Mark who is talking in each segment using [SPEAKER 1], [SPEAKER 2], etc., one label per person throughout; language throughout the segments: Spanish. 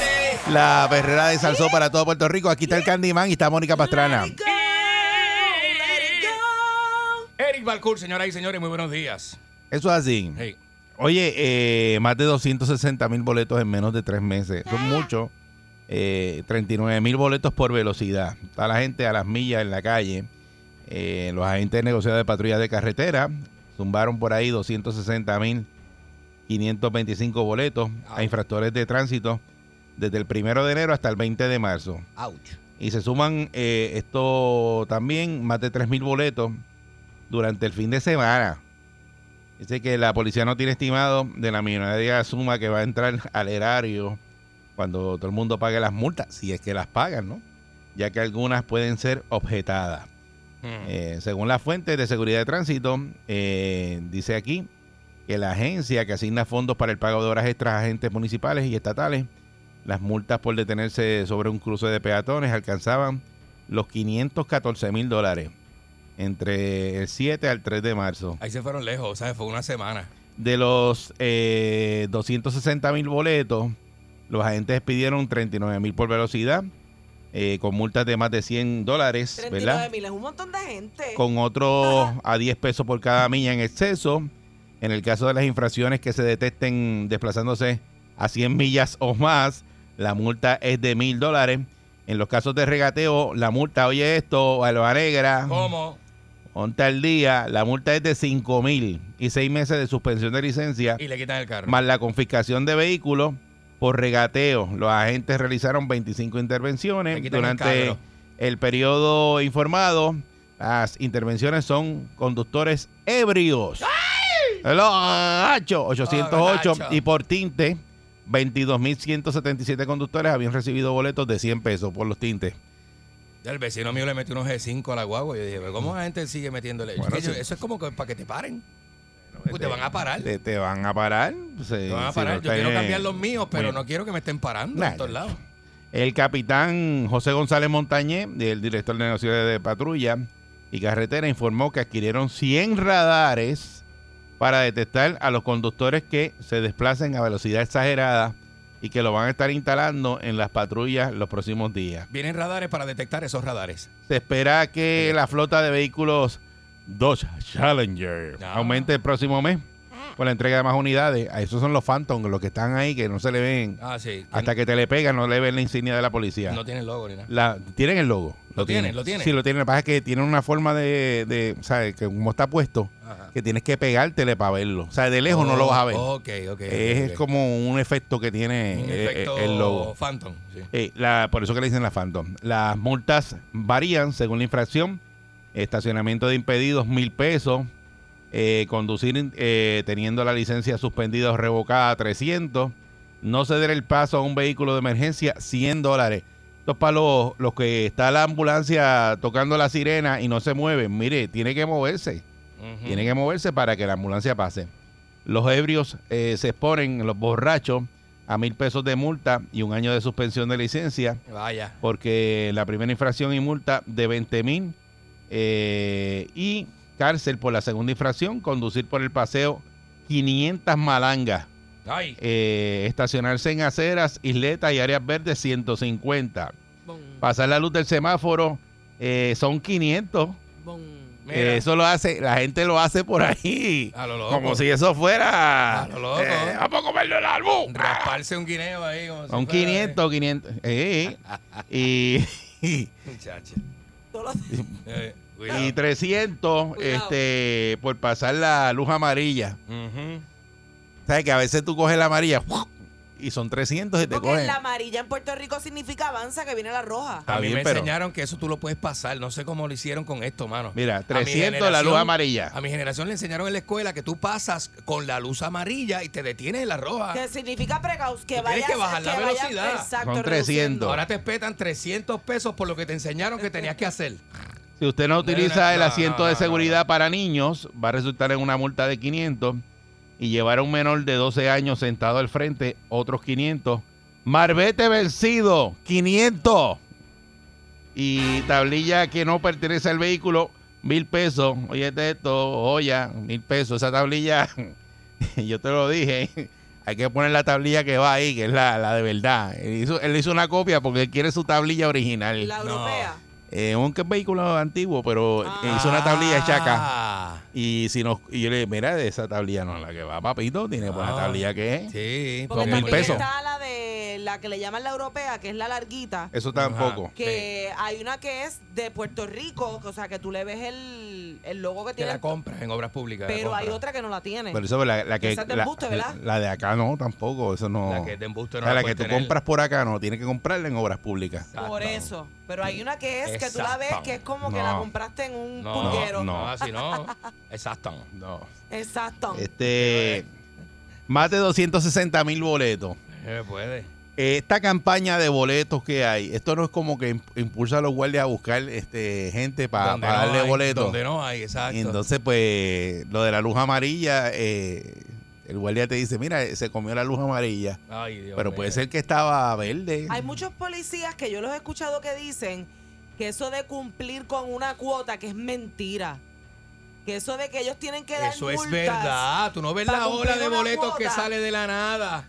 [SPEAKER 1] eh,
[SPEAKER 2] la perrera de Salsó para todo Puerto Rico. Aquí está el Candyman y está Mónica Pastrana.
[SPEAKER 3] Let it go, let it go.
[SPEAKER 1] Eric Balcour, señoras y señores, muy buenos días.
[SPEAKER 2] Eso es así.
[SPEAKER 1] Hey,
[SPEAKER 2] Oye, eh, más de 260 mil boletos en menos de tres meses. Son muchos. Eh, 39 mil boletos por velocidad. Está la gente a las millas en la calle. Eh, los agentes negociados de patrullas de carretera zumbaron por ahí 260 mil 525 boletos a infractores de tránsito desde el primero de enero hasta el 20 de marzo. Y se suman eh, esto también, más de 3.000 boletos durante el fin de semana. Dice que la policía no tiene estimado de la millonaria suma que va a entrar al erario cuando todo el mundo pague las multas, si es que las pagan, ¿no? Ya que algunas pueden ser objetadas. Eh, según la fuente de seguridad de tránsito, eh, dice aquí que la agencia que asigna fondos para el pago de horas extras a agentes municipales y estatales, las multas por detenerse sobre un cruce de peatones alcanzaban los 514 mil dólares entre el 7 al 3 de marzo.
[SPEAKER 1] ahí se fueron lejos, ¿sabes? Fue una semana.
[SPEAKER 2] De los eh, 260 mil boletos, los agentes pidieron 39 mil por velocidad, eh, con multas de más de 100 dólares,
[SPEAKER 3] 39
[SPEAKER 2] ¿verdad?
[SPEAKER 3] mil es un montón de gente.
[SPEAKER 2] Con otros a 10 pesos por cada milla en exceso. En el caso de las infracciones que se detecten desplazándose a 100 millas o más, la multa es de mil dólares. En los casos de regateo, la multa, oye esto, Alba Negra,
[SPEAKER 1] ¿Cómo?
[SPEAKER 2] onta al día, la multa es de 5 mil y 6 meses de suspensión de licencia
[SPEAKER 1] Y le quitan el carro.
[SPEAKER 2] más la confiscación de vehículos por regateo. Los agentes realizaron 25 intervenciones
[SPEAKER 1] Me quitan el
[SPEAKER 2] durante el,
[SPEAKER 1] carro.
[SPEAKER 2] periodo informado. Las intervenciones son conductores ebrios. Hello, gacho, 808
[SPEAKER 1] Ah, gacho.
[SPEAKER 2] y por tinte 22.177 conductores habían recibido boletos de 100 pesos por los tintes.
[SPEAKER 1] El vecino mío le metió unos G5 a la guagua. Y yo dije, ¿pero ¿cómo la gente sigue metiéndole?
[SPEAKER 2] Bueno,
[SPEAKER 1] Que yo-
[SPEAKER 2] sí.
[SPEAKER 1] Eso es como que para que te paren. Pues te van a parar.
[SPEAKER 2] Te, te van a parar. sí,
[SPEAKER 1] te van a
[SPEAKER 2] si
[SPEAKER 1] parar.
[SPEAKER 2] no
[SPEAKER 1] yo quiero
[SPEAKER 2] tenés-
[SPEAKER 1] cambiar los míos, pero
[SPEAKER 2] Bueno.
[SPEAKER 1] no quiero que me estén parando
[SPEAKER 2] Nah,
[SPEAKER 1] en todos
[SPEAKER 2] ya.
[SPEAKER 1] lados.
[SPEAKER 2] El capitán José González Montañé, el director de negocios de patrulla y carretera, informó que adquirieron 100 radares para detectar a los conductores que se desplacen a velocidad exagerada y que lo van a estar instalando en las patrullas los próximos días.
[SPEAKER 1] Vienen radares para detectar esos radares.
[SPEAKER 2] Se espera que la flota de vehículos Dodge Challenger
[SPEAKER 1] No.
[SPEAKER 2] aumente el próximo mes con la entrega de más unidades. A esos son los Phantom, los que están ahí, que no se le ven.
[SPEAKER 1] Ah, sí.
[SPEAKER 2] Hasta que te le pegan, no le ven la insignia de la policía.
[SPEAKER 1] No tienen logo ni nada.
[SPEAKER 2] La, tienen el logo.
[SPEAKER 1] Lo tienen, lo tienen.
[SPEAKER 2] Sí, lo tienen. Lo que pasa es que tienen una forma de, de ¿sabes? Que como está puesto,
[SPEAKER 1] Ajá.
[SPEAKER 2] que tienes que pegártele para verlo. O sea, de lejos no lo vas a ver.
[SPEAKER 1] Ok, ok. ok,
[SPEAKER 2] es
[SPEAKER 1] ok.
[SPEAKER 2] como un efecto que tiene
[SPEAKER 1] Un
[SPEAKER 2] eh, eh,
[SPEAKER 1] efecto
[SPEAKER 2] el logo.
[SPEAKER 1] Phantom. Sí.
[SPEAKER 2] Eh, la- por eso que le dicen la Phantom. Las multas varían según la infracción. Estacionamiento de impedidos, mil pesos. Eh, conducir eh, teniendo la licencia suspendida o revocada, 300. No ceder el paso a un vehículo de emergencia, 100 dólares. Esto es para los, los que está la ambulancia tocando la sirena y no se mueven. Mire, tiene que moverse.
[SPEAKER 1] Ujú.
[SPEAKER 2] Tienen que moverse para que la ambulancia pase. Los ebrios eh, se exponen, los borrachos, a mil pesos de multa y un año de suspensión de licencia,
[SPEAKER 1] Vaya.
[SPEAKER 2] porque la primera infracción y multa de 20 mil eh, y cárcel por la segunda infracción, conducir por el paseo 500 malangas,
[SPEAKER 1] Ay.
[SPEAKER 2] eh, estacionarse en aceras, isletas y áreas verdes 150,
[SPEAKER 3] Bom,
[SPEAKER 2] pasar la luz del semáforo eh, son 500.
[SPEAKER 3] bom.
[SPEAKER 1] Mira.
[SPEAKER 2] Eh, eso lo hace, la gente lo hace por ahí.
[SPEAKER 1] A lo loco.
[SPEAKER 2] Como si eso fuera.
[SPEAKER 1] A lo loco.
[SPEAKER 2] eh, vamos a comerlo el álbum.
[SPEAKER 1] Rasparse un guineo ahí. como si
[SPEAKER 2] Son
[SPEAKER 1] fuera-
[SPEAKER 2] 500, 500. eh, y, y,
[SPEAKER 1] Muchacha.
[SPEAKER 3] Todos los-
[SPEAKER 1] Eh, cuidado.
[SPEAKER 2] y 300
[SPEAKER 3] Cuidado.
[SPEAKER 2] este, por pasar la luz amarilla.
[SPEAKER 1] Ujú.
[SPEAKER 2] ¿Sabes que a veces tú coges la amarilla y son 300 y te
[SPEAKER 3] Porque
[SPEAKER 2] cogen?
[SPEAKER 3] la amarilla en Puerto Rico significa avanza, que viene la roja.
[SPEAKER 2] Está
[SPEAKER 4] a mí
[SPEAKER 2] bien,
[SPEAKER 4] me
[SPEAKER 2] pero-
[SPEAKER 4] enseñaron que eso tú lo puedes pasar. No sé cómo lo hicieron con esto, mano.
[SPEAKER 2] Mira,
[SPEAKER 4] A mi
[SPEAKER 2] 300 la luz
[SPEAKER 4] Ah, generación-
[SPEAKER 2] amarilla.
[SPEAKER 4] A mi generación le enseñaron en la escuela que tú pasas con la luz amarilla y te detienes en la roja.
[SPEAKER 3] Que significa precaus, que
[SPEAKER 4] Tú
[SPEAKER 3] vayas
[SPEAKER 4] tienes que bajar la
[SPEAKER 3] vayas-
[SPEAKER 4] velocidad.
[SPEAKER 3] exacto, reduciendo.
[SPEAKER 2] Son 300.
[SPEAKER 4] Ahora te petan 300 pesos por lo que te enseñaron que tenías que hacer.
[SPEAKER 2] Si usted no utiliza
[SPEAKER 4] no,
[SPEAKER 2] el
[SPEAKER 4] no,
[SPEAKER 2] asiento
[SPEAKER 4] no,
[SPEAKER 2] de
[SPEAKER 4] no,
[SPEAKER 2] seguridad para niños, va a resultar en una multa de 500 y llevar a un menor de 12 años sentado al frente otros 500. Marbete vencido, 500. Y tablilla que no pertenece al vehículo, mil pesos. Oye, de esto, olla, mil pesos. Esa tablilla, yo te lo dije, hay que poner la tablilla que va ahí, que es la, la de verdad. Él hizo, él hizo una copia porque él quiere su tablilla original.
[SPEAKER 3] La
[SPEAKER 4] No.
[SPEAKER 3] europea.
[SPEAKER 2] Eh, un vehículo antiguo, pero eh, hizo una tablilla chaca.
[SPEAKER 4] Ah.
[SPEAKER 2] Y si nos, y yo le dije, mira, de esa tablilla no es la que va, papito, tiene pues la
[SPEAKER 4] Ah.
[SPEAKER 2] tablilla que es.
[SPEAKER 4] Sí,
[SPEAKER 3] Porque
[SPEAKER 2] mil
[SPEAKER 3] también
[SPEAKER 2] pesos.
[SPEAKER 3] está la de la que le llaman la europea, que es la larguita.
[SPEAKER 2] Eso tampoco.
[SPEAKER 4] Ajá.
[SPEAKER 3] Que hay una que es de Puerto Rico, que, o sea, que tú le ves el, el logo que
[SPEAKER 4] Te
[SPEAKER 3] tiene,
[SPEAKER 4] la compras en obras públicas. la
[SPEAKER 3] pero hay
[SPEAKER 4] compras.
[SPEAKER 3] otra que no la tiene.
[SPEAKER 2] Pero eso la, la que
[SPEAKER 3] Esa es de
[SPEAKER 2] la,
[SPEAKER 3] embuste, ¿verdad?
[SPEAKER 2] la de acá no, tampoco, eso no.
[SPEAKER 4] La que es de embuste
[SPEAKER 2] O
[SPEAKER 4] no
[SPEAKER 2] sea, la
[SPEAKER 4] la
[SPEAKER 2] que
[SPEAKER 4] puedes
[SPEAKER 2] tú
[SPEAKER 4] tener.
[SPEAKER 2] compras por acá no, tienes que comprarla en obras públicas.
[SPEAKER 3] Por eso. Pero hay una que es que tú la ves
[SPEAKER 4] Exacto.
[SPEAKER 3] que es como que la
[SPEAKER 2] No.
[SPEAKER 3] compraste en un
[SPEAKER 4] No,
[SPEAKER 3] pulguero.
[SPEAKER 4] no,
[SPEAKER 2] no.
[SPEAKER 4] así Ah, no. Exacto.
[SPEAKER 2] No.
[SPEAKER 3] Exacto.
[SPEAKER 2] Este más de 260 mil boletos.
[SPEAKER 4] Eh, puede.
[SPEAKER 2] Esta campaña de boletos que hay, esto no es como que imp- impulsa a los guardias a buscar este gente para
[SPEAKER 4] Donde no
[SPEAKER 2] darle
[SPEAKER 4] hay,
[SPEAKER 2] boletos.
[SPEAKER 4] Donde no hay, exacto.
[SPEAKER 2] Y entonces, pues, lo de la luz amarilla, eh, el guardia te dice, mira, se comió la luz amarilla.
[SPEAKER 4] Ay, Dios
[SPEAKER 2] Pero
[SPEAKER 4] mío.
[SPEAKER 2] puede ser que estaba verde.
[SPEAKER 3] Hay muchos policías que yo los he escuchado que dicen que eso de cumplir con una cuota que es mentira. Que eso de que ellos tienen que dar
[SPEAKER 4] Eso es
[SPEAKER 3] multas,
[SPEAKER 4] verdad. Tú no ves
[SPEAKER 3] para
[SPEAKER 4] la ola
[SPEAKER 3] cumplir
[SPEAKER 4] de
[SPEAKER 3] una
[SPEAKER 4] boletos que
[SPEAKER 3] cuota.
[SPEAKER 4] sale de la nada.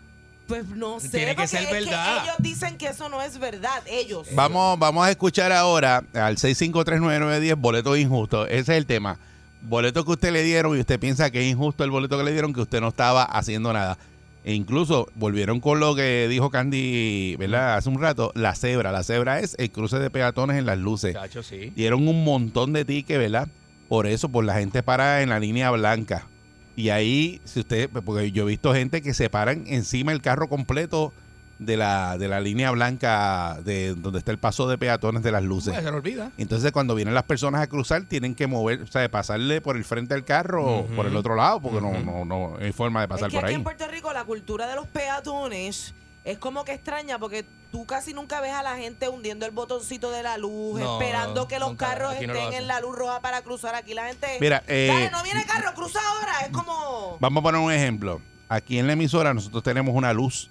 [SPEAKER 3] Pues no sé,
[SPEAKER 4] Tiene que
[SPEAKER 3] porque
[SPEAKER 4] ser
[SPEAKER 3] es
[SPEAKER 4] verdad.
[SPEAKER 3] ellos dicen que eso no es verdad, ellos.
[SPEAKER 2] Vamos, vamos a escuchar ahora al 6539910, boleto injusto. Ese es el tema. Boleto que usted le dieron y usted piensa que es injusto el boleto que le dieron, que usted no estaba haciendo nada. E incluso volvieron con lo que dijo Candy, ¿verdad? Hace un rato, la cebra. La cebra es el cruce de peatones en las luces.
[SPEAKER 4] Chacho, sí.
[SPEAKER 2] dieron un montón de tickets, ¿verdad? Por eso, por la gente parada en la línea blanca. Y ahí, si usted, porque yo he visto gente que se paran encima del carro completo de la, de la línea blanca de donde está el paso de peatones de las luces.
[SPEAKER 4] Bueno, Pues se le olvida.
[SPEAKER 2] Entonces, cuando vienen las personas a cruzar, tienen que mover, o sea, pasarle por el frente del carro
[SPEAKER 4] Ujú.
[SPEAKER 2] o por el otro lado, porque
[SPEAKER 4] Ujú.
[SPEAKER 2] no, no, no hay forma de pasar
[SPEAKER 3] es que
[SPEAKER 2] por
[SPEAKER 3] aquí
[SPEAKER 2] ahí.
[SPEAKER 3] en Puerto Rico la cultura de los peatones es como que extraña porque tú casi nunca ves a la gente hundiendo el botoncito de la luz,
[SPEAKER 4] No,
[SPEAKER 3] esperando que los
[SPEAKER 4] nunca,
[SPEAKER 3] carros
[SPEAKER 4] aquí
[SPEAKER 3] estén
[SPEAKER 4] no lo hacen.
[SPEAKER 3] en la luz roja para cruzar. Aquí la gente...
[SPEAKER 2] Mira, eh,
[SPEAKER 3] Dale, no viene carro, cruza ahora. Es como...
[SPEAKER 2] Vamos a poner un ejemplo. Aquí en la emisora nosotros tenemos una luz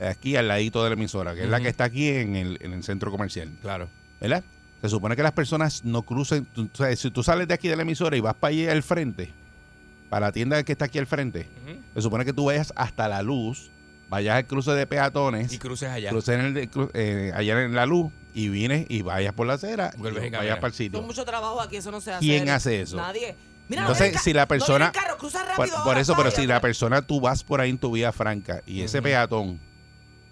[SPEAKER 2] aquí al ladito de la emisora, que es la
[SPEAKER 4] Ujú.
[SPEAKER 2] que está aquí en el, en el centro comercial,
[SPEAKER 4] Claro.
[SPEAKER 2] ¿verdad? Se supone que las personas no crucen, tú- tú sabes, si tú sales de aquí de la emisora y vas para allí al frente, para la tienda que está aquí al frente, se supone que tú vayas hasta la luz, vayas al cruce de
[SPEAKER 4] Y
[SPEAKER 2] peatones,
[SPEAKER 4] cruces allá.
[SPEAKER 2] cruces en el de- cru- eh, allá en la luz y vienes y vayas por la acera, y
[SPEAKER 4] Vuelves y
[SPEAKER 2] vayas
[SPEAKER 4] caminas.
[SPEAKER 2] para el
[SPEAKER 3] Tengo
[SPEAKER 2] sitio.
[SPEAKER 3] mucho trabajo aquí, eso no se hace.
[SPEAKER 2] ¿Quién hace eso?
[SPEAKER 3] Nadie. Mira,
[SPEAKER 2] Entonces,
[SPEAKER 3] viene ca-
[SPEAKER 2] si la persona-
[SPEAKER 3] No viene carro, cruza rápido.
[SPEAKER 2] Por, por
[SPEAKER 3] ahora,
[SPEAKER 2] eso, pero
[SPEAKER 3] vaya.
[SPEAKER 2] si la persona tú vas por ahí en tu vida franca y ese
[SPEAKER 4] Ujú.
[SPEAKER 2] peatón,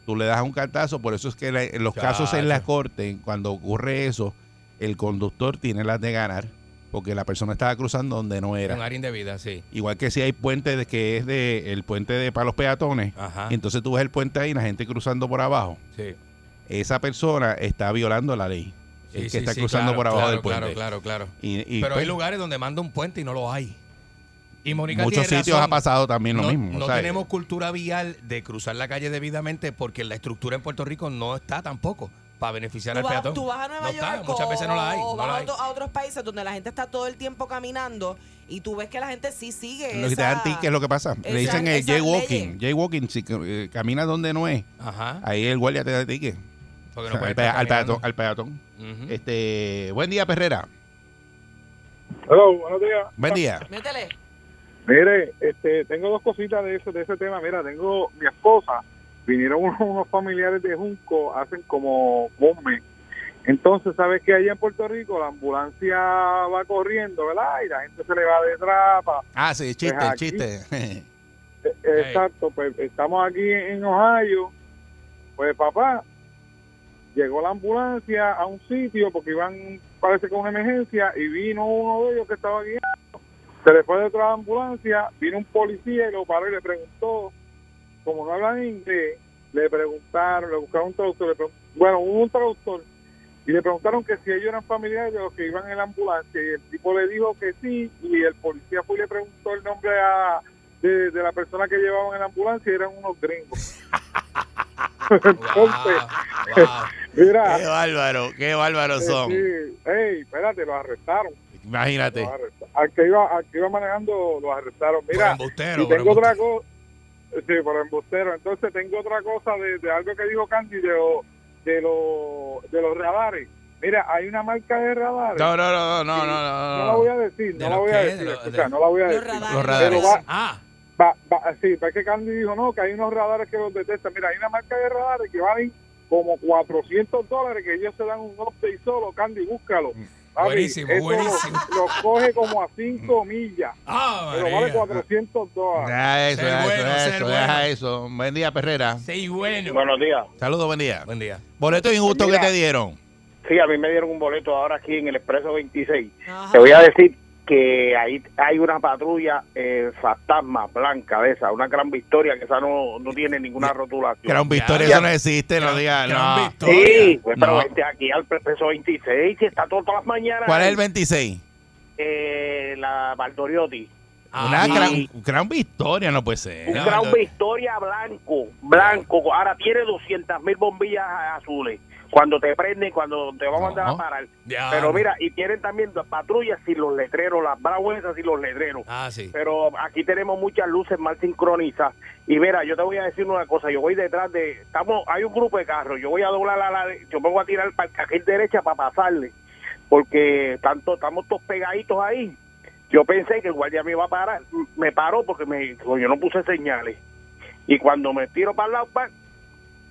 [SPEAKER 2] tú le das un cartazo, por eso es que la- en los casos en la corte, cuando ocurre eso, el conductor tiene las de ganar, porque la persona estaba cruzando donde no
[SPEAKER 4] Un
[SPEAKER 2] era.
[SPEAKER 4] área indebida, sí.
[SPEAKER 2] Igual que si hay puente de, que es de el puente de para los peatones,
[SPEAKER 4] Ajá.
[SPEAKER 2] y entonces tú ves el puente ahí y la gente cruzando por abajo.
[SPEAKER 4] Sí.
[SPEAKER 2] Esa persona está violando la ley,
[SPEAKER 4] Sí,
[SPEAKER 2] el que
[SPEAKER 4] sí,
[SPEAKER 2] está
[SPEAKER 4] sí,
[SPEAKER 2] cruzando
[SPEAKER 4] claro,
[SPEAKER 2] por abajo
[SPEAKER 4] claro,
[SPEAKER 2] del puente.
[SPEAKER 4] Claro, claro, claro.
[SPEAKER 2] Y, y,
[SPEAKER 4] Pero hay
[SPEAKER 2] pues,
[SPEAKER 4] lugares donde manda un puente y no lo hay. Y Mónica
[SPEAKER 2] muchos
[SPEAKER 4] tiene
[SPEAKER 2] sitios
[SPEAKER 4] razón.
[SPEAKER 2] ha pasado también lo
[SPEAKER 4] no,
[SPEAKER 2] mismo.
[SPEAKER 4] no
[SPEAKER 2] ¿sabes?
[SPEAKER 4] tenemos cultura vial de cruzar la calle debidamente porque la estructura en Puerto Rico no está tampoco para beneficiar
[SPEAKER 3] Tú
[SPEAKER 4] al
[SPEAKER 3] vas,
[SPEAKER 4] peatón.
[SPEAKER 3] tú vas a Nueva
[SPEAKER 4] no
[SPEAKER 3] York
[SPEAKER 4] está, muchas
[SPEAKER 3] o-
[SPEAKER 4] veces no la hay.
[SPEAKER 3] o
[SPEAKER 4] No
[SPEAKER 3] vas
[SPEAKER 4] la
[SPEAKER 3] a,
[SPEAKER 4] hay.
[SPEAKER 3] otro- a otros países donde la gente está todo el tiempo caminando y tú ves que la gente sí sigue
[SPEAKER 2] Lo que te dan
[SPEAKER 3] esa-
[SPEAKER 2] ticket es lo que pasa. Le
[SPEAKER 3] esa-
[SPEAKER 2] dicen el
[SPEAKER 3] esas
[SPEAKER 2] jaywalking. Jaywalking, si eh, camina donde no es,
[SPEAKER 4] Ajá.
[SPEAKER 2] ahí el guardia te da ticket.
[SPEAKER 4] Porque
[SPEAKER 2] O sea,
[SPEAKER 4] no puede
[SPEAKER 2] al, pe-
[SPEAKER 4] estar
[SPEAKER 2] al peatón.
[SPEAKER 4] caminando.
[SPEAKER 2] al peatón.
[SPEAKER 4] Ujú.
[SPEAKER 2] Este, buen día, Perrera.
[SPEAKER 5] Hola, buenos días.
[SPEAKER 2] Buen día.
[SPEAKER 3] Métele.
[SPEAKER 5] Mire, este, tengo dos cositas de ese, de ese tema. Mira, tengo mi esposa, vinieron unos, unos familiares de Junco hacen como un mes. Entonces, ¿sabes que Allá en Puerto Rico la ambulancia va corriendo, ¿verdad? Y la gente se le va detrás. pa-
[SPEAKER 2] Ah, sí, chiste,
[SPEAKER 5] Pues aquí.
[SPEAKER 2] chiste.
[SPEAKER 5] eh, eh, Exacto, pues estamos aquí en Ohio. Pues papá, llegó la ambulancia a un sitio porque iban, parece que una emergencia, y vino uno de ellos que estaba guiando Se le fue de otra ambulancia, vino un policía y lo paró y le preguntó, como no hablan inglés, le preguntaron, le buscaron un traductor, le pregun- bueno, hubo un traductor, y le preguntaron que si ellos eran familiares de los que iban en la ambulancia, y el tipo le dijo que sí, y el policía fue y le preguntó el nombre a- de, de la persona que llevaban en la ambulancia, y eran unos gringos.
[SPEAKER 2] Ah,
[SPEAKER 5] Entonces,
[SPEAKER 4] Wow, wow.
[SPEAKER 5] mira,
[SPEAKER 2] Qué bárbaro, qué bárbaros
[SPEAKER 5] eh,
[SPEAKER 2] son.
[SPEAKER 5] sí, ey, espérate, los arrestaron.
[SPEAKER 2] Imagínate.
[SPEAKER 5] Los arrestaron. Al, que iba, al que iba manejando, los arrestaron.
[SPEAKER 4] Por
[SPEAKER 5] Mira,
[SPEAKER 4] embustero,
[SPEAKER 5] y
[SPEAKER 4] por
[SPEAKER 5] tengo otra
[SPEAKER 4] embustero.
[SPEAKER 5] cosa. Sí, por embustero. Entonces tengo otra cosa de, de algo que dijo Candy de, lo- de, lo- de los radares. Mira, hay una marca de radares.
[SPEAKER 2] No, no, no, no, no, no,
[SPEAKER 5] no,
[SPEAKER 2] no,
[SPEAKER 5] la voy
[SPEAKER 2] no.
[SPEAKER 5] a decir,
[SPEAKER 4] Ah, ¿De
[SPEAKER 5] no la
[SPEAKER 4] los
[SPEAKER 5] voy a
[SPEAKER 4] qué?
[SPEAKER 5] decir.
[SPEAKER 4] De lo-
[SPEAKER 5] escucha,
[SPEAKER 4] de-
[SPEAKER 5] no la voy a
[SPEAKER 3] Los
[SPEAKER 5] decir.
[SPEAKER 3] radares.
[SPEAKER 4] Los radares.
[SPEAKER 5] Pero va-
[SPEAKER 4] Ah,
[SPEAKER 5] Va, va- sí, es que Candy dijo, no, que hay unos radares que los detestan. Mira, hay una marca de radares que valen como 400 dólares, que ellos se dan un update solo. Candy, búscalo. Papi,
[SPEAKER 4] Mm. Buenísimo,
[SPEAKER 5] eso
[SPEAKER 4] buenísimo. Mm.
[SPEAKER 5] Los, los coge como a 5 millas,
[SPEAKER 4] ah,
[SPEAKER 5] pero
[SPEAKER 4] María.
[SPEAKER 5] vale 400 dólares.
[SPEAKER 2] Deja eso,
[SPEAKER 4] Ser
[SPEAKER 2] deja
[SPEAKER 4] bueno,
[SPEAKER 2] eso,
[SPEAKER 4] ser
[SPEAKER 2] deja eso, deja
[SPEAKER 4] bueno.
[SPEAKER 2] eso. Buen día, Perrera.
[SPEAKER 4] Sí, bueno.
[SPEAKER 6] Buenos días.
[SPEAKER 2] Saludos, buen día.
[SPEAKER 4] Buen día.
[SPEAKER 2] Boleto injusto
[SPEAKER 6] Mira.
[SPEAKER 2] que te dieron.
[SPEAKER 6] Sí, a mí me dieron un boleto ahora aquí en el Expreso 26.
[SPEAKER 3] Ajá.
[SPEAKER 6] Te voy a decir que ahí hay una patrulla eh, fantasma blanca de esa, una gran victoria que esa no, no tiene ninguna rotulación.
[SPEAKER 2] Gran Victoria,
[SPEAKER 6] Ya.
[SPEAKER 2] eso no existe, no
[SPEAKER 4] Gran-
[SPEAKER 2] digas.
[SPEAKER 4] Gran
[SPEAKER 2] No.
[SPEAKER 4] Victoria.
[SPEAKER 6] Sí, pues, pero
[SPEAKER 2] No.
[SPEAKER 6] este aquí al Expreso 26 y está todo- todas las mañanas.
[SPEAKER 2] ¿Cuál es el 26?
[SPEAKER 6] Eh, la Valdoriotti.
[SPEAKER 4] Ah,
[SPEAKER 2] Una
[SPEAKER 6] sí.
[SPEAKER 2] gran, gran victoria, no puede
[SPEAKER 6] Un
[SPEAKER 2] ser.
[SPEAKER 4] Eh, No,
[SPEAKER 6] gran
[SPEAKER 4] no.
[SPEAKER 6] victoria blanco, blanco. Ahora tiene 200 mil bombillas azules. Cuando te prenden, cuando te van a mandar
[SPEAKER 2] No.
[SPEAKER 6] a parar.
[SPEAKER 4] Ya.
[SPEAKER 6] Pero mira, y tienen también las patrullas y los letreros, las bravuesas y los letreros.
[SPEAKER 4] Ah, sí.
[SPEAKER 6] Pero aquí tenemos muchas luces mal sincronizadas. Y mira, yo te voy a decir una cosa. Yo voy detrás de... estamos Hay un grupo de carros. Yo voy a doblar a la... Yo me voy a tirar para el carril derecha para pasarle. Porque tanto estamos todos pegaditos ahí. Yo pensé que el guardia me iba a parar. Me paró porque me, yo no puse señales. Y cuando me tiro para el lado, pa,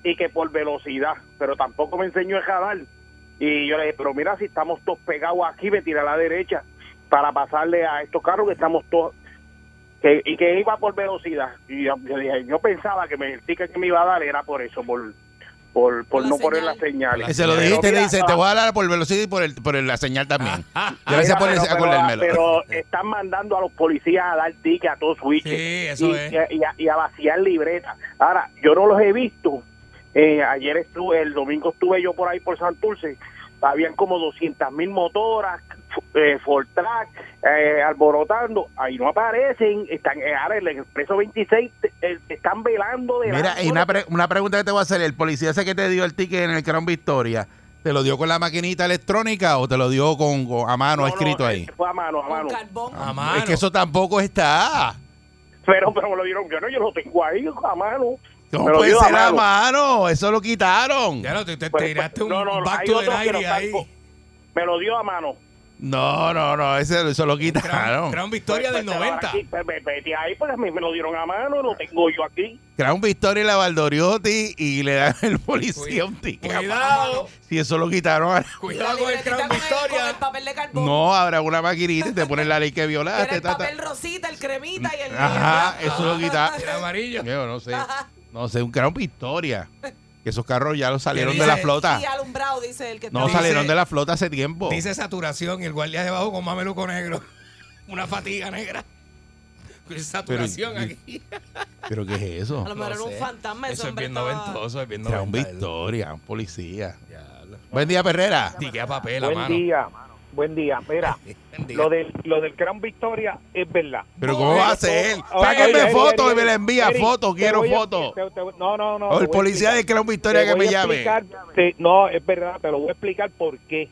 [SPEAKER 6] y que por velocidad. Pero tampoco me enseñó el radar. Y yo le dije, pero mira, si estamos todos pegados aquí, me tiré a la derecha para pasarle a estos carros que estamos todos. Que, y que iba por velocidad. Y yo, yo dije, yo pensaba que me, el ticket que me iba a dar era por eso, por, por, por
[SPEAKER 3] La
[SPEAKER 6] no poner
[SPEAKER 3] señal.
[SPEAKER 6] las señales.
[SPEAKER 2] Se lo
[SPEAKER 6] Pero
[SPEAKER 2] dijiste, le
[SPEAKER 6] mira,
[SPEAKER 2] dice,
[SPEAKER 6] ah,
[SPEAKER 2] te voy a dar por velocidad y por, el, por el- la señal también.
[SPEAKER 6] mira,
[SPEAKER 2] Gracias por
[SPEAKER 6] pero,
[SPEAKER 2] ese-
[SPEAKER 6] pero-
[SPEAKER 2] acordármelo.
[SPEAKER 6] Pero están mandando a los policías a dar ticket a todos switches.
[SPEAKER 4] Sí, eso
[SPEAKER 6] y,
[SPEAKER 4] es.
[SPEAKER 6] y a- y a, y a vaciar libretas. Ahora, yo no los he visto. Eh, ayer estuve, el domingo estuve yo por ahí por Santurce. Habían como 200 mil motoras, eh, Ford Track, eh, alborotando. Ahí no aparecen. Están, eh, ahora en el expreso 26 te- eh, están velando de
[SPEAKER 2] Mira, y una, pre- una pregunta que te voy a hacer. ¿El policía ese que te dio el ticket en el Gran Victoria, te lo dio con la maquinita electrónica o te lo dio con, con- a mano escrito ahí?
[SPEAKER 6] Fue a mano, a
[SPEAKER 3] Con
[SPEAKER 6] mano.
[SPEAKER 3] carbón.
[SPEAKER 4] A mano.
[SPEAKER 2] Es que eso tampoco está.
[SPEAKER 6] Pero, pero me lo dieron yo, no, yo lo tengo ahí, a mano.
[SPEAKER 2] No
[SPEAKER 6] Me lo
[SPEAKER 2] puede
[SPEAKER 6] dio a
[SPEAKER 2] ser a
[SPEAKER 6] mano.
[SPEAKER 2] mano. Eso lo quitaron.
[SPEAKER 4] Ya no, te, te
[SPEAKER 6] Pues,
[SPEAKER 4] tiraste
[SPEAKER 6] pues,
[SPEAKER 4] un
[SPEAKER 6] no, no, no, hay
[SPEAKER 4] pacto del
[SPEAKER 6] otros que
[SPEAKER 4] aire
[SPEAKER 6] no están
[SPEAKER 4] ahí.
[SPEAKER 6] co- Me lo dio a mano.
[SPEAKER 2] No, no, no. Ese, eso lo
[SPEAKER 4] Gran,
[SPEAKER 2] quitaron.
[SPEAKER 4] gran victoria
[SPEAKER 6] Pues, pues,
[SPEAKER 4] del
[SPEAKER 6] te van
[SPEAKER 4] 90.
[SPEAKER 6] aquí, pues, ve- Vete ahí, pues a mí me lo dieron a mano, lo tengo yo aquí.
[SPEAKER 2] Gran Victoria y la Valdoriotti y le dan el policía un ticket. a
[SPEAKER 4] Cuidado.
[SPEAKER 2] mano. Si eso lo quitaron a-
[SPEAKER 4] Cuidado
[SPEAKER 3] La
[SPEAKER 4] con el
[SPEAKER 3] libretita
[SPEAKER 4] gran
[SPEAKER 3] con el- con
[SPEAKER 4] victoria.
[SPEAKER 3] el papel de carbón.
[SPEAKER 2] No, habrá una maquinita y te ponen la ley que
[SPEAKER 3] Era
[SPEAKER 2] violaste.
[SPEAKER 3] el
[SPEAKER 2] ta, ta.
[SPEAKER 3] papel rosita, el cremita y el...
[SPEAKER 2] Ajá, eso lo
[SPEAKER 4] El
[SPEAKER 2] quitaron.
[SPEAKER 4] amarillo.
[SPEAKER 2] Yo no sé. No sé, un gran Victoria. Que esos carros ya los salieron de
[SPEAKER 4] dice?
[SPEAKER 2] la flota.
[SPEAKER 3] Y alumbrado, dice el que
[SPEAKER 2] No
[SPEAKER 4] Dice-
[SPEAKER 3] está-
[SPEAKER 2] salieron de la flota hace tiempo.
[SPEAKER 4] Dice saturación y el guardia debajo con mameluco negro. Una fatiga negra. Con Saturación
[SPEAKER 2] Pero-
[SPEAKER 4] aquí.
[SPEAKER 2] ¿Pero qué es eso?
[SPEAKER 3] A lo mejor era
[SPEAKER 4] No
[SPEAKER 3] un
[SPEAKER 4] sé.
[SPEAKER 3] fantasma. ese
[SPEAKER 4] Eso es
[SPEAKER 3] hombre
[SPEAKER 4] bien
[SPEAKER 3] estaba-
[SPEAKER 4] noventoso, es bien
[SPEAKER 2] Gran
[SPEAKER 4] noventoso.
[SPEAKER 2] Victoria, un policía. Buen día, Perrera.
[SPEAKER 4] Tiquea papel, a
[SPEAKER 6] Buen
[SPEAKER 4] mano.
[SPEAKER 6] día, buen día. Mira,
[SPEAKER 4] Buen día.
[SPEAKER 6] lo del, lo del Gran Victoria es verdad.
[SPEAKER 2] ¿Pero cómo va a ser? Sáquenme fotos y me la envía. Fotos, quiero fotos.
[SPEAKER 6] No, no, no. te
[SPEAKER 2] O Oh, el
[SPEAKER 6] voy a
[SPEAKER 2] policía
[SPEAKER 6] explicar.
[SPEAKER 2] de Gran Victoria
[SPEAKER 6] Te
[SPEAKER 2] que
[SPEAKER 6] voy
[SPEAKER 2] me
[SPEAKER 6] a
[SPEAKER 2] llame.
[SPEAKER 6] explicar, te- no, es verdad, te lo voy a explicar por qué.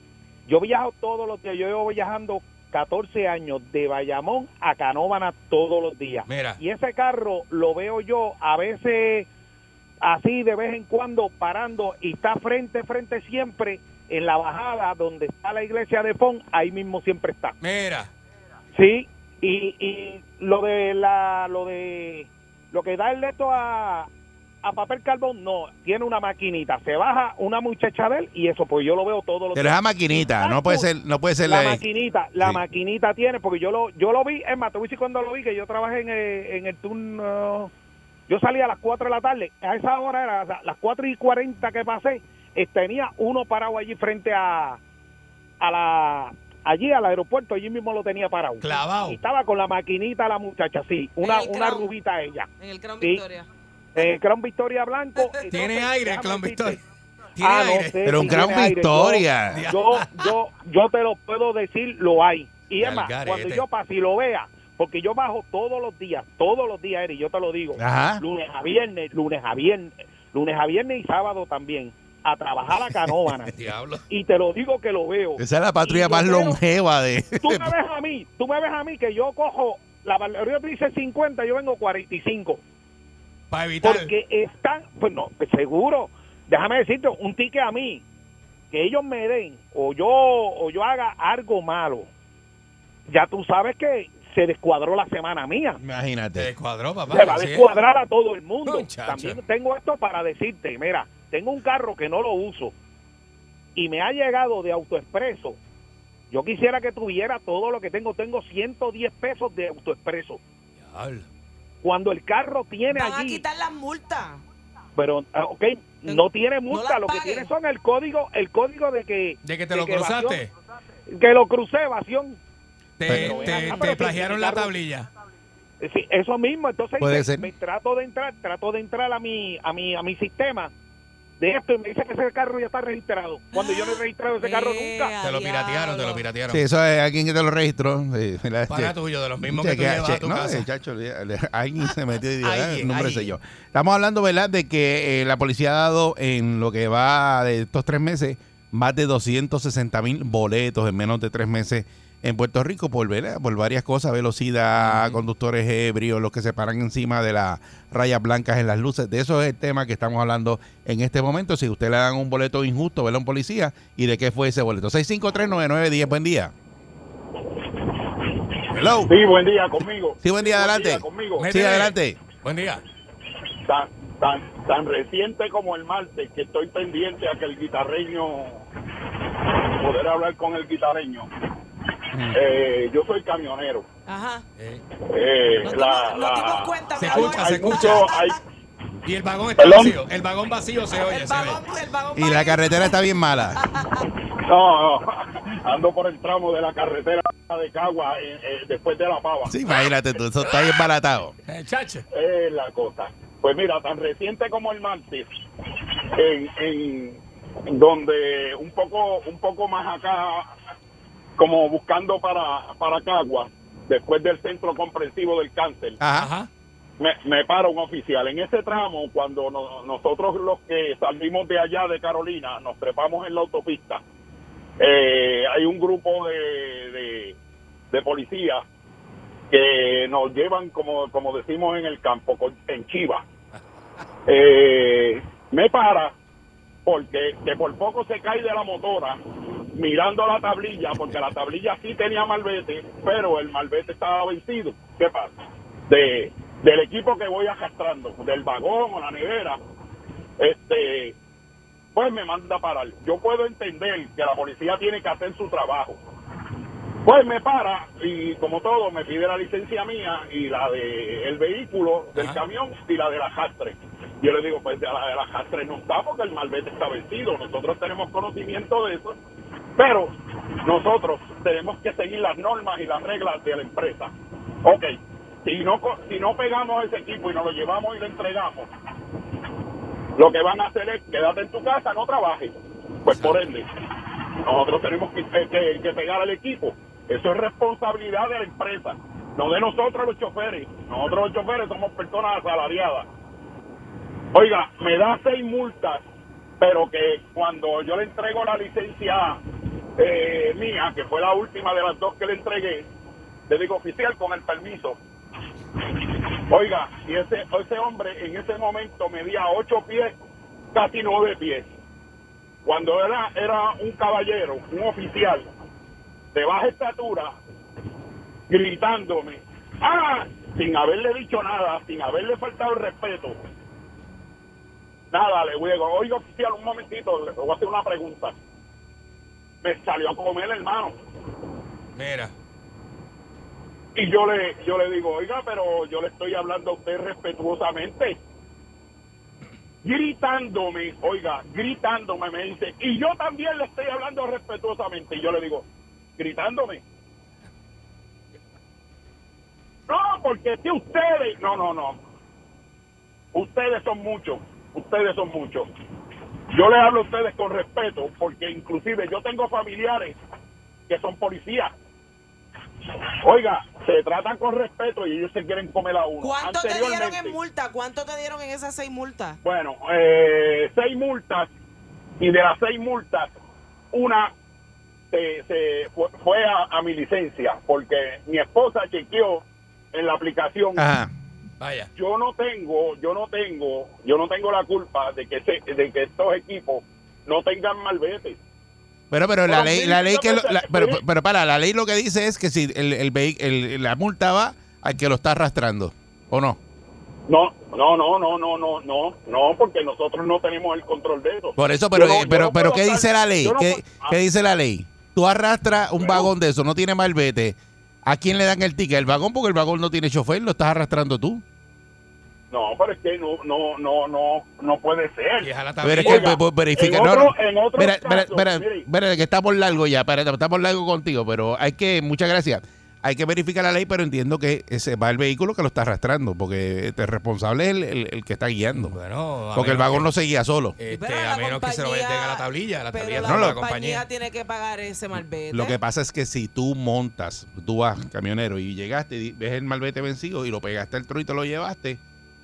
[SPEAKER 6] Yo viajo todos los días, yo llevo viajando 14 años de Bayamón a Canóvana todos los días.
[SPEAKER 4] Mira,
[SPEAKER 6] Y ese carro lo veo yo a veces así de vez en cuando parando y está frente, frente siempre en la bajada donde está la iglesia de Pon, ahí mismo siempre está.
[SPEAKER 4] mira.
[SPEAKER 6] Sí, y, y lo de la lo de lo que da el leto a, a papel carbón, no, tiene una maquinita, se baja una muchacha de él y eso pues yo lo veo todos los
[SPEAKER 2] Pero
[SPEAKER 6] días.
[SPEAKER 2] esa maquinita, no puede ser, no puede ser
[SPEAKER 6] La
[SPEAKER 2] la-
[SPEAKER 6] maquinita, la
[SPEAKER 2] Sí.
[SPEAKER 6] maquinita tiene, porque yo lo, yo lo vi, es más, te voy a decir cuando lo vi, que yo trabajé en el, en el turno, yo salí a las 4 de la tarde, a esa hora era a las 4 y 40 que pasé, eh, tenía uno parado allí frente a, a la allí al aeropuerto, allí mismo lo tenía parado.
[SPEAKER 1] Clavado.
[SPEAKER 6] Y estaba con la maquinita la muchacha, sí, una,
[SPEAKER 3] En el
[SPEAKER 6] una
[SPEAKER 3] crown.
[SPEAKER 6] rubita ella.
[SPEAKER 3] En el Crown
[SPEAKER 6] Sí.
[SPEAKER 3] Victoria.
[SPEAKER 6] Eh, Crown Victoria Blanco. entonces,
[SPEAKER 1] Tiene aire,
[SPEAKER 6] déjame
[SPEAKER 1] Clan
[SPEAKER 6] decirte,
[SPEAKER 1] Victoria. Tiene
[SPEAKER 6] Ah, no
[SPEAKER 1] aire.
[SPEAKER 6] sé.
[SPEAKER 2] Pero
[SPEAKER 6] Sí,
[SPEAKER 2] un
[SPEAKER 6] tiene
[SPEAKER 2] gran
[SPEAKER 6] aire,
[SPEAKER 2] victoria.
[SPEAKER 6] Yo, yo, yo te lo puedo decir, lo hay. Y es
[SPEAKER 1] Al
[SPEAKER 6] más,
[SPEAKER 1] garete.
[SPEAKER 6] cuando yo pase y lo vea, porque yo bajo todos los días, todos los días, Eri, yo te lo digo.
[SPEAKER 2] Ajá.
[SPEAKER 6] Lunes a viernes, lunes a viernes, lunes a viernes y sábado también, a trabajar a Canóvana.
[SPEAKER 1] Diablo.
[SPEAKER 6] y te lo digo que lo veo.
[SPEAKER 2] Esa es la patrulla
[SPEAKER 6] Pues, Y yo
[SPEAKER 2] más
[SPEAKER 6] creo-
[SPEAKER 2] longeva de.
[SPEAKER 6] Tú me ves a mí, tú me ves a mí que yo cojo, la valoría dice 50, yo vengo 45.
[SPEAKER 1] Para evitar.
[SPEAKER 6] Porque están, pues no, pues seguro, déjame decirte, un ticket a mí, que ellos me den o yo, o yo haga algo malo, ya tú sabes que se descuadró la semana mía.
[SPEAKER 1] Te
[SPEAKER 2] Imagínate.
[SPEAKER 1] descuadró, papá.
[SPEAKER 6] Se va a
[SPEAKER 1] así es.
[SPEAKER 6] descuadrar a todo el mundo.
[SPEAKER 1] Muchacho.
[SPEAKER 6] También tengo esto para decirte, mira, tengo un carro que no lo uso y me ha llegado de autoexpreso. Yo quisiera que tuviera todo lo que tengo. Tengo 110 pesos de autoexpreso.
[SPEAKER 1] Diablo.
[SPEAKER 6] Cuando el carro tiene
[SPEAKER 3] Van a
[SPEAKER 6] allí...
[SPEAKER 3] quitar las multas.
[SPEAKER 6] pero ah, ok no tiene multa
[SPEAKER 3] las
[SPEAKER 6] lo que
[SPEAKER 3] pague.
[SPEAKER 6] tiene son el código el código de que
[SPEAKER 1] De que te lo
[SPEAKER 6] que evasión-
[SPEAKER 1] cruzaste.
[SPEAKER 6] que lo crucé evasión
[SPEAKER 1] Te,
[SPEAKER 2] Pero-
[SPEAKER 1] te-
[SPEAKER 6] Pero-
[SPEAKER 1] te
[SPEAKER 6] Ah, pero-
[SPEAKER 1] plagiaron la tablilla.
[SPEAKER 6] Eh, sí, eso mismo entonces
[SPEAKER 2] Puede
[SPEAKER 6] me-
[SPEAKER 2] ser.
[SPEAKER 6] me trato de entrar trato de entrar a mi a mi a mi sistema de esto y me dice que ese carro ya está registrado cuando yo no he registrado ese carro
[SPEAKER 1] Eh.
[SPEAKER 6] nunca
[SPEAKER 3] Ea,
[SPEAKER 1] Te lo piratearon, te lo
[SPEAKER 3] diablo.
[SPEAKER 1] piratearon.
[SPEAKER 2] Sí, eso es alguien que te lo registró. Sí, la-
[SPEAKER 1] Para
[SPEAKER 2] sí.
[SPEAKER 1] tuyo, de los mismos que tú
[SPEAKER 2] Chequea,
[SPEAKER 1] llevas a
[SPEAKER 2] che-
[SPEAKER 1] tu
[SPEAKER 2] no,
[SPEAKER 1] casa.
[SPEAKER 2] eh, chacho, le- le- alguien se metió y dijo,
[SPEAKER 1] Alguien,
[SPEAKER 2] ah, el nombre
[SPEAKER 1] alguien.
[SPEAKER 2] sé yo. Estamos hablando, ¿verdad?, de que eh, la policía ha dado en lo que va de estos tres meses más de 260 mil boletos en menos de tres meses en Puerto Rico por, ¿verdad? por varias cosas, velocidad, conductores ebrios, los que se paran encima de las rayas blancas en las luces. De eso es el tema que estamos hablando en este momento. Si usted le dan un boleto injusto, ¿verdad? a un policía y de qué fue ese boleto. 6539910, buen día. Hello.
[SPEAKER 7] Sí, buen día conmigo.
[SPEAKER 2] Sí, buen día, adelante.
[SPEAKER 7] conmigo.
[SPEAKER 1] Me-
[SPEAKER 2] Sí,
[SPEAKER 1] Métele.
[SPEAKER 2] adelante.
[SPEAKER 1] Buen día.
[SPEAKER 7] Tan, tan, tan reciente como el martes que estoy pendiente a que el guitarreño, poder hablar con el guitarreño.
[SPEAKER 2] Mm.
[SPEAKER 7] Eh, yo soy camionero.
[SPEAKER 3] Ajá.
[SPEAKER 1] Eh,
[SPEAKER 7] Eh,
[SPEAKER 3] Nos
[SPEAKER 7] la,
[SPEAKER 3] dimos, nos dimos
[SPEAKER 7] la,
[SPEAKER 3] cuenta,
[SPEAKER 1] Se
[SPEAKER 3] mi
[SPEAKER 7] hay,
[SPEAKER 3] amor.
[SPEAKER 1] escucha,
[SPEAKER 7] hay
[SPEAKER 1] se escucha.
[SPEAKER 7] mucho, hay,
[SPEAKER 1] Y el vagón está
[SPEAKER 7] Perdón.
[SPEAKER 1] vacío. El vagón vacío se oye.
[SPEAKER 3] El
[SPEAKER 1] se ve.
[SPEAKER 3] vagón, el vagón
[SPEAKER 2] Y la
[SPEAKER 3] para-
[SPEAKER 2] carretera está bien mala.
[SPEAKER 7] no, no, ando por el tramo de la carretera de Cagua eh, eh, después de la pava.
[SPEAKER 2] Sí, imagínate tú, eso está bien baratado.
[SPEAKER 1] Eh, chacho.
[SPEAKER 7] es la cosa. Pues mira, tan reciente como el martes, en, en donde un poco, un poco más acá, como buscando para, para Cagua, después del centro comprensivo del cáncer,
[SPEAKER 2] Ajá.
[SPEAKER 1] Ajá.
[SPEAKER 7] me, me para un oficial. En ese tramo, cuando no- nosotros los que salimos de allá de Carolina, nos trepamos en la autopista, eh, hay un grupo de, de, de policías que nos llevan, como, como decimos en el campo, con- en chiva. Eh, me para porque que por poco se cae de la motora mirando la tablilla, porque la tablilla sí tenía malvete, pero el malvete estaba vencido. ¿Qué pasa? De, del equipo que voy arrastrando, del vagón o la nevera, este pues me manda a parar. Yo puedo entender que la policía tiene que hacer su trabajo. Pues me para y como todo me pide la licencia mía y la de el vehículo, del
[SPEAKER 1] Ajá.
[SPEAKER 7] camión y la de la jastre. Yo le digo, pues de la de la jastre no está porque el malvete está vencido. Nosotros tenemos conocimiento de eso, pero nosotros tenemos que seguir las normas y las reglas de la empresa. Ok, si no, co- si no pegamos ese equipo y nos lo llevamos y lo entregamos, lo que van a hacer es quédate en tu casa, no trabajes. Pues por ende, nosotros tenemos que, que- que pegar al equipo. Eso es responsabilidad de la empresa, no de nosotros los choferes. Nosotros los choferes somos personas asalariadas. Oiga, me da seis multas, pero que cuando yo le entrego la licencia eh, mía, que fue la última de las dos que le entregué, le digo oficial con el permiso. Oiga, y ese, ese hombre en ese momento medía ocho pies, casi nueve pies. Cuando era, era un caballero, un oficial de baja estatura, gritándome, ¡ah! Sin haberle dicho nada, sin haberle faltado el respeto. Nada, le voy a decir, oiga oficial, un momentito, le voy a hacer una pregunta. Me salió a comer, hermano.
[SPEAKER 1] Mira.
[SPEAKER 7] Y yo le, yo le digo, oiga, pero yo le estoy hablando a usted respetuosamente. Gritándome, oiga, gritándome, me dice, y yo también le estoy hablando respetuosamente. Y yo le digo, gritándome. No, porque si ustedes, no, no, no. Ustedes son muchos, ustedes son muchos. Yo les hablo a ustedes con respeto, porque inclusive yo tengo familiares que son policías. Oiga, se tratan con respeto y ellos se quieren comer a uno.
[SPEAKER 3] ¿Cuánto te dieron en
[SPEAKER 7] Anteriormente,
[SPEAKER 3] multa? ¿Cuánto te dieron en esas seis multas?
[SPEAKER 7] bueno, eh, seis multas y de las seis multas, una se, se fue, fue a, a mi licencia porque mi esposa chequeó en la aplicación.
[SPEAKER 2] Ajá.
[SPEAKER 4] Vaya.
[SPEAKER 7] Yo no tengo, yo no tengo, yo no tengo la culpa de que se- de que estos equipos no tengan malvete.
[SPEAKER 2] Pero, pero la
[SPEAKER 7] Bueno,
[SPEAKER 2] ley,
[SPEAKER 7] mil
[SPEAKER 2] la ley que lo-
[SPEAKER 7] kilómetros,
[SPEAKER 2] la- pero,
[SPEAKER 7] mil-
[SPEAKER 2] pero para, la ley lo que dice es que si el, el, vehi- el- la multa va al que lo está arrastrando, ¿o no?
[SPEAKER 7] No, no, no, no, no, no, no, no, porque nosotros no tenemos el control de eso.
[SPEAKER 2] Por eso, pero,
[SPEAKER 7] Yo no-
[SPEAKER 2] eh,
[SPEAKER 7] yo
[SPEAKER 2] pero,
[SPEAKER 7] no
[SPEAKER 2] pero
[SPEAKER 7] puedo
[SPEAKER 2] ¿qué
[SPEAKER 7] estar-
[SPEAKER 2] dice la ley?
[SPEAKER 7] yo no
[SPEAKER 2] ¿Qué,
[SPEAKER 7] puedo- ah,
[SPEAKER 2] qué dice la ley? Tú arrastras un
[SPEAKER 7] Bueno.
[SPEAKER 2] vagón de eso, no tiene malvete. ¿A quién le dan el ticket? El vagón, porque el vagón no tiene chofer, lo estás arrastrando tú.
[SPEAKER 7] No, pero es que no, no, no, no, no puede ser.
[SPEAKER 4] Vieja la
[SPEAKER 2] Pero es
[SPEAKER 4] tablilla.
[SPEAKER 2] que pues, pues, verifica.
[SPEAKER 7] en
[SPEAKER 2] no,
[SPEAKER 7] otro-
[SPEAKER 2] no.
[SPEAKER 7] en otro
[SPEAKER 2] Mira,
[SPEAKER 7] caso,
[SPEAKER 2] mira, mira,
[SPEAKER 7] mire.
[SPEAKER 2] mira, que estamos largo ya, espérate, estamos largo contigo, pero hay que, muchas gracias. Hay que verificar la ley, pero entiendo que ese va el vehículo que lo está arrastrando, porque este, el responsable es el, el- el que está guiando.
[SPEAKER 4] Bueno, a
[SPEAKER 2] porque el
[SPEAKER 4] menos
[SPEAKER 2] vagón
[SPEAKER 4] que-
[SPEAKER 2] no se guía solo.
[SPEAKER 4] Este,
[SPEAKER 3] Pero la
[SPEAKER 4] a menos que se lo
[SPEAKER 3] compañía-
[SPEAKER 4] venden a la tablilla, la
[SPEAKER 3] pero
[SPEAKER 4] tablilla
[SPEAKER 3] la,
[SPEAKER 4] no la
[SPEAKER 3] compañía,
[SPEAKER 4] compañía.
[SPEAKER 3] tiene que pagar ese malvete.
[SPEAKER 4] ¿eh?
[SPEAKER 2] Lo que pasa es que si tú montas, tú vas camionero y llegaste y ves el malvete vencido y lo pegaste al tro y te lo llevaste,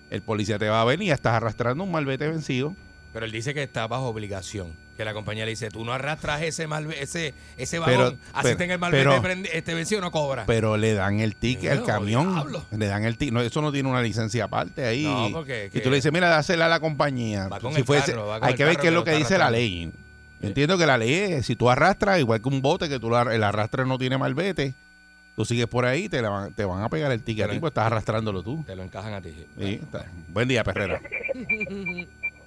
[SPEAKER 2] el policía te va a ver y ya estás arrastrando un malvete vencido.
[SPEAKER 4] Pero él dice que está bajo obligación. Que la compañía le dice, tú no arrastras ese malve ese, ese
[SPEAKER 2] Pero-
[SPEAKER 4] vagón, así
[SPEAKER 2] pero-
[SPEAKER 4] tenga el malvete
[SPEAKER 2] pero-
[SPEAKER 4] prendi- este vencido no cobra.
[SPEAKER 2] Pero le dan el ticket al
[SPEAKER 4] Bueno,
[SPEAKER 2] camión.
[SPEAKER 4] diablo.
[SPEAKER 2] Le dan el ticket. No, eso no tiene una licencia aparte ahí.
[SPEAKER 4] No, porque-
[SPEAKER 2] y tú le dices, mira, dásela a la compañía.
[SPEAKER 4] Va con
[SPEAKER 2] Si
[SPEAKER 4] el
[SPEAKER 2] fuese-
[SPEAKER 4] carro, va con
[SPEAKER 2] hay
[SPEAKER 4] el
[SPEAKER 2] que ver
[SPEAKER 4] carro
[SPEAKER 2] qué es
[SPEAKER 4] que
[SPEAKER 2] lo
[SPEAKER 4] lo
[SPEAKER 2] que
[SPEAKER 4] está
[SPEAKER 2] dice la
[SPEAKER 4] arrastrando.
[SPEAKER 2] ley. Yo entiendo que la ley es, si tú arrastras, igual que un bote, que tú la- el arrastre no tiene malvete, tú sigues por ahí, te, la van, te van a pegar el ticket.
[SPEAKER 4] Pero-
[SPEAKER 2] tipo, estás arrastrándolo tú.
[SPEAKER 4] Te lo encajan a ti.
[SPEAKER 2] Sí, está. Buen día, Perrera.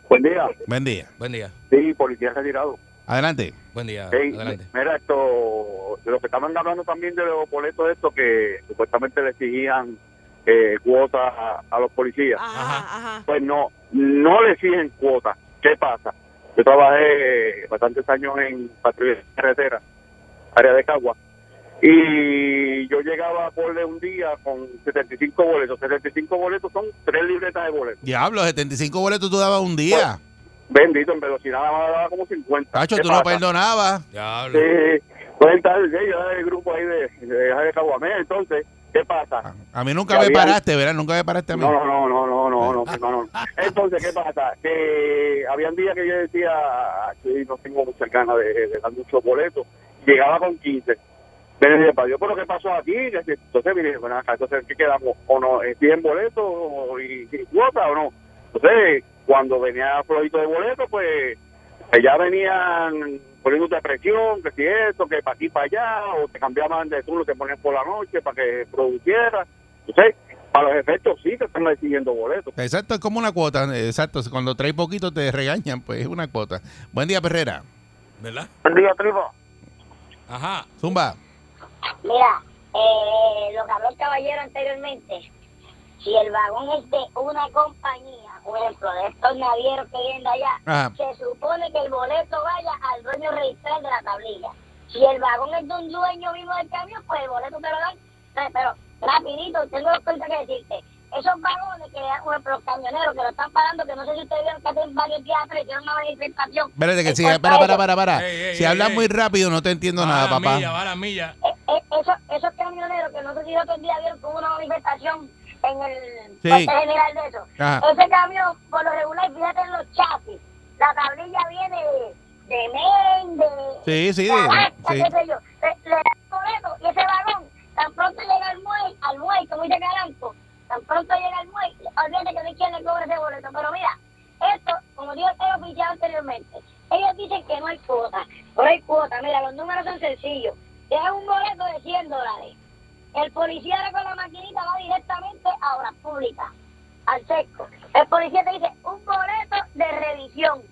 [SPEAKER 8] Buen día.
[SPEAKER 2] Buen día.
[SPEAKER 4] Buen día,
[SPEAKER 8] Sí, policía retirado.
[SPEAKER 2] Adelante.
[SPEAKER 4] buen día.
[SPEAKER 8] Sí,
[SPEAKER 4] Adelante.
[SPEAKER 8] Mira, esto, de lo que estaban hablando también de los boletos estos que supuestamente le exigían eh, cuotas a, a los policías.
[SPEAKER 3] Ajá, ajá.
[SPEAKER 8] Pues no, no le exigen cuotas. ¿Qué pasa? Yo trabajé eh, bastantes años en patrulla de carretera, área de Cagua, y yo llegaba a Porle un día con 75 boletos. 75 boletos son tres libretas de boletos.
[SPEAKER 2] Diablo, 75 boletos tú dabas un día.
[SPEAKER 8] Pues, Bendito, en velocidad nada más daba como 50.
[SPEAKER 2] Tacho,
[SPEAKER 8] ¿Qué
[SPEAKER 2] tú
[SPEAKER 8] pasa?
[SPEAKER 2] no perdonabas.
[SPEAKER 4] Diablo.
[SPEAKER 8] Sí, pues entonces, sí, yo era del grupo ahí de, de, de Caguamé, entonces, ¿qué pasa?
[SPEAKER 2] A- A mí nunca
[SPEAKER 8] Ya
[SPEAKER 2] me
[SPEAKER 8] había-
[SPEAKER 2] paraste, ¿verdad? Nunca me paraste a mí.
[SPEAKER 8] No, no, no, no, no, no, no, hermano. Entonces, ¿qué pasa? Que habían días que yo decía, "Ah, sí, no tengo mucha ganas de, de dar muchos boletos, llegaba con 15. Pero yo decía, yo, pero ¿qué pasó aquí? Entonces, mire, bueno, acá, entonces, ¿qué quedamos? ¿O no? eh, ¿100 boletos o- y, y cuota o no? Entonces, cuando venía florito de boletos, pues que ya venían poniéndote presión, que si esto, que para aquí, para allá, o te cambiaban de turno, te ponían por la noche para que produciera. Entonces, para los efectos sí te están exigiendo boletos.
[SPEAKER 2] Exacto, es como una cuota. eh, Exacto, cuando traes poquito te regañan, pues es una cuota. Buen día, Perrera.
[SPEAKER 4] ¿Verdad?
[SPEAKER 8] Buen día, tribo.
[SPEAKER 4] Ajá.
[SPEAKER 2] Zumba.
[SPEAKER 9] Mira, eh, lo que habló el caballero anteriormente, si el vagón es de una compañía, por ejemplo, de estos navieros que vienen de allá,
[SPEAKER 2] Ajá.
[SPEAKER 9] se supone que el boleto vaya al dueño registral de la tablilla. Si el vagón es de un dueño mismo del camión, pues el boleto te lo dan. Pero, pero rapidito, tengo dos cosas que decirte. Esos vagones que le dan, por ejemplo, los camioneros que lo están parando, que no sé si ustedes vieron que hacen varios días atrás hicieron una manifestación.
[SPEAKER 2] Espérate que
[SPEAKER 9] en
[SPEAKER 2] si,
[SPEAKER 9] cuanto a
[SPEAKER 2] para, para,
[SPEAKER 9] eso.
[SPEAKER 2] para, para.
[SPEAKER 4] Oh, Ey, ey,
[SPEAKER 2] si
[SPEAKER 4] ey,
[SPEAKER 2] hablas
[SPEAKER 4] ey.
[SPEAKER 2] muy rápido no te entiendo
[SPEAKER 4] va
[SPEAKER 2] nada,
[SPEAKER 4] a Ah, la
[SPEAKER 2] papá.
[SPEAKER 4] milla, va a la milla.
[SPEAKER 9] Eh, eh, esos, esos camioneros que no sé si el otro día vieron como una manifestación en el
[SPEAKER 2] Sí.
[SPEAKER 9] cuartel general de eso.
[SPEAKER 2] Ajá.
[SPEAKER 9] Ese camión, por lo regular, fíjate en los chasis. La tablilla viene de, de Men, de.
[SPEAKER 2] Sí, sí,
[SPEAKER 9] de
[SPEAKER 2] de-
[SPEAKER 9] Alaska,
[SPEAKER 2] sí.
[SPEAKER 9] qué sé yo. Le, le da el boleto y ese vagón, tan pronto llega al muelle, al muelle, como dice Caranco, tan pronto llega al muelle, olvídate que no hay quien le cobre ese boleto. Pero mira, esto, como dijo el oficial anteriormente, ellos dicen que no hay cuota. No hay cuota, mira, los números son sencillos. Deja un boleto de 100 dólares. El policía ahora con la maquinita va directamente a obras públicas, al sesco. El policía te dice un boleto de revisión.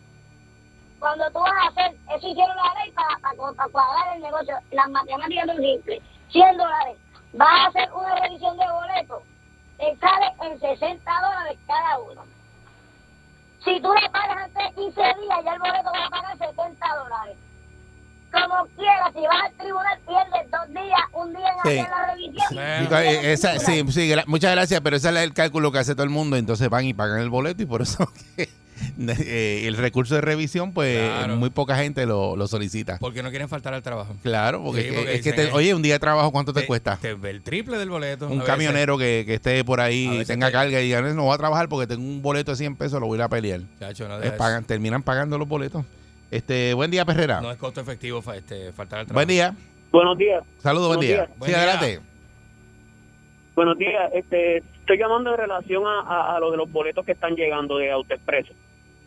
[SPEAKER 9] Cuando tú vas a hacer, eso hicieron la ley para, para- para cuadrar el negocio. Las matemáticas son simples. 100 dólares. Vas a hacer una revisión de boleto. Te sale en 60 dólares cada uno. Si tú le pagas antes de 15 días, ya el boleto va a pagar 70 dólares. Con como quiera, si vas al tribunal, pierdes dos días, un día en
[SPEAKER 2] Sí.
[SPEAKER 9] hacer la revisión.
[SPEAKER 1] Bueno.
[SPEAKER 2] Digo, eh, esa- sí, sí, gra- muchas gracias, pero ese es el cálculo que hace todo el mundo. Entonces van y pagan el boleto y por eso que, eh, el recurso de revisión, pues
[SPEAKER 1] Claro.
[SPEAKER 2] muy poca gente lo, lo solicita.
[SPEAKER 1] Porque no quieren faltar al trabajo.
[SPEAKER 2] Claro, porque,
[SPEAKER 1] Sí,
[SPEAKER 2] es que-
[SPEAKER 1] porque
[SPEAKER 2] es que,
[SPEAKER 1] dicen,
[SPEAKER 2] te-
[SPEAKER 1] eh,
[SPEAKER 2] oye, un día de trabajo, ¿cuánto te, cuesta?
[SPEAKER 1] Te, el triple del boleto.
[SPEAKER 2] un
[SPEAKER 1] a veces.
[SPEAKER 2] camionero que, que esté por
[SPEAKER 1] a
[SPEAKER 2] ahí y
[SPEAKER 1] veces
[SPEAKER 2] tenga
[SPEAKER 1] te-
[SPEAKER 2] carga y diga, no voy a trabajar porque tengo un boleto de 100 pesos, lo voy a ir a pelear.
[SPEAKER 1] Chacho, no,
[SPEAKER 2] Eh, pagan- terminan pagando los boletos. Este, buen día, Perrera.
[SPEAKER 1] es, no es costo efectivo fa- este, faltar al trabajo.
[SPEAKER 2] buen día.
[SPEAKER 10] Buenos días,
[SPEAKER 2] Saludos, buen
[SPEAKER 10] Buenos
[SPEAKER 2] día.
[SPEAKER 10] días.
[SPEAKER 2] sí,
[SPEAKER 1] Buen día.
[SPEAKER 2] adelante.
[SPEAKER 10] buenos días. Este, estoy llamando en relación a, a, a lo de los boletos que están llegando de AutoExpreso.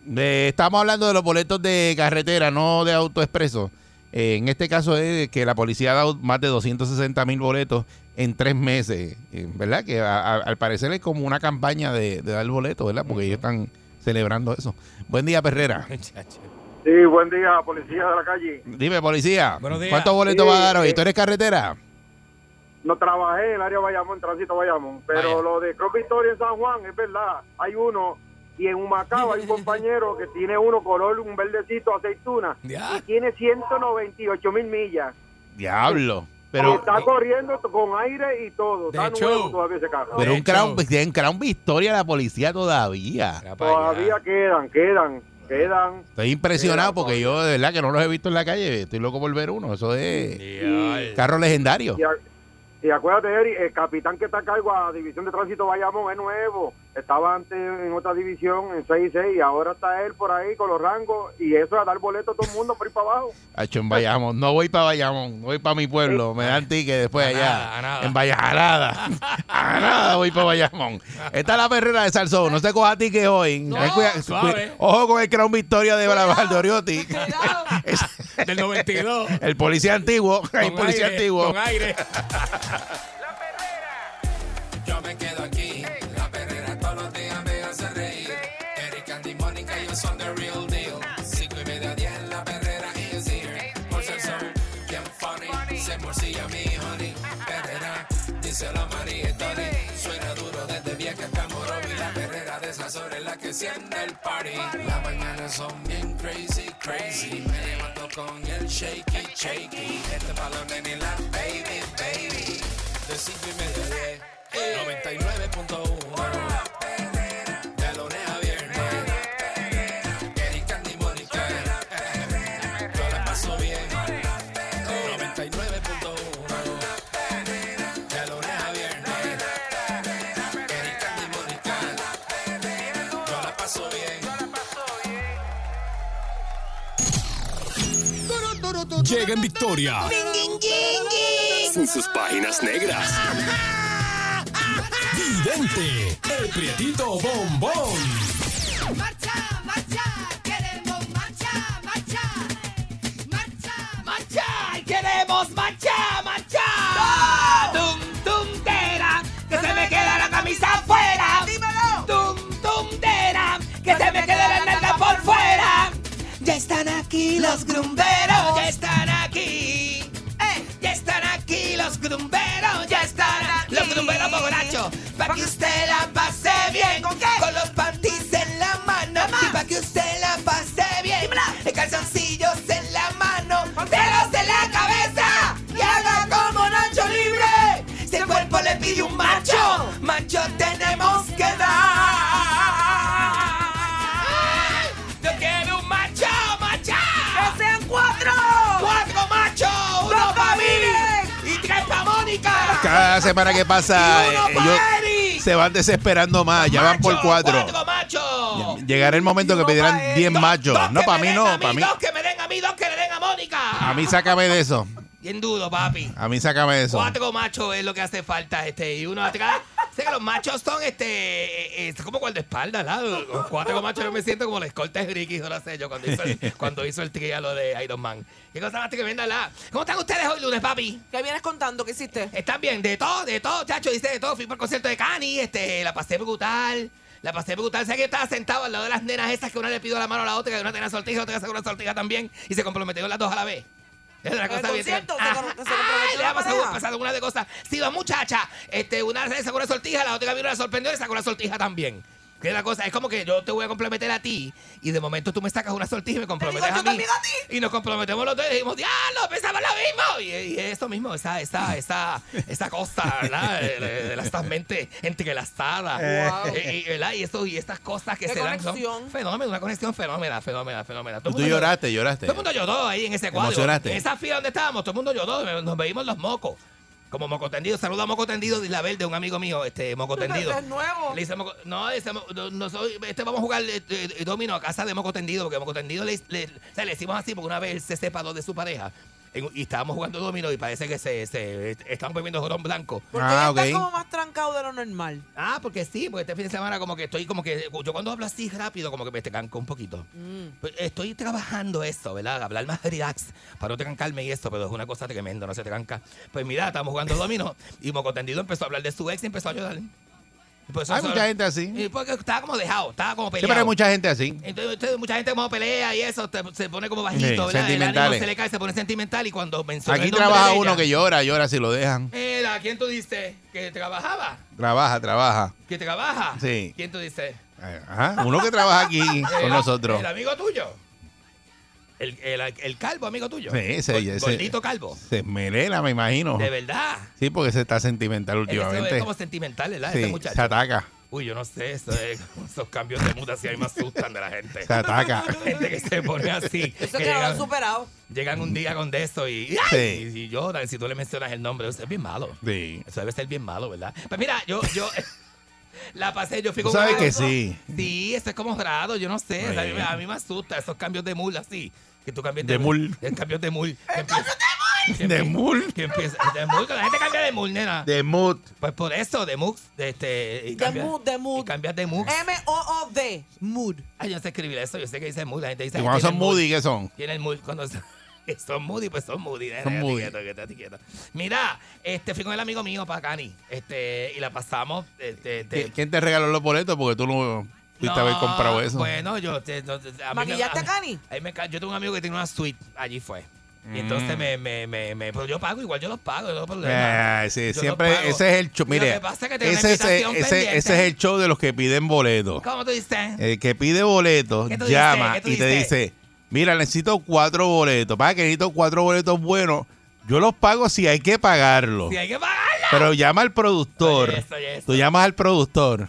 [SPEAKER 2] De- estamos hablando de los boletos de carretera, no de autoexpreso. Eh, en este caso es que la policía ha dado más de 260 mil boletos en tres meses, Eh, ¿verdad? Que a- a- al parecer es como una campaña de, de dar boletos, ¿verdad? Porque ellos están celebrando eso. Buen día, Perrera.
[SPEAKER 1] Chacho.
[SPEAKER 11] Sí, buen día, policía de la calle.
[SPEAKER 2] Dime, policía,
[SPEAKER 1] Buenos días.
[SPEAKER 2] ¿cuántos boletos
[SPEAKER 11] Sí,
[SPEAKER 2] va a dar hoy?
[SPEAKER 11] eh.
[SPEAKER 2] ¿Tú eres carretera?
[SPEAKER 11] No trabajé en el área Bayamón, tránsito Bayamón, pero
[SPEAKER 1] Vaya.
[SPEAKER 11] lo de Cross Victoria en San Juan es verdad, hay uno y en Humacao hay un compañero que tiene uno color, un verdecito, aceituna,
[SPEAKER 1] Ya.
[SPEAKER 11] tiene 198 mil millas.
[SPEAKER 2] Diablo.
[SPEAKER 11] Pero
[SPEAKER 2] Pero,
[SPEAKER 11] está corriendo con aire y todo,
[SPEAKER 1] De
[SPEAKER 11] está
[SPEAKER 1] hecho.
[SPEAKER 11] nuevo todavía ese carro.
[SPEAKER 2] pero un
[SPEAKER 1] hecho-
[SPEAKER 2] crown, en crown victoria la policía todavía.
[SPEAKER 1] Era para
[SPEAKER 11] Todavía
[SPEAKER 1] allá.
[SPEAKER 11] quedan, quedan, quedan.
[SPEAKER 2] Estoy impresionado
[SPEAKER 11] Mira,
[SPEAKER 2] porque yo de verdad que no los he visto en la calle. Estoy loco por ver uno. Eso es
[SPEAKER 11] Eh,
[SPEAKER 1] Dial.
[SPEAKER 2] carro legendario.
[SPEAKER 11] Y, a- y acuérdate, Eri, el capitán que está a cargo a División de Tránsito Bayamón es nuevo. Estaba antes en otra división, en 6-6, y ahora está él por ahí con los rangos. Y eso es a dar boleto a todo el mundo por ir para abajo.
[SPEAKER 2] Hacho, en Bayamón. No voy para Bayamón, voy para mi pueblo. Me dan ticket después
[SPEAKER 1] A
[SPEAKER 2] allá.
[SPEAKER 1] nada, a nada.
[SPEAKER 2] En Vallajarada. a nada voy para Bayamón. Esta es la perrera de Salsón. No se coja ticket hoy. Ten cuida-
[SPEAKER 1] suave.
[SPEAKER 2] cu- Ojo con el crown victoria de
[SPEAKER 4] Cuidado.
[SPEAKER 2] Valdoriotti.
[SPEAKER 4] Cuidado.
[SPEAKER 1] Del 92.
[SPEAKER 2] El policía antiguo. El
[SPEAKER 1] Con
[SPEAKER 2] policía
[SPEAKER 1] aire,
[SPEAKER 2] antiguo.
[SPEAKER 1] Con aire. Yo me quedo aquí. La perrera todos los días me hace reír. Eric, Andy, Mónica, yo son the real deal. Cinco y media, diez, la perrera is here. Por ser son bien funny. Se morcilla mi honey. Perrera, díselo a María y Tony. Suena duro desde vieja hasta Morovi. La perrera de esas horas es la que enciende el party. Las mañanas son bien crazy, crazy. Me levanto con el shaky, shaky. Este balón en la baby, baby. De cinco y media de 99.1. De lunes a viernes. Eric, Candy, Mónica. Yo la paso bien. 99.1. De lunes a viernes. Eric, Candy, Mónica. Yo la paso bien.
[SPEAKER 12] Llega en victoria. Sin sus páginas negras. Vidente, el prietito bombón.
[SPEAKER 13] Marcha, marcha, queremos marcha, marcha, marcha, marcha, queremos marcha, marcha. Tum, tum, tera, que se me queda la camisa afuera. Dímelo. Tum, tum, tera, que se me queda la nalga por fuera. Ya están aquí los grumberos, ya están aquí. Eh, Ya están aquí los grumberos, ya están aquí. Los grumberos borrachos, para que usted la pase bien. ¿Con qué? Con los panties en la mano, para que usted la pase bien. De calzoncillos en la mano, pelos en la cabeza. Y haga como Nacho Libre. Si el cuerpo le pide un macho, macho tenemos que dar. Yo quiero un macho, macha. ¡Que sean cuatro! ¡Cuatro machos! ¡Uno para mí! ¡Y tres para Mónica!
[SPEAKER 2] Cada semana que pasa,
[SPEAKER 13] ¡Y uno
[SPEAKER 2] eh,
[SPEAKER 13] para
[SPEAKER 2] ellos
[SPEAKER 13] Eric!
[SPEAKER 2] se van desesperando más. Ya van por
[SPEAKER 13] Macho,
[SPEAKER 2] cuatro.
[SPEAKER 13] ¡Cuatro machos!
[SPEAKER 2] Llegará el momento que
[SPEAKER 4] Uno pa'
[SPEAKER 2] pedirán
[SPEAKER 4] él,
[SPEAKER 2] 10
[SPEAKER 13] Dos-
[SPEAKER 2] machos.
[SPEAKER 13] dos
[SPEAKER 2] No,
[SPEAKER 13] que
[SPEAKER 2] para
[SPEAKER 13] me
[SPEAKER 2] mí
[SPEAKER 13] den
[SPEAKER 2] no,
[SPEAKER 13] a
[SPEAKER 2] para mí.
[SPEAKER 13] Dos que me den a mí, dos que le den a Mónica.
[SPEAKER 2] A mí sácame de eso.
[SPEAKER 13] Bien duro, papi.
[SPEAKER 2] A mí sácame de eso.
[SPEAKER 13] Cuatro machos es lo que hace falta, este, y uno atrás. sé que los machos son, este, eh, eh, como cuando espalda, ¿verdad? Los cuatro machos yo me siento como la escolta de Ricky, no lo sé yo, cuando hizo el, cuando hizo el trialo de Iron Man. Qué cosa más tremenda, ¿verdad? ¿Cómo están ustedes hoy lunes, papi?
[SPEAKER 4] ¿Qué vienes contando? ¿Qué hiciste?
[SPEAKER 13] Están bien, de todo, de todo, chacho, dice de todo. Fui por el concierto de Cani, este, la pasé brutal. La pasé brutal. Sé que estaba sentado al lado de las nenas esas que una le pidió la mano a la otra, que una tenía sortija, otra sacó una sortija también, y se comprometieron las dos a la vez. Es una
[SPEAKER 4] ¿En el
[SPEAKER 13] cosa bien.
[SPEAKER 4] concierto se
[SPEAKER 13] Ajá.
[SPEAKER 4] con- se
[SPEAKER 13] Ay,
[SPEAKER 4] comprometió
[SPEAKER 13] le
[SPEAKER 4] la
[SPEAKER 13] ha pasado,
[SPEAKER 4] pareja?
[SPEAKER 13] pasado una de cosas. Sí, dos muchachas, este, una le sacó una sortija, la otra vino la sorprendió y le sacó una sortija también.
[SPEAKER 4] Que la cosa es como que yo te voy a comprometer a ti y de momento tú me sacas una sortija y me
[SPEAKER 13] digo,
[SPEAKER 4] comprometes a
[SPEAKER 13] yo
[SPEAKER 4] mí.
[SPEAKER 13] también a ti.
[SPEAKER 4] Y nos comprometemos los dos y dijimos, ¡diablo! Pensamos lo mismo. Y, y esto mismo, esa, esa, esa, esa cosa, ¿verdad? De, de- de las- estas mentes entrelazadas.
[SPEAKER 13] Wow.
[SPEAKER 4] Y, y, ¿verdad? y, esto, y estas cosas que
[SPEAKER 13] Qué
[SPEAKER 4] se dan.
[SPEAKER 13] conexión.
[SPEAKER 4] Son fenómeno, una conexión fenómena, fenómena, fenómena. Todo
[SPEAKER 2] Tú,
[SPEAKER 4] el
[SPEAKER 2] tú
[SPEAKER 4] mundo-
[SPEAKER 2] lloraste, lloraste.
[SPEAKER 4] todo el mundo lloró ahí en ese cuadro.
[SPEAKER 2] Emocionaste.
[SPEAKER 4] En esa fila donde estábamos, todo el mundo lloró. Nos veíamos los mocos. Como moco tendido. Saluda a moco tendido de Isla Verde, un amigo mío, este moco tendido.
[SPEAKER 13] Es nuevo.
[SPEAKER 4] Le dice Moco- no, ese Mo- no, no soy- este vamos a jugar eh, eh, domino a casa de Moco Tendido, porque Moco Tendido le, le- o sea, le decimos así, porque una vez él se separó de su pareja en- y estábamos jugando domino y parece que se, se este, están bebiendo jorón blanco.
[SPEAKER 3] Porque ya está como más trancado de lo normal.
[SPEAKER 4] Ah, porque sí, porque este fin de semana como que estoy como que, yo cuando hablo así rápido como que me te canco un poquito.
[SPEAKER 2] Mm.
[SPEAKER 4] Pues Estoy trabajando eso, ¿verdad? Hablar más relax para no trancarme y eso, pero es una cosa tremenda, no se tranca. Pues mira, estamos jugando domino y Moco Tendido empezó a hablar de su ex y empezó a llorar. Y por eso
[SPEAKER 2] Hay
[SPEAKER 4] se-
[SPEAKER 2] mucha gente así.
[SPEAKER 4] Y porque estaba como dejado, estaba como
[SPEAKER 2] Sí,
[SPEAKER 4] peleado.
[SPEAKER 2] pero hay mucha gente así.
[SPEAKER 4] Entonces, usted- mucha gente como pelea y eso, te- se pone como
[SPEAKER 2] Sí,
[SPEAKER 4] bajito, ¿verdad? El ánimo
[SPEAKER 2] sentimentales.
[SPEAKER 4] se le cae, se pone sentimental y cuando menciona
[SPEAKER 2] Aquí
[SPEAKER 4] el nombre
[SPEAKER 2] trabaja
[SPEAKER 4] de
[SPEAKER 2] uno
[SPEAKER 4] ella,
[SPEAKER 2] que llora, llora si lo dejan.
[SPEAKER 4] Mira, ¿quién tú dices que trabajaba?
[SPEAKER 2] Trabaja, trabaja.
[SPEAKER 4] ¿Que trabaja?
[SPEAKER 2] Sí. Eh,
[SPEAKER 4] ¿Quién tú dices?
[SPEAKER 2] Ajá, uno que trabaja aquí
[SPEAKER 4] El-
[SPEAKER 2] con nosotros.
[SPEAKER 4] El amigo tuyo. El, el- el calvo amigo tuyo.
[SPEAKER 2] Sí, ese-
[SPEAKER 4] Gor-
[SPEAKER 2] ese-
[SPEAKER 4] Gordito calvo.
[SPEAKER 2] Se esmerela, me imagino.
[SPEAKER 4] De verdad.
[SPEAKER 2] Sí, porque se está sentimental
[SPEAKER 4] Eso
[SPEAKER 2] últimamente.
[SPEAKER 4] es como sentimental, ¿verdad?
[SPEAKER 2] Sí,
[SPEAKER 4] Este muchacho.
[SPEAKER 2] se ataca.
[SPEAKER 4] Uy, yo no sé, eso es- esos cambios de muta si a mí me asustan de la gente.
[SPEAKER 2] Se ataca.
[SPEAKER 4] Gente que se pone así.
[SPEAKER 3] Eso
[SPEAKER 4] que
[SPEAKER 3] que no lo
[SPEAKER 4] llegan-
[SPEAKER 3] han superado.
[SPEAKER 4] Llegan un día con de eso y,
[SPEAKER 2] Sí.
[SPEAKER 4] y, y lloran. Si tú le mencionas el nombre, eso es bien malo.
[SPEAKER 2] Sí.
[SPEAKER 4] Eso debe ser bien malo, ¿verdad? Pues mira, yo, yo la pasé, yo fui
[SPEAKER 2] Tú
[SPEAKER 4] con
[SPEAKER 2] sabes
[SPEAKER 4] una-
[SPEAKER 2] que sí.
[SPEAKER 4] Sí, eso es como raro, yo no sé. o sea, a, mí, me- a mí me asusta esos cambios de mul así. Que tú cambies de,
[SPEAKER 2] De mul.
[SPEAKER 4] El cambio de mul. ¡El
[SPEAKER 2] De mul.
[SPEAKER 4] Que empieza, de mul, que la gente cambia de mul, nena.
[SPEAKER 2] De mood.
[SPEAKER 4] Pues por eso, de mux. De, este, y
[SPEAKER 3] De
[SPEAKER 4] cambia-
[SPEAKER 3] mood, de
[SPEAKER 4] y
[SPEAKER 3] mood.
[SPEAKER 4] cambias de mux.
[SPEAKER 3] M-O-O-D. Mood.
[SPEAKER 4] Ay, yo sé escribir eso, yo sé que dice mul. La gente dice.
[SPEAKER 2] Y
[SPEAKER 4] ay,
[SPEAKER 2] cuando
[SPEAKER 4] tiene
[SPEAKER 2] son
[SPEAKER 4] mul.
[SPEAKER 2] moody, ¿qué son?
[SPEAKER 4] Tiene el mood cuando son, son moody, pues son moody. nena,
[SPEAKER 2] Son
[SPEAKER 4] ya te
[SPEAKER 2] moody.
[SPEAKER 4] quieto, que te- te quieto. Mira, este fui con el amigo mío para Cani, este, y la pasamos. Este, este,
[SPEAKER 2] ¿Qui- ¿Quién te regaló los boletos? Porque tú no pudiste haber
[SPEAKER 4] no, pues,
[SPEAKER 2] comprado eso.
[SPEAKER 4] Ah, Bueno, yo te- no, te- a mí me-
[SPEAKER 3] ¿Maquillaste a Cani?
[SPEAKER 4] a mí me ca- yo tengo un amigo que tiene una suite, allí fue. Y
[SPEAKER 2] Mm.
[SPEAKER 4] entonces me, me, me, me- pero yo pago, igual yo los pago, yo no tengo problema.
[SPEAKER 2] Ay, Eh, sí,
[SPEAKER 4] Yo
[SPEAKER 2] siempre
[SPEAKER 4] los pago.
[SPEAKER 2] ese es el show.
[SPEAKER 4] Lo
[SPEAKER 2] Mire,
[SPEAKER 4] que pasa es que tengo una
[SPEAKER 2] ese, es-
[SPEAKER 4] invitación
[SPEAKER 2] ese-
[SPEAKER 4] pendiente.
[SPEAKER 2] ese es el show de los que piden boletos.
[SPEAKER 4] ¿Cómo tú dices?
[SPEAKER 2] El que pide boletos
[SPEAKER 4] ¿Qué tú
[SPEAKER 2] llama
[SPEAKER 4] dices? ¿Qué
[SPEAKER 2] y
[SPEAKER 4] tú
[SPEAKER 2] te
[SPEAKER 4] dices?
[SPEAKER 2] dice, mira, necesito cuatro boletos. Para que necesito cuatro boletos buenos. Yo los pago si hay que pagarlo.
[SPEAKER 4] Si hay que pagarla.
[SPEAKER 2] Pero llama al productor.
[SPEAKER 4] Oye, eso, oye, eso.
[SPEAKER 2] Tú llamas al productor.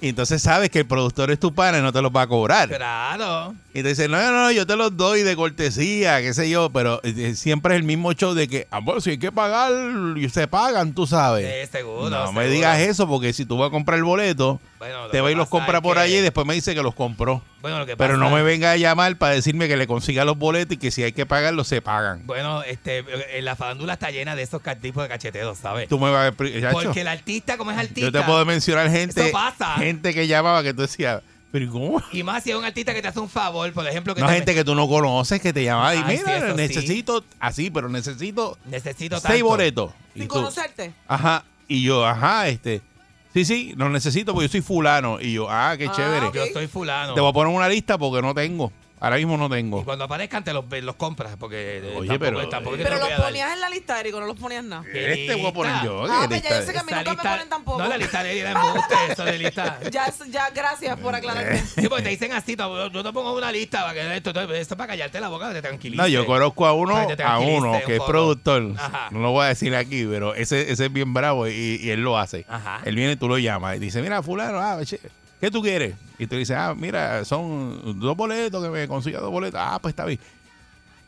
[SPEAKER 2] Y entonces sabes que el productor es tu pana y no te los va a cobrar.
[SPEAKER 4] Claro.
[SPEAKER 2] Y te dicen, no, no, no, yo te los doy de cortesía, qué sé yo, pero eh, siempre es el mismo show de que, ah, bueno, si hay que pagar, y se pagan, tú sabes.
[SPEAKER 4] Sí, seguro.
[SPEAKER 2] no
[SPEAKER 4] seguro.
[SPEAKER 2] me digas eso, porque si tú vas a comprar el boleto,
[SPEAKER 4] Bueno, lo
[SPEAKER 2] te
[SPEAKER 4] que
[SPEAKER 2] va y los
[SPEAKER 4] pasa
[SPEAKER 2] compra
[SPEAKER 4] es
[SPEAKER 2] por
[SPEAKER 4] que-
[SPEAKER 2] allí y después me dice que los compró.
[SPEAKER 4] Bueno, lo que
[SPEAKER 2] Pero no
[SPEAKER 4] pasa-
[SPEAKER 2] me venga a llamar para decirme que le consiga los boletos y que si hay que pagarlos, se pagan.
[SPEAKER 4] Bueno, este, eh, la farándula está llena de esos ca- tipos de cacheteros, ¿sabes?
[SPEAKER 2] Tú me vas a... pri- Chacho,
[SPEAKER 4] Porque el artista, como es artista,
[SPEAKER 2] Yo te puedo mencionar gente,
[SPEAKER 4] Eso pasa.
[SPEAKER 2] gente que llamaba que tú decías, pero ¿y ¿cómo?
[SPEAKER 4] y más si es un artista que te hace un favor, por ejemplo, que
[SPEAKER 2] No,
[SPEAKER 4] te-
[SPEAKER 2] gente que tú no conoces que te llamaba y
[SPEAKER 4] Ay, sí,
[SPEAKER 2] mira,
[SPEAKER 4] eso sí.
[SPEAKER 2] necesito, así, pero necesito
[SPEAKER 4] necesito tanto.
[SPEAKER 2] seis boletos. Y
[SPEAKER 3] Sin
[SPEAKER 2] tú,
[SPEAKER 3] conocerte.
[SPEAKER 2] ajá, y yo, ajá, este, sí, sí, los necesito porque yo soy fulano. Y yo, ah, qué
[SPEAKER 3] Ah,
[SPEAKER 2] chévere.
[SPEAKER 3] ok.
[SPEAKER 4] Yo soy fulano.
[SPEAKER 2] Te voy a poner una lista porque no tengo, ahora mismo no
[SPEAKER 4] Y
[SPEAKER 2] tengo.
[SPEAKER 4] cuando aparezcan te los, los compras, porque eh,
[SPEAKER 2] Oye,
[SPEAKER 4] tampoco,
[SPEAKER 2] pero-
[SPEAKER 4] tampoco yo te
[SPEAKER 3] Pero
[SPEAKER 4] los
[SPEAKER 3] los
[SPEAKER 4] voy a dar.
[SPEAKER 3] ponías en la lista, Erico, no los ponías nada.
[SPEAKER 4] ¿Qué
[SPEAKER 2] Este voy a poner
[SPEAKER 4] lista?
[SPEAKER 2] yo.
[SPEAKER 3] Ah, pues
[SPEAKER 2] ¿qué
[SPEAKER 3] ya
[SPEAKER 2] lista
[SPEAKER 3] yo sé que
[SPEAKER 2] es?
[SPEAKER 3] a mí nunca me ponen tampoco.
[SPEAKER 4] No, la lista de era embuste, eso de lista.
[SPEAKER 3] Ya, es- ya gracias por aclararme.
[SPEAKER 4] Sí, porque te dicen así, yo yo te pongo una lista para que esto, esto, esto es para callarte la boca, que te tranquilices.
[SPEAKER 2] No, yo conozco a uno,
[SPEAKER 4] Para que te
[SPEAKER 2] a
[SPEAKER 4] tranquilices
[SPEAKER 2] uno
[SPEAKER 4] un
[SPEAKER 2] que es
[SPEAKER 4] poco.
[SPEAKER 2] productor.
[SPEAKER 4] Ajá.
[SPEAKER 2] No lo voy a decir aquí, pero ese, ese es bien bravo y, y él lo hace.
[SPEAKER 4] Ajá.
[SPEAKER 2] Él viene y tú lo llamas y dice, mira, fulano, ah, che, ¿qué tú quieres? Y tú dices, ah, mira, son dos boletos, que me consiga dos boletos. Ah, pues está bien.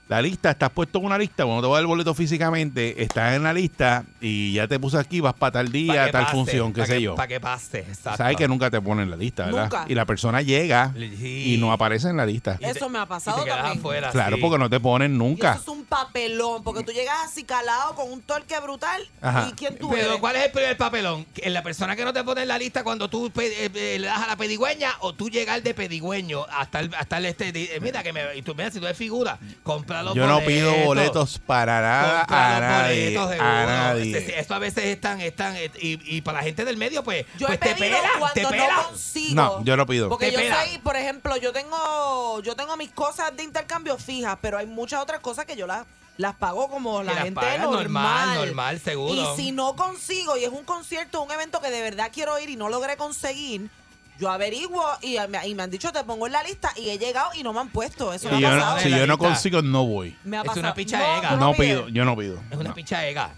[SPEAKER 2] La lista, estás puesto en una lista, cuando te va el boleto físicamente, estás en la lista y ya te puso aquí, vas para tal
[SPEAKER 4] Para
[SPEAKER 2] día,
[SPEAKER 4] que
[SPEAKER 2] tal
[SPEAKER 4] pase,
[SPEAKER 2] función, qué
[SPEAKER 4] para
[SPEAKER 2] sé
[SPEAKER 4] que-
[SPEAKER 2] yo.
[SPEAKER 4] Para que pase, exacto.
[SPEAKER 2] Sabes que nunca te ponen en la lista, ¿verdad?
[SPEAKER 3] Nunca.
[SPEAKER 2] Y la persona llega
[SPEAKER 4] Sí.
[SPEAKER 2] y no aparece en la lista.
[SPEAKER 4] Y te-
[SPEAKER 3] Eso me ha
[SPEAKER 4] Y
[SPEAKER 3] pasado
[SPEAKER 4] te quedas
[SPEAKER 3] también.
[SPEAKER 4] afuera.
[SPEAKER 2] Claro, pues.
[SPEAKER 4] sí.
[SPEAKER 2] porque no te ponen
[SPEAKER 3] Y
[SPEAKER 2] nunca.
[SPEAKER 3] eso es un papelón, porque tú llegas así calado con un torque brutal.
[SPEAKER 2] Ajá.
[SPEAKER 3] ¿Y quién tú
[SPEAKER 4] Pero
[SPEAKER 3] eres?
[SPEAKER 4] ¿cuál es el primer papelón? ¿Que ¿La persona que no te pone en la lista cuando tú pe- eh, eh, le das a la pedigüeña o tú llegar de pedigüeño hasta el, hasta el este? di- eh, mira, que me, y tú, mira, si tú eres figura, compra los
[SPEAKER 2] Yo no
[SPEAKER 4] boletos.
[SPEAKER 2] pido boletos para nada
[SPEAKER 4] Compra
[SPEAKER 2] a
[SPEAKER 4] los
[SPEAKER 2] nadie.
[SPEAKER 4] boletos, seguro.
[SPEAKER 2] A nadie.
[SPEAKER 4] Este- Esto a veces están, están, eh, y, y para la gente del medio, pues,
[SPEAKER 3] Yo
[SPEAKER 4] pues
[SPEAKER 3] he
[SPEAKER 4] te
[SPEAKER 3] pedido
[SPEAKER 4] pelan, te
[SPEAKER 3] cuando
[SPEAKER 4] pelan.
[SPEAKER 3] no consigo.
[SPEAKER 2] No, yo no pido.
[SPEAKER 3] Porque
[SPEAKER 4] Te
[SPEAKER 3] yo
[SPEAKER 4] pelan.
[SPEAKER 3] soy, por ejemplo, yo tengo, yo tengo mis cosas de intercambio fijas, pero hay muchas otras cosas que yo las, las pago como la
[SPEAKER 4] las
[SPEAKER 3] gente
[SPEAKER 4] pagas normal,
[SPEAKER 3] normal.
[SPEAKER 4] normal, seguro.
[SPEAKER 3] Y si no consigo, y es un concierto, un evento que de verdad quiero ir y no logré conseguir, Yo averiguo y me, y me han dicho, te pongo en la lista y he llegado y no me han puesto. Eso
[SPEAKER 2] Si
[SPEAKER 3] me ha
[SPEAKER 2] yo,
[SPEAKER 3] pasado.
[SPEAKER 2] no, si yo no consigo, no voy.
[SPEAKER 3] Me ha
[SPEAKER 4] Es una
[SPEAKER 3] pasado.
[SPEAKER 4] picha
[SPEAKER 3] No,
[SPEAKER 4] ega.
[SPEAKER 3] tú
[SPEAKER 2] No
[SPEAKER 3] pides.
[SPEAKER 2] pido, yo no pido.
[SPEAKER 4] Es una picha ega.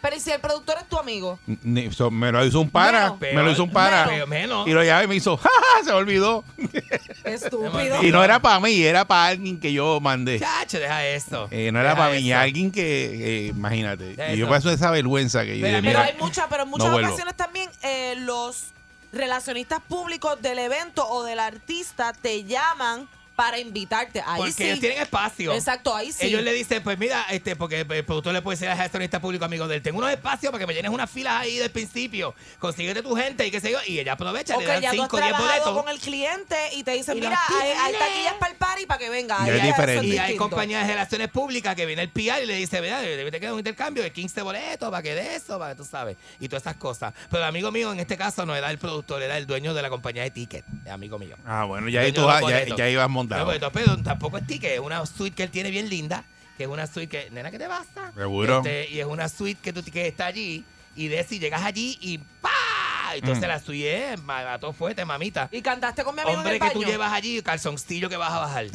[SPEAKER 3] Pero ¿y si el productor es tu amigo?
[SPEAKER 2] Ni- so- me lo hizo un para,
[SPEAKER 3] Menos.
[SPEAKER 2] me lo hizo un para.
[SPEAKER 4] Pero menos.
[SPEAKER 2] Y lo llamé y me hizo, ¡Ja, ja, se me olvidó.
[SPEAKER 3] Estúpido.
[SPEAKER 2] Y no era para mí, era para alguien que yo mandé.
[SPEAKER 4] Chacho, deja esto.
[SPEAKER 2] Eh, no era
[SPEAKER 4] Deja
[SPEAKER 2] para mí,
[SPEAKER 4] eso.
[SPEAKER 2] alguien que, eh, imagínate.
[SPEAKER 4] Deja
[SPEAKER 2] Y yo
[SPEAKER 4] eso.
[SPEAKER 2] paso esa vergüenza que yo
[SPEAKER 4] Pero-
[SPEAKER 2] dije,
[SPEAKER 3] Pero
[SPEAKER 2] mira,
[SPEAKER 3] hay muchas, pero en muchas
[SPEAKER 2] no vuelvo.
[SPEAKER 3] ocasiones también eh, los relacionistas públicos del evento o del artista te llaman para invitarte. Ahí
[SPEAKER 4] Porque
[SPEAKER 3] sí.
[SPEAKER 4] ellos tienen espacio.
[SPEAKER 3] Exacto, ahí sí.
[SPEAKER 4] Ellos le dicen, pues mira, este, porque el productor le puede decir al gestionista público amigo de él, tengo unos espacios para que me llenes unas filas ahí del principio, consíguete tu gente y qué sé yo, y ella aprovecha,
[SPEAKER 3] o
[SPEAKER 4] le
[SPEAKER 3] que
[SPEAKER 4] dan
[SPEAKER 3] ya tú has
[SPEAKER 4] 5 10
[SPEAKER 3] trabajado con
[SPEAKER 4] boletos.
[SPEAKER 3] el cliente y te dicen,
[SPEAKER 4] Y los
[SPEAKER 3] mira, hay, hay
[SPEAKER 4] tiene.
[SPEAKER 3] taquillas para el party para que venga.
[SPEAKER 2] Ya
[SPEAKER 3] Ahí
[SPEAKER 2] es
[SPEAKER 3] eso
[SPEAKER 2] diferente.
[SPEAKER 4] Y hay
[SPEAKER 3] distinto.
[SPEAKER 4] compañías de relaciones públicas que viene el PR y le dice, mira, te te queda un intercambio de 15 boletos para que de eso, para que tú sabes, y todas esas cosas. Pero el amigo mío en este caso no era el productor, era el dueño de la compañía de ticket, el amigo mío.
[SPEAKER 2] Ah, bueno, ya, ahí tú,
[SPEAKER 4] Yo los
[SPEAKER 2] ah, ya,
[SPEAKER 4] boletos.
[SPEAKER 2] ya ibas
[SPEAKER 4] No,
[SPEAKER 2] montado.
[SPEAKER 4] pero, pero tampoco es ticket, es una suite que él tiene bien linda, que es una suite que, nena, ¿qué te pasa?
[SPEAKER 2] Seguro.
[SPEAKER 4] Este, y es una suite que tú que está allí y de si llegas allí y ¡pa! Entonces
[SPEAKER 2] Mm.
[SPEAKER 4] la suite es ma- a todo fuerte, mamita.
[SPEAKER 3] Y cantaste con mi amigo en
[SPEAKER 4] Hombre
[SPEAKER 3] el
[SPEAKER 4] que
[SPEAKER 3] baño.
[SPEAKER 4] tú llevas allí, calzoncillo que vas a bajar.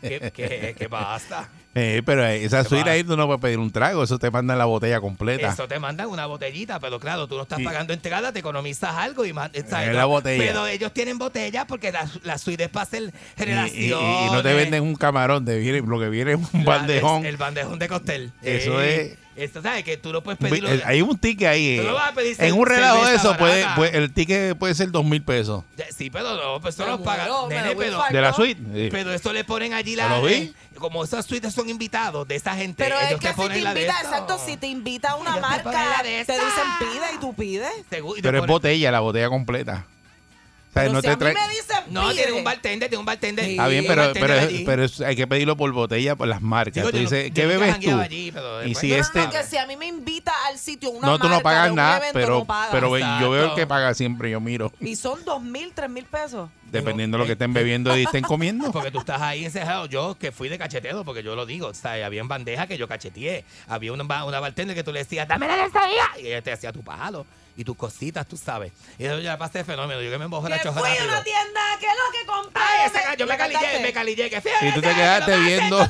[SPEAKER 4] ¿Qué, qué, qué pasa?
[SPEAKER 2] Eh, pero esa
[SPEAKER 4] ¿Qué
[SPEAKER 2] suite
[SPEAKER 4] pasa?
[SPEAKER 2] ahí tú no puedes pedir un trago, eso te mandan la botella completa.
[SPEAKER 4] Eso te mandan una botellita, pero claro, tú no estás
[SPEAKER 2] Sí.
[SPEAKER 4] pagando entrada, te economizas algo y man- ¿sabes?
[SPEAKER 2] Es la botella.
[SPEAKER 4] Pero ellos tienen botellas porque la, la suite es para hacer
[SPEAKER 2] Y-
[SPEAKER 4] relaciones.
[SPEAKER 2] y, y- y no te venden un camarón, te viene, lo que viene es un
[SPEAKER 4] eh. Claro,
[SPEAKER 2] bandejón.
[SPEAKER 4] es El bandejón de costel.
[SPEAKER 2] Eso es.
[SPEAKER 4] Esto, ¿sabes? Que tú no puedes
[SPEAKER 2] Un pi-
[SPEAKER 4] pedirlo.
[SPEAKER 2] el- hay un ticket ahí.
[SPEAKER 4] Tú no
[SPEAKER 2] eh.
[SPEAKER 4] vas a pedir
[SPEAKER 2] en
[SPEAKER 4] cel-
[SPEAKER 2] un relajo de
[SPEAKER 4] cerveza
[SPEAKER 2] eso, puede,
[SPEAKER 4] barata.
[SPEAKER 2] puede- el ticket puede ser dos mil pesos.
[SPEAKER 4] Ya, Sí, pero no, pues eso
[SPEAKER 3] Me
[SPEAKER 4] los paga.
[SPEAKER 3] muero, me
[SPEAKER 4] Nene,
[SPEAKER 3] lo voy a
[SPEAKER 4] pero,
[SPEAKER 3] infartar.
[SPEAKER 2] ¿De la
[SPEAKER 3] no.
[SPEAKER 2] suite? Sí.
[SPEAKER 4] pero eso le ponen allí
[SPEAKER 2] ¿Te
[SPEAKER 4] la. eh,
[SPEAKER 2] lo vi?
[SPEAKER 4] Como esas suites son invitados de esa gente,
[SPEAKER 3] Pero
[SPEAKER 4] ellos
[SPEAKER 3] es que
[SPEAKER 4] te
[SPEAKER 3] si
[SPEAKER 4] ponen
[SPEAKER 3] te
[SPEAKER 4] la de
[SPEAKER 3] invita,
[SPEAKER 4] eso.
[SPEAKER 3] exacto, si te invita a una
[SPEAKER 4] Ellos te ponen
[SPEAKER 3] marca,
[SPEAKER 4] la
[SPEAKER 3] te
[SPEAKER 4] de
[SPEAKER 3] dicen
[SPEAKER 4] esa.
[SPEAKER 3] pide y tú pides.
[SPEAKER 4] Seguro, y te
[SPEAKER 2] Pero es
[SPEAKER 4] ponen-
[SPEAKER 2] botella, la botella completa. O sea,
[SPEAKER 3] Pero
[SPEAKER 2] no
[SPEAKER 3] si
[SPEAKER 2] te
[SPEAKER 3] a mí
[SPEAKER 2] trae-
[SPEAKER 3] me dicen
[SPEAKER 4] No,
[SPEAKER 3] pide.
[SPEAKER 4] tiene un bartender, tiene un bartender.
[SPEAKER 3] Sí.
[SPEAKER 2] Está bien,
[SPEAKER 4] Tiene un
[SPEAKER 2] pero,
[SPEAKER 4] bartender
[SPEAKER 2] pero,
[SPEAKER 4] allí.
[SPEAKER 2] pero es- hay que pedirlo por botella, por las marcas.
[SPEAKER 4] Digo,
[SPEAKER 2] tú
[SPEAKER 4] yo no-
[SPEAKER 2] dices,
[SPEAKER 4] yo
[SPEAKER 2] ¿qué
[SPEAKER 4] nunca
[SPEAKER 2] bebes tú?
[SPEAKER 4] jangueaba allí, pero
[SPEAKER 2] y
[SPEAKER 4] después-
[SPEAKER 2] si
[SPEAKER 4] No, no,
[SPEAKER 2] este.
[SPEAKER 3] No, no, que si a mí me invita al sitio una
[SPEAKER 2] No, tú no
[SPEAKER 3] marca de
[SPEAKER 2] pagas
[SPEAKER 3] un
[SPEAKER 2] nada,
[SPEAKER 3] evento,
[SPEAKER 2] pero,
[SPEAKER 3] no pagas.
[SPEAKER 2] pero ve- yo veo el que
[SPEAKER 4] Exacto.
[SPEAKER 2] paga siempre, yo miro.
[SPEAKER 3] Y son dos mil, tres mil pesos.
[SPEAKER 2] Dependiendo de lo que estén
[SPEAKER 4] Este,
[SPEAKER 2] bebiendo y estén comiendo.
[SPEAKER 4] Porque tú estás ahí encerrado. Yo que fui de cachetero, porque yo lo digo. O sea, había bandejas que yo cacheteé. Había una, ba- una bartender que tú le decías, dame la de esa vida", Y ella te hacía tu palo y tus cositas, tú sabes. Y eso yo la pasé fenómeno. Yo que me embojé la
[SPEAKER 3] Que
[SPEAKER 4] choja
[SPEAKER 3] fui a
[SPEAKER 4] rápido.
[SPEAKER 3] una tienda, que es lo que compré.
[SPEAKER 4] Ay, esa ca- yo me
[SPEAKER 3] ¿La
[SPEAKER 4] calillé,
[SPEAKER 3] cantaste?
[SPEAKER 4] me calillé. Que
[SPEAKER 2] Y tú te quedaste viendo,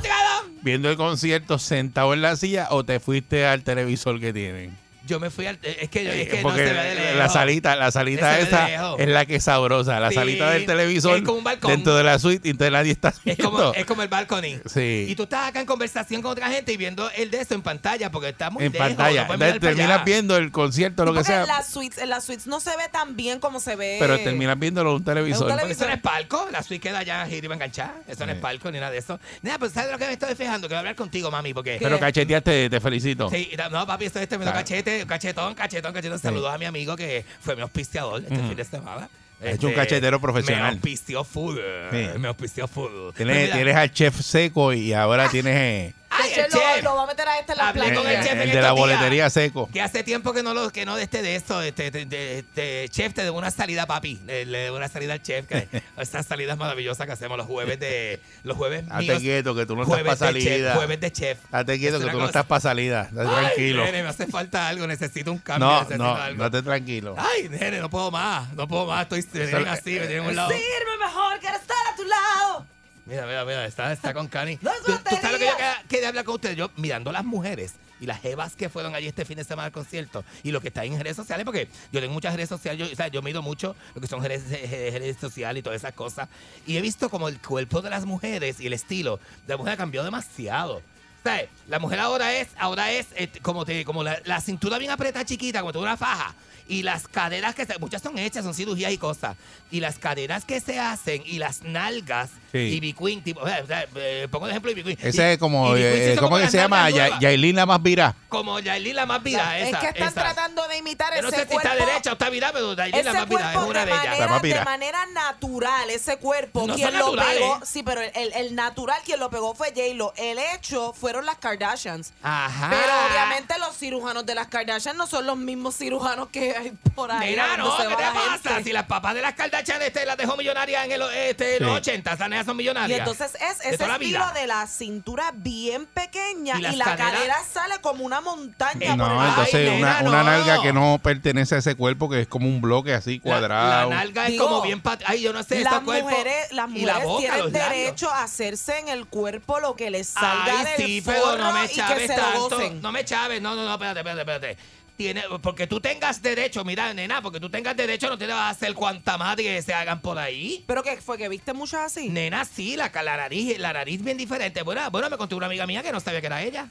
[SPEAKER 2] viendo el concierto sentado en la silla o te fuiste al televisor que tienen.
[SPEAKER 4] Yo me fui al. eh, Es que, yo, es que no
[SPEAKER 2] Eh, Porque
[SPEAKER 4] se ve de lejos.
[SPEAKER 2] la salita, la salita
[SPEAKER 4] Se ve de
[SPEAKER 2] esa
[SPEAKER 4] lejos.
[SPEAKER 2] es la que es sabrosa, la
[SPEAKER 4] Sí,
[SPEAKER 2] salita del televisor
[SPEAKER 4] es como un balcón.
[SPEAKER 2] dentro de la suite y entonces nadie está
[SPEAKER 4] Es
[SPEAKER 2] viendo.
[SPEAKER 4] como, es como el balcony.
[SPEAKER 2] Sí.
[SPEAKER 4] Y tú estás acá en conversación con otra gente y viendo el de eso en pantalla, porque está muy
[SPEAKER 2] en
[SPEAKER 4] lejos,
[SPEAKER 2] pantalla.
[SPEAKER 4] no puedes
[SPEAKER 2] Entonces
[SPEAKER 4] mirar para
[SPEAKER 2] terminas
[SPEAKER 4] allá.
[SPEAKER 2] viendo el concierto, lo que
[SPEAKER 3] Porque
[SPEAKER 2] sea,
[SPEAKER 3] En las suites, en las suites no se ve tan bien como se ve.
[SPEAKER 2] pero terminas viéndolo en un televisor.
[SPEAKER 3] televisor.
[SPEAKER 4] Porque eso no es palco, la suite queda allá y iba a enganchar. Eso no es palco ni nada de eso. Nada, pues ¿sabes lo que me estoy fijando? Que voy a hablar contigo, mami, porque.
[SPEAKER 2] Pero cacheteaste, te felicito.
[SPEAKER 4] Sí, no, papi, esto es tremendo
[SPEAKER 2] Claro.
[SPEAKER 4] cachete, cachetón, cachetón, cachetón. Saludos a mi amigo que fue mi auspiciador este fin de semana. Este,
[SPEAKER 2] Es un cachetero profesional.
[SPEAKER 4] Me auspició full.
[SPEAKER 2] Sí.
[SPEAKER 4] Me auspició full. Pero
[SPEAKER 2] Tienes,
[SPEAKER 4] mira,
[SPEAKER 2] tienes al chef seco y ahora tienes eh,
[SPEAKER 4] ¡Ay,
[SPEAKER 3] Che,
[SPEAKER 4] el
[SPEAKER 3] lo-
[SPEAKER 4] chef!
[SPEAKER 3] Lo, va a meter a este en la
[SPEAKER 4] Hablé
[SPEAKER 3] playa.
[SPEAKER 4] con el chef. en
[SPEAKER 2] el de
[SPEAKER 4] estos
[SPEAKER 2] la
[SPEAKER 4] días.
[SPEAKER 2] boletería seco.
[SPEAKER 4] Que hace tiempo que no lo, que no de este de esto, este, de, de- de- chef, te debo una salida, papi. Le, le debo una salida al chef. que- esas salidas maravillosas que hacemos los jueves de. Los jueves
[SPEAKER 2] Hazte
[SPEAKER 4] míos.
[SPEAKER 2] quieto que tú no estás
[SPEAKER 4] jueves
[SPEAKER 2] para
[SPEAKER 4] de chef,
[SPEAKER 2] salida.
[SPEAKER 4] jueves de chef.
[SPEAKER 2] Hazte quieto
[SPEAKER 4] Es
[SPEAKER 2] que
[SPEAKER 4] una
[SPEAKER 2] tú no
[SPEAKER 4] cosa-
[SPEAKER 2] estás para salida. Estás
[SPEAKER 4] Ay,
[SPEAKER 2] tranquilo.
[SPEAKER 4] nene, me hace falta algo, necesito un cambio,
[SPEAKER 2] No,
[SPEAKER 4] necesito
[SPEAKER 2] no,
[SPEAKER 4] algo.
[SPEAKER 2] no estés tranquilo.
[SPEAKER 4] Ay, nene, no puedo más, no puedo más, estoy me tienen así, me tienen a un lado.
[SPEAKER 2] eh,
[SPEAKER 3] Sirve mejor, quiero estar a tu lado.
[SPEAKER 4] Mira, mira, mira, está, está con Cani. ¿Tú,
[SPEAKER 3] No es
[SPEAKER 4] tú sabes lo que yo
[SPEAKER 3] batería.
[SPEAKER 4] quería- quería hablar con ustedes? Yo mirando las mujeres y las jevas que fueron allí este fin de semana al concierto y lo que está en redes sociales, porque yo tengo muchas redes sociales, yo, o sea, yo miro mucho lo que son redes, eh, redes sociales y todas esas cosas, y he visto como el cuerpo de las mujeres y el estilo de la mujer ha cambiado demasiado. ¿Sabes? La mujer ahora es, ahora es eh, como te, como la, la cintura bien apretada chiquita, como toda una faja. Y las caderas que se, muchas son hechas, son cirugías y cosas. Y las caderas que se hacen, y las nalgas,
[SPEAKER 2] Sí.
[SPEAKER 4] y Ivy Queen, tipo, o sea, o sea, eh, pongo de ejemplo Ivy Queen.
[SPEAKER 2] Ese
[SPEAKER 4] Y-
[SPEAKER 2] es como,
[SPEAKER 4] Ivy Queen se
[SPEAKER 2] eh,
[SPEAKER 4] hizo
[SPEAKER 2] ¿cómo
[SPEAKER 4] como
[SPEAKER 2] que
[SPEAKER 4] las
[SPEAKER 2] se llama?
[SPEAKER 4] nalgas
[SPEAKER 2] Ya-
[SPEAKER 4] nuevas.
[SPEAKER 2] Yailina más virá.
[SPEAKER 4] Como Yailin la más vida,
[SPEAKER 3] es
[SPEAKER 4] esa.
[SPEAKER 3] que están
[SPEAKER 4] esa.
[SPEAKER 3] tratando de imitar
[SPEAKER 4] Yo no
[SPEAKER 3] ese
[SPEAKER 4] sé si
[SPEAKER 3] cuerpo.
[SPEAKER 4] está derecha o está virada, pero Yailin la
[SPEAKER 3] Ese
[SPEAKER 4] más vida es
[SPEAKER 3] cuerpo
[SPEAKER 4] una
[SPEAKER 3] de
[SPEAKER 4] de ellas.
[SPEAKER 2] La
[SPEAKER 3] manera,
[SPEAKER 2] más
[SPEAKER 3] de
[SPEAKER 2] virá.
[SPEAKER 3] manera natural, ese cuerpo,
[SPEAKER 4] No
[SPEAKER 3] quien
[SPEAKER 4] son
[SPEAKER 3] lo
[SPEAKER 4] naturales.
[SPEAKER 3] pegó, sí, pero el, el- el natural quien lo pegó fue J-Lo. El hecho fueron las Kardashians.
[SPEAKER 4] Ajá.
[SPEAKER 3] Pero obviamente los cirujanos de las Kardashian no son los mismos cirujanos que hay por ahí.
[SPEAKER 4] Nena, no,
[SPEAKER 3] donde se
[SPEAKER 4] ¿qué
[SPEAKER 3] va
[SPEAKER 4] te
[SPEAKER 3] la
[SPEAKER 4] pasa?
[SPEAKER 3] gente.
[SPEAKER 4] Si las papas de las Kardashian este, las dejó millonarias en el, este, en los
[SPEAKER 2] Sí.
[SPEAKER 4] 80, o sea, no es nenas son
[SPEAKER 3] Y
[SPEAKER 4] millonarias.
[SPEAKER 3] entonces es
[SPEAKER 4] De
[SPEAKER 3] ese
[SPEAKER 4] toda la vida.
[SPEAKER 3] estilo de la cintura bien pequeña
[SPEAKER 4] Y
[SPEAKER 3] y,
[SPEAKER 4] las
[SPEAKER 3] la
[SPEAKER 4] caderas-
[SPEAKER 3] cadera sale como una montaña. por el-
[SPEAKER 2] Eh, No, entonces
[SPEAKER 3] Ay,
[SPEAKER 2] una,
[SPEAKER 3] nena, no.
[SPEAKER 2] una nalga que no pertenece a ese cuerpo, que es como un bloque así
[SPEAKER 4] La
[SPEAKER 2] cuadrado.
[SPEAKER 4] nalga es
[SPEAKER 3] Digo,
[SPEAKER 4] como bien pat... Ay, yo no sé,
[SPEAKER 3] Las
[SPEAKER 4] esos cuerpos.
[SPEAKER 3] mujeres, las
[SPEAKER 4] y
[SPEAKER 3] mujeres
[SPEAKER 4] la boca, los
[SPEAKER 3] tienen
[SPEAKER 4] labios.
[SPEAKER 3] derecho a hacerse en el cuerpo lo que les salga
[SPEAKER 4] Ay,
[SPEAKER 3] del
[SPEAKER 4] sí,
[SPEAKER 3] forro
[SPEAKER 4] pero no me
[SPEAKER 3] y que
[SPEAKER 4] chaves
[SPEAKER 3] se lo
[SPEAKER 4] tanto.
[SPEAKER 3] gocen.
[SPEAKER 4] No me chaves, no, no, no, espérate, espérate, espérate. Tiene, porque tú tengas derecho, mira, nena, porque tú tengas derecho, no te vas a hacer cuanta madre que se hagan por ahí.
[SPEAKER 3] ¿Pero qué fue? ¿Que viste muchas así?
[SPEAKER 4] Nena, sí, la, la nariz, la nariz bien diferente. Bueno, bueno, me contó una amiga mía que no sabía que era ella.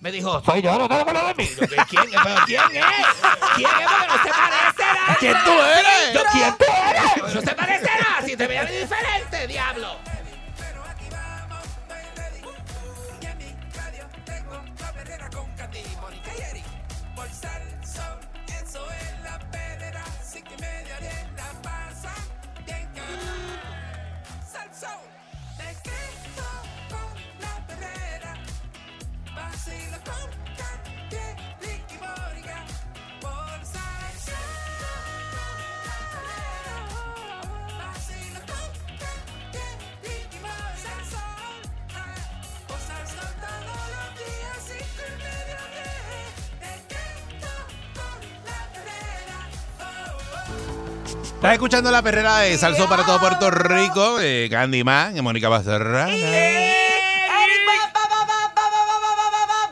[SPEAKER 4] Me dijo, soy Pues yo, no tengo que hablar de mí. Yo, ¿qué- ¿Quién es? ¿Pero quién es? ¿Quién es? Porque no se parece nada.
[SPEAKER 13] ¿Quién tú eres?
[SPEAKER 4] Yo, ¿quién tú eres? No se parece nada. Si te veía bien diferente, diablo.
[SPEAKER 1] La perrera con Katy, Mónica y Eric. Por sal, sol, eso es la perrera. Cinco y media, diez, la pasa bien cabrón. Sal, sol, me quedo con la perrera. Vacilo con Katy, Eric y Mónica. Por sal, sol, la perrera. Vacilo con Katy, Eric y Mónica. Sal, sol, ah. Cosas no todos los días, cinco y media de Te quedo con la perrera
[SPEAKER 2] Estás escuchando la perrera de Salso para todo Puerto Rico, de Candy Man, de Mónica Bazarra.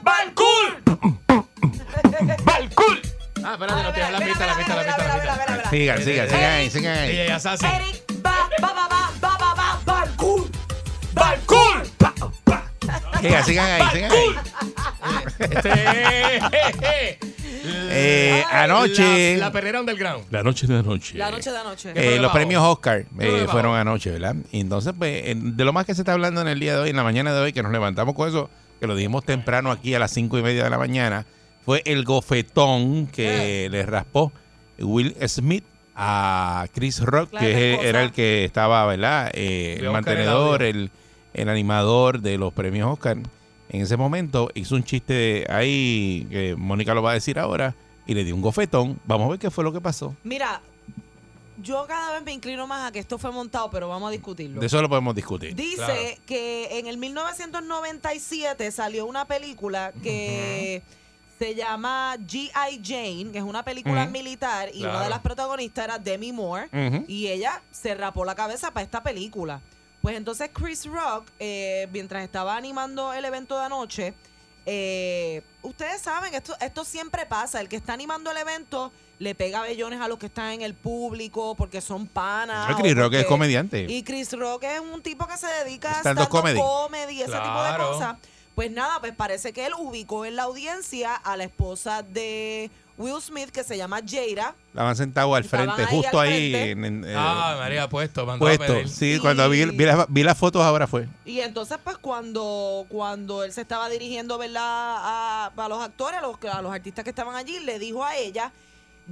[SPEAKER 13] ¡Balcul!
[SPEAKER 4] ¡Balcul! Ah, espérate, no tienes la pista, la pista, la pista, la pista.
[SPEAKER 2] Sigan, sigan, sigan ahí, sigan ahí.
[SPEAKER 4] Ella ya se hace.
[SPEAKER 3] Va, va, va, va, va, va, va, Balcún.
[SPEAKER 4] ¡Balcul!
[SPEAKER 2] Sigan, sigan ahí, sigan ahí. Eh, anoche,
[SPEAKER 4] La, la perrera underground.
[SPEAKER 2] La noche de anoche.
[SPEAKER 3] La noche de anoche.
[SPEAKER 2] Eh, los premios Oscar
[SPEAKER 4] fue lo
[SPEAKER 2] eh,
[SPEAKER 4] que bajó?
[SPEAKER 2] fueron anoche, ¿verdad? Y entonces, pues, en- de lo más que se está hablando en el día de hoy, en la mañana de hoy, que nos levantamos con eso, que lo dijimos temprano aquí a las cinco y media de la mañana, fue el gofetón que
[SPEAKER 4] Eh.
[SPEAKER 2] le raspó Will Smith a Chris Rock,
[SPEAKER 4] Claro,
[SPEAKER 2] que
[SPEAKER 4] esposa.
[SPEAKER 2] era el que estaba, ¿verdad? Eh, el
[SPEAKER 4] Voy a buscar el
[SPEAKER 2] mantenedor,
[SPEAKER 4] audio.
[SPEAKER 2] el, el animador de los premios Oscar. En ese momento hizo un chiste ahí, que Mónica lo va a decir ahora, y le dio un gofetón. Vamos a ver qué fue lo que pasó.
[SPEAKER 3] Mira, yo cada vez me inclino más a que esto fue montado, pero vamos a discutirlo.
[SPEAKER 2] De eso lo podemos discutir.
[SPEAKER 3] Dice que en el 1997 salió una película que se llama G.I. Jane, que es una película
[SPEAKER 2] Ujú.
[SPEAKER 3] militar, y una
[SPEAKER 2] Claro.
[SPEAKER 3] de las protagonistas era Demi Moore,
[SPEAKER 2] Ujú.
[SPEAKER 3] y ella se rapó la cabeza para esta película. Pues entonces Chris Rock, eh, mientras estaba animando el evento de anoche, eh, ustedes saben, esto, esto siempre pasa. El que está animando el evento le pega bellones a los que están en el público porque son panas.
[SPEAKER 2] Ah, Chris
[SPEAKER 3] o
[SPEAKER 2] Rock es
[SPEAKER 3] porque-
[SPEAKER 2] comediante.
[SPEAKER 3] Y Chris Rock es un tipo que se dedica a
[SPEAKER 2] Stand-up
[SPEAKER 3] stand-up
[SPEAKER 2] comedy.
[SPEAKER 3] comedy. ese tipo de
[SPEAKER 2] Claro.
[SPEAKER 3] cosas. Pues nada, pues parece que él ubicó en la audiencia a la esposa de Will Smith, que se llama Jada.
[SPEAKER 2] Estaban sentados al
[SPEAKER 3] Estaban
[SPEAKER 2] frente,
[SPEAKER 3] ahí
[SPEAKER 2] justo
[SPEAKER 3] al
[SPEAKER 2] ahí.
[SPEAKER 3] frente.
[SPEAKER 2] en- en- eh,
[SPEAKER 4] Ah, María, puesto, mandó a
[SPEAKER 2] puesto.
[SPEAKER 4] pedir.
[SPEAKER 2] Sí,
[SPEAKER 3] Y-
[SPEAKER 2] cuando vi, vi, las, vi las fotos ahora fue.
[SPEAKER 3] Y entonces, pues cuando, cuando él se estaba dirigiendo, ¿verdad? A, a los actores, a los, a los artistas que estaban allí, le dijo a ella,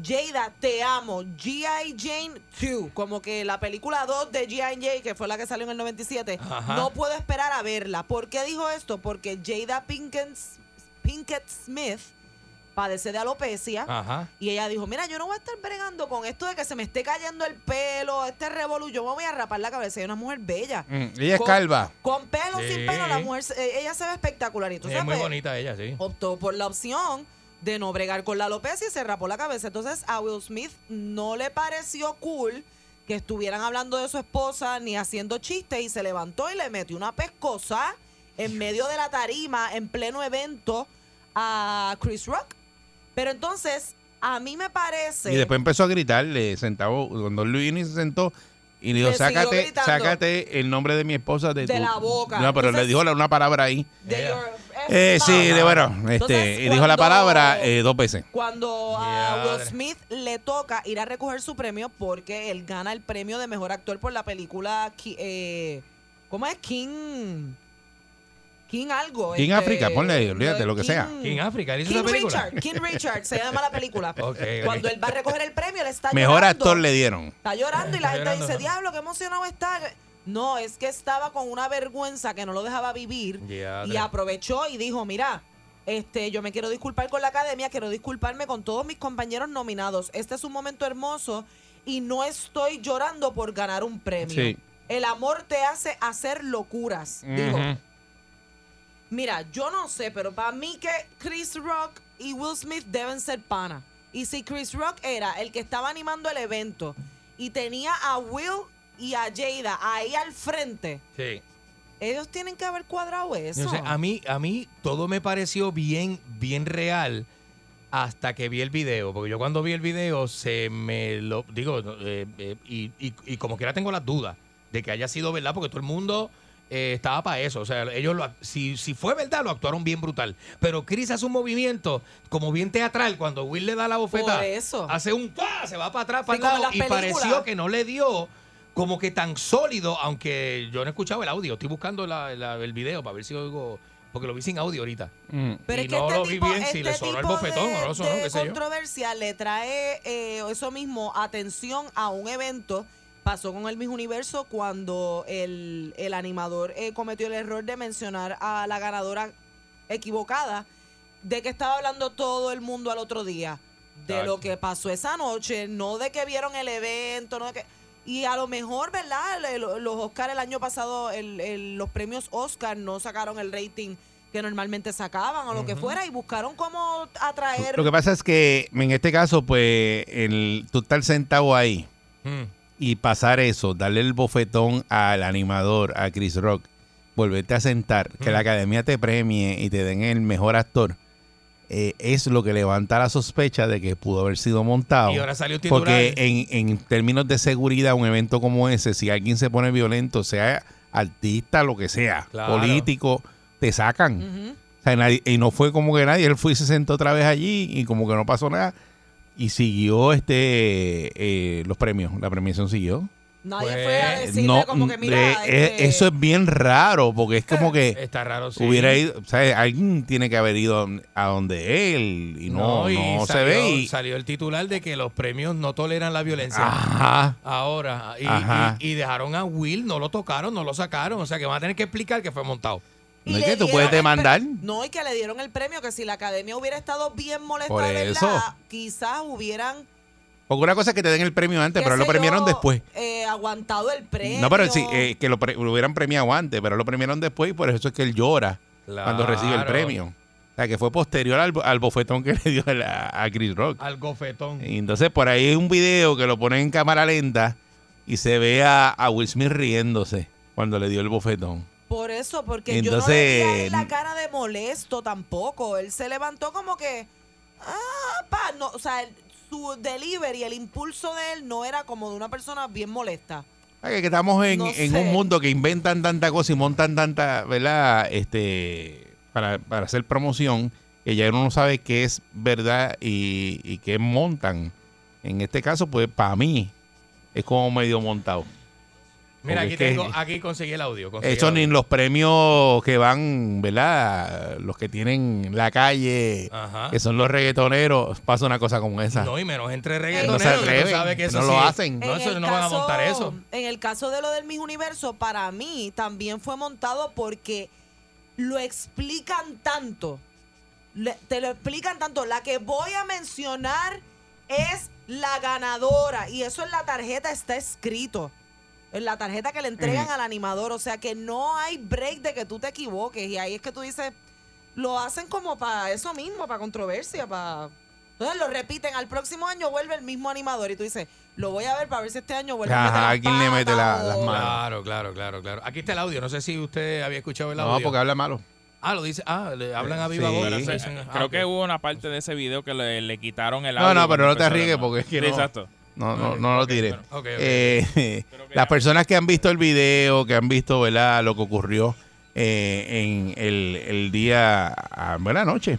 [SPEAKER 3] Jada, te amo, G.I. Jane 2, como que la película 2 de G.I. Jane, que fue la que salió en el 97,
[SPEAKER 13] Ajá.
[SPEAKER 3] no puedo esperar a verla. ¿Por qué dijo esto? Porque Jada Pinkett, Pinkett Smith padece de alopecia.
[SPEAKER 4] Ajá.
[SPEAKER 3] Y ella dijo, mira, yo no voy a estar bregando con esto de que se me esté cayendo el pelo, este revolú, yo me voy a rapar la cabeza. Y una mujer bella.
[SPEAKER 2] Mm, ella es
[SPEAKER 3] Con-
[SPEAKER 2] calva.
[SPEAKER 3] Con pelo, sin
[SPEAKER 4] Sí.
[SPEAKER 3] pelo, la mujer, se- eh, ella se ve espectacular. Y tú
[SPEAKER 4] Es
[SPEAKER 3] sabes, Oh,
[SPEAKER 4] muy bonita ella, sí.
[SPEAKER 3] optó por la opción de no bregar con la alopecia y se rapó la cabeza. Entonces a Will Smith no le pareció cool que estuvieran hablando de su esposa ni haciendo chistes y se levantó y le metió una pescosa en medio de la tarima, en pleno evento, a Chris Rock. Pero entonces, a mí me parece...
[SPEAKER 2] Y después empezó a gritarle, sentado, cuando Luis se sentó y le dijo,
[SPEAKER 3] Le siguió
[SPEAKER 2] sácate,
[SPEAKER 3] gritando.
[SPEAKER 2] sácate el nombre de mi esposa de,
[SPEAKER 3] De
[SPEAKER 2] tu-".
[SPEAKER 3] la boca.
[SPEAKER 2] No, pero le
[SPEAKER 3] Entonces-
[SPEAKER 2] dijo la- una palabra ahí.
[SPEAKER 3] de your
[SPEAKER 2] Eh, sí,
[SPEAKER 3] esposa.
[SPEAKER 2] de, bueno, este,
[SPEAKER 3] Entonces,
[SPEAKER 2] y dijo
[SPEAKER 3] cuando-
[SPEAKER 2] la palabra eh, dos veces.
[SPEAKER 3] Cuando a
[SPEAKER 2] Diadre.
[SPEAKER 3] Will Smith le toca ir a recoger su premio porque él gana el premio de mejor actor por la película Ki- eh, ¿Cómo es? King King algo. este,
[SPEAKER 2] King África, ponle, olvídate, lo que sea.
[SPEAKER 4] King África, él hizo
[SPEAKER 3] Mm. King
[SPEAKER 4] esa película.
[SPEAKER 3] Richard, King Richard, se llama la película. Cuando él va a recoger el premio, le está
[SPEAKER 2] Mejor
[SPEAKER 3] llorando.
[SPEAKER 2] actor le dieron.
[SPEAKER 3] Está llorando y la
[SPEAKER 2] Está
[SPEAKER 3] gente
[SPEAKER 2] llorando.
[SPEAKER 3] dice, diablo, qué emocionado está. No, es que estaba con una vergüenza que no lo dejaba vivir. Y aprovechó y dijo, mira, este, yo me quiero disculpar con la academia, quiero disculparme con todos mis compañeros nominados. Este es un momento hermoso y no estoy llorando por ganar un premio.
[SPEAKER 2] Sí.
[SPEAKER 3] El amor te hace hacer locuras. Digo, mira, yo no sé, pero para mí que Chris Rock y Will Smith deben ser pana. Y si Chris Rock era el que estaba animando el evento y tenía a Will y a Jada ahí al frente,
[SPEAKER 4] Sí.
[SPEAKER 3] ellos tienen que haber cuadrado eso.
[SPEAKER 4] No sé, ah, a mí, a mí todo me pareció bien, bien real hasta que vi el video. Porque yo cuando vi el video se me lo digo, eh, eh, y, y- y como quiera tengo las dudas de que haya sido verdad, porque todo el mundo eh, estaba para eso. O sea, ellos lo ac- si, si fue verdad, lo actuaron bien brutal. Pero Chris hace un movimiento como bien teatral cuando Will le da la bofeta.
[SPEAKER 3] Por eso.
[SPEAKER 4] Hace un ¡pa! se va para atrás,
[SPEAKER 3] Sí,
[SPEAKER 4] para
[SPEAKER 3] Pues
[SPEAKER 4] el
[SPEAKER 3] como en
[SPEAKER 4] lado,
[SPEAKER 3] las
[SPEAKER 4] Pues y
[SPEAKER 3] películas.
[SPEAKER 4] pareció que no le dio como que tan sólido, aunque yo no he escuchado el audio. Estoy buscando la- la- el video para ver si oigo, porque lo vi sin audio ahorita.
[SPEAKER 3] Pero
[SPEAKER 4] y
[SPEAKER 3] es que
[SPEAKER 4] no
[SPEAKER 3] este
[SPEAKER 4] lo vi
[SPEAKER 3] tipo,
[SPEAKER 4] bien si
[SPEAKER 3] este
[SPEAKER 4] le sonó el
[SPEAKER 3] tipo
[SPEAKER 4] bofetón
[SPEAKER 3] de,
[SPEAKER 4] o no sonó,
[SPEAKER 3] de
[SPEAKER 4] qué sé yo.
[SPEAKER 3] controversia le trae eh, eso mismo atención a un evento. Pasó con el mismo universo cuando el, el animador eh, cometió el error de mencionar a la ganadora equivocada de que estaba hablando todo el mundo al otro día de
[SPEAKER 4] Exacto.
[SPEAKER 3] lo que pasó esa noche, no de que vieron el evento, no de que y a lo mejor, ¿verdad? El- el- Los Oscar el año pasado, el- el- los premios Oscar no sacaron el rating que normalmente sacaban o lo que fuera y buscaron cómo atraer
[SPEAKER 2] Lo que pasa es que en este caso, pues, el, tú estar sentado ahí
[SPEAKER 4] Hmm.
[SPEAKER 2] y pasar eso, darle el bofetón al animador, a Chris Rock, volverte a sentar, que
[SPEAKER 4] Hmm.
[SPEAKER 2] la academia te premie y te den el mejor actor, eh, es lo que levanta la sospecha de que pudo haber sido montado.
[SPEAKER 4] Y ahora salió titular.
[SPEAKER 2] porque en, en términos de seguridad, un evento como ese, si alguien se pone violento, sea artista, lo que sea,
[SPEAKER 4] Claro.
[SPEAKER 2] político, te sacan. O sea, nadie- y no fue como que nadie, él fue y se sentó otra vez allí y como que no pasó nada. Y siguió este eh, los premios, la premiación siguió.
[SPEAKER 3] Nadie fue a
[SPEAKER 4] Eh,
[SPEAKER 3] decirle
[SPEAKER 2] no,
[SPEAKER 3] como que mira,
[SPEAKER 2] eh, eh,
[SPEAKER 3] este,
[SPEAKER 2] Eso es bien raro, porque es como que
[SPEAKER 4] Está raro, sí.
[SPEAKER 2] hubiera ido, o sea, alguien tiene que haber ido a donde él y no, no,
[SPEAKER 4] y
[SPEAKER 2] se
[SPEAKER 4] salió-
[SPEAKER 2] ve. Y,
[SPEAKER 4] Salió el titular de que los premios no toleran la violencia.
[SPEAKER 2] Ajá.
[SPEAKER 4] Ahora. Y,
[SPEAKER 2] Ajá.
[SPEAKER 4] y- y dejaron a Will, no lo tocaron, no lo sacaron. O sea que van a tener que explicar que fue montado.
[SPEAKER 3] y
[SPEAKER 2] no es
[SPEAKER 3] le
[SPEAKER 2] que tú
[SPEAKER 3] dieron
[SPEAKER 2] puedes
[SPEAKER 3] el pre-
[SPEAKER 2] demandar.
[SPEAKER 3] No, y que le dieron el premio, que si la academia hubiera estado bien molesta,
[SPEAKER 2] Por
[SPEAKER 3] de ¿verdad?
[SPEAKER 2] eso.
[SPEAKER 3] Quizás hubieran
[SPEAKER 2] Porque una cosa es que te den el premio antes,
[SPEAKER 3] qué
[SPEAKER 2] pero lo
[SPEAKER 3] sé
[SPEAKER 2] premiaron
[SPEAKER 3] yo,
[SPEAKER 2] después.
[SPEAKER 3] eh, aguantado el premio.
[SPEAKER 2] No, pero sí, eh, que lo, pre- lo hubieran premiado antes, pero lo premiaron después y por eso es que él llora cuando recibe el
[SPEAKER 4] Claro.
[SPEAKER 2] premio. O sea, que fue posterior al, bo- al bofetón que le dio el- a, a Chris Rock.
[SPEAKER 4] Al gofetón.
[SPEAKER 2] Y entonces por ahí hay un video que lo ponen en cámara lenta y se ve a, a Will Smith riéndose cuando le dio el bofetón.
[SPEAKER 3] Por eso, porque yo no le
[SPEAKER 2] Entonces,
[SPEAKER 3] vi a él la cara de molesto tampoco. Él se levantó como que. Ah, pa. No, o sea, el- su delivery, el impulso de él no era como de una persona bien molesta.
[SPEAKER 2] Ah, Que que estamos en,
[SPEAKER 3] No
[SPEAKER 2] en
[SPEAKER 3] sé.
[SPEAKER 2] un mundo que inventan tanta cosa y montan tanta, ¿verdad? Este, para, para hacer promoción, que ya uno no sabe qué es verdad y, y qué montan. En este caso, pues para mí, es como medio montado.
[SPEAKER 4] Mira,
[SPEAKER 2] Porque
[SPEAKER 4] aquí,
[SPEAKER 2] es que-
[SPEAKER 4] tengo, aquí conseguí el audio. conseguí el
[SPEAKER 2] Eso ni
[SPEAKER 4] audio.
[SPEAKER 2] en los premios que van, ¿verdad? Los que tienen la calle,
[SPEAKER 4] Ajá.
[SPEAKER 2] que son los reggaetoneros, pasa una cosa como esa.
[SPEAKER 4] No, y menos entre
[SPEAKER 2] No
[SPEAKER 4] reggaetoneros.
[SPEAKER 2] se
[SPEAKER 4] que tú
[SPEAKER 2] atreven,
[SPEAKER 4] sabes que eso
[SPEAKER 2] no lo
[SPEAKER 4] sí-
[SPEAKER 2] hacen.
[SPEAKER 4] No,
[SPEAKER 3] En
[SPEAKER 4] eso
[SPEAKER 3] el
[SPEAKER 4] no van a montar
[SPEAKER 3] caso-
[SPEAKER 4] eso.
[SPEAKER 3] En el caso de lo del Miss Universo, para mí también fue montado porque lo explican tanto. Le- te lo explican tanto. La que voy a mencionar es la ganadora. Y eso en la tarjeta está escrito. En la tarjeta que le entregan al animador. O sea que no hay break de que tú te equivoques. Y ahí es que tú dices, lo hacen como para eso mismo, para controversia, para... Entonces lo repiten, al próximo año vuelve el mismo animador y tú dices, lo voy a ver para ver si este año vuelve
[SPEAKER 2] Ajá,
[SPEAKER 3] a meter las
[SPEAKER 2] ¿quién le mete
[SPEAKER 3] patas
[SPEAKER 2] la-
[SPEAKER 3] o-
[SPEAKER 2] las manos?
[SPEAKER 4] Claro, claro, claro, claro. Aquí está el audio. No sé si usted había escuchado el
[SPEAKER 2] No,
[SPEAKER 4] audio.
[SPEAKER 2] porque habla malo.
[SPEAKER 4] Ah, lo dice. Ah, le hablan a viva
[SPEAKER 2] Sí.
[SPEAKER 4] voz.
[SPEAKER 2] Pero se-
[SPEAKER 4] Dicen, ah,
[SPEAKER 1] Creo
[SPEAKER 4] ok.
[SPEAKER 1] que hubo una parte de ese video que le, le quitaron el
[SPEAKER 2] No,
[SPEAKER 1] audio.
[SPEAKER 2] no, pero no te
[SPEAKER 1] Empezaron
[SPEAKER 2] arriesgues
[SPEAKER 1] a-
[SPEAKER 2] porque es que
[SPEAKER 1] Sí,
[SPEAKER 2] no-
[SPEAKER 1] Exacto.
[SPEAKER 2] No, no, no lo tiré.
[SPEAKER 4] bueno, ok, ok.
[SPEAKER 2] Eh,
[SPEAKER 1] Creo que
[SPEAKER 2] las
[SPEAKER 1] ya-
[SPEAKER 2] personas que han visto el video, que han visto ¿verdad? lo que ocurrió eh, en el, el día, ah, buena noche,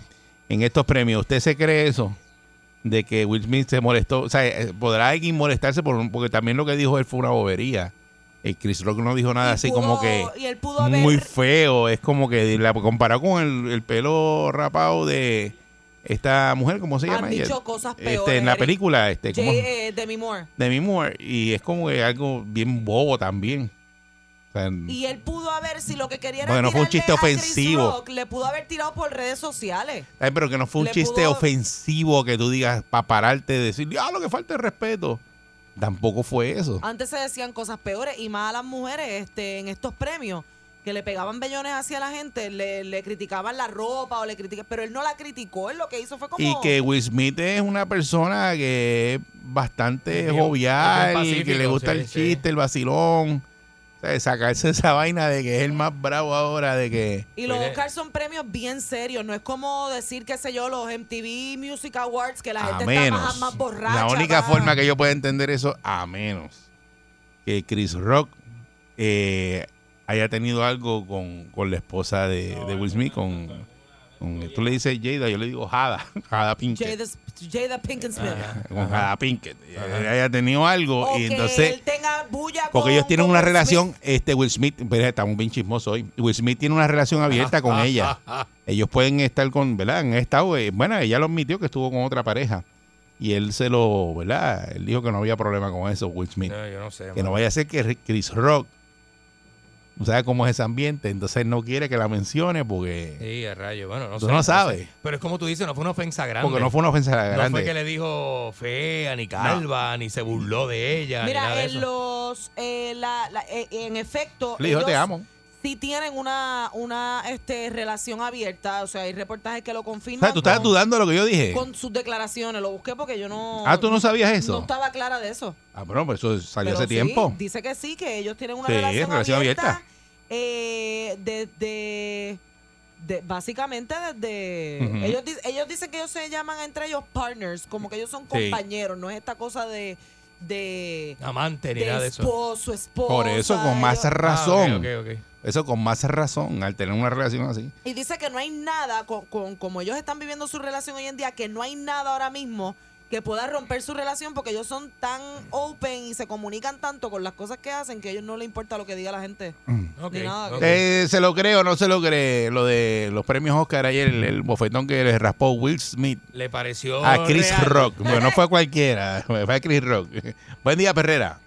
[SPEAKER 2] en estos premios, ¿usted se cree eso? De que Will Smith se molestó. O sea, eh, ¿podrá alguien molestarse? Por, un- porque también lo que dijo él fue una bobería. Eh, Chris Rock no dijo nada
[SPEAKER 3] y
[SPEAKER 2] así
[SPEAKER 3] pudo-
[SPEAKER 2] como que
[SPEAKER 3] Y él pudo haber...
[SPEAKER 2] muy feo. Es como que la, comparado con el, el pelo rapado de esta mujer, ¿cómo se
[SPEAKER 3] Han
[SPEAKER 2] llama? ella?
[SPEAKER 3] dicho cosas
[SPEAKER 2] Este,
[SPEAKER 3] peores,
[SPEAKER 2] en la
[SPEAKER 3] Eric.
[SPEAKER 2] película, este, ¿cómo?
[SPEAKER 3] J- eh, Demi Moore.
[SPEAKER 2] Demi Moore y es como que algo bien bobo también. O sea,
[SPEAKER 3] Y él pudo haber, si lo que quería era
[SPEAKER 2] Porque no fue un
[SPEAKER 3] tirarle
[SPEAKER 2] chiste
[SPEAKER 3] a Chris
[SPEAKER 2] ofensivo.
[SPEAKER 3] Rock, le pudo haber tirado por redes sociales.
[SPEAKER 2] ay, pero que no fue un
[SPEAKER 3] le
[SPEAKER 2] chiste
[SPEAKER 3] pudo-
[SPEAKER 2] ofensivo que tú digas para pararte y decir, ah, lo que falta es respeto. Tampoco fue eso.
[SPEAKER 3] Antes se decían cosas peores y más a las mujeres este, en estos premios que le pegaban bellones hacia la gente, le, le criticaban la ropa o le criticaban, pero él no la criticó, él lo que hizo fue como...
[SPEAKER 2] Y que Will Smith es una persona que es bastante
[SPEAKER 4] Es bien-
[SPEAKER 2] jovial,
[SPEAKER 4] es bien
[SPEAKER 2] y que le
[SPEAKER 4] pacífico,
[SPEAKER 2] gusta
[SPEAKER 4] sí,
[SPEAKER 2] el
[SPEAKER 4] sí.
[SPEAKER 2] chiste, el vacilón. O sea, sacarse esa vaina de que es el más bravo ahora, de que...
[SPEAKER 3] Y los
[SPEAKER 2] Mire,
[SPEAKER 3] Oscars son premios bien serios, no es como decir, qué sé yo, los MTV Music Awards, que la
[SPEAKER 2] a
[SPEAKER 3] gente está
[SPEAKER 2] menos.
[SPEAKER 3] más, más borracha.
[SPEAKER 2] La única
[SPEAKER 3] más-
[SPEAKER 2] forma que yo pueda entender eso, a menos que Chris Rock eh, haya tenido algo con, con la esposa de, de Will Smith, con, con- Tú le dices Jada, yo le digo Jada, Jada Pinkett.
[SPEAKER 3] Jada, Jada Pinkett Smith.
[SPEAKER 2] con Jada Pinkett. eh, haya tenido algo
[SPEAKER 3] O
[SPEAKER 2] y
[SPEAKER 3] que
[SPEAKER 2] entonces...
[SPEAKER 3] él tenga bulla
[SPEAKER 2] Porque
[SPEAKER 3] con-
[SPEAKER 2] ellos tienen
[SPEAKER 3] con
[SPEAKER 2] una
[SPEAKER 3] Will
[SPEAKER 2] relación, este Will Smith, mira, estamos bien chismosos hoy. Will Smith tiene una relación abierta con ella. Ellos pueden estar con, ¿verdad? Han estado, eh, bueno, ella lo admitió que estuvo con otra pareja. Y él se lo, ¿verdad? Él dijo que no había problema con eso, Will Smith.
[SPEAKER 4] No, yo no sé,
[SPEAKER 2] que no
[SPEAKER 4] mano.
[SPEAKER 2] vaya a ser que Rick- Chris Rock, no sabe cómo es ese ambiente, entonces él no quiere que la mencione porque,
[SPEAKER 4] Sí, a rayo. Bueno, no
[SPEAKER 2] Tú
[SPEAKER 4] sé,
[SPEAKER 2] no sabes.
[SPEAKER 4] sé. Pero es como tú dices, no fue una ofensa grande.
[SPEAKER 2] porque no fue una ofensa
[SPEAKER 4] No fue que
[SPEAKER 2] grande.
[SPEAKER 4] le dijo fea, ni calva, ni se burló de ella, ni nada
[SPEAKER 3] Mira,
[SPEAKER 4] de
[SPEAKER 3] en
[SPEAKER 4] eso.
[SPEAKER 3] los, eh, la- la- eh, en efecto,
[SPEAKER 2] Le dijo,
[SPEAKER 3] ellos
[SPEAKER 2] "Te amo".
[SPEAKER 3] Sí tienen una, una este, relación abierta, o sea, hay reportajes que lo confirman.
[SPEAKER 2] O sea, tú estabas
[SPEAKER 3] con-
[SPEAKER 2] dudando de lo que yo dije.
[SPEAKER 3] Con sus declaraciones, lo busqué porque yo no.
[SPEAKER 2] Ah, ¿tú no sabías eso?
[SPEAKER 3] No estaba clara de eso.
[SPEAKER 2] Ah, bueno, pero eso salió
[SPEAKER 3] Pero
[SPEAKER 2] hace
[SPEAKER 3] sí,
[SPEAKER 2] tiempo.
[SPEAKER 3] Dice que sí, que ellos tienen una
[SPEAKER 2] Sí,
[SPEAKER 3] relación,
[SPEAKER 2] relación
[SPEAKER 3] abierta.
[SPEAKER 2] abierta.
[SPEAKER 3] eh, desde. de- básicamente desde.
[SPEAKER 2] Ujú.
[SPEAKER 3] ellos, di- ellos dicen que ellos se llaman entre ellos partners, como que ellos son compañeros, no es esta cosa de. de
[SPEAKER 4] Amante, ni
[SPEAKER 3] de
[SPEAKER 4] nada de eso.
[SPEAKER 3] esposo, esposa.
[SPEAKER 2] Por eso, con más
[SPEAKER 3] ellos-
[SPEAKER 2] razón.
[SPEAKER 4] Ah, ok, ok, ok.
[SPEAKER 2] Eso con más razón, al tener una relación así.
[SPEAKER 3] Y dice que no hay nada, con, con- como ellos están viviendo su relación hoy en día, que no hay nada ahora mismo que pueda romper su relación porque ellos son tan open y se comunican tanto con las cosas que hacen que a ellos no les importa lo que diga la gente.
[SPEAKER 2] Mm.
[SPEAKER 4] Ok,
[SPEAKER 3] Ni nada.
[SPEAKER 4] ok.
[SPEAKER 2] Eh, se lo cree o no se lo cree, lo de los premios Oscar ayer, el, el bofetón que le raspó Will Smith
[SPEAKER 4] Le pareció
[SPEAKER 2] a Chris
[SPEAKER 4] real.
[SPEAKER 2] Rock. Bueno, no fue a cualquiera, fue a Chris Rock. Buen día, Perrera.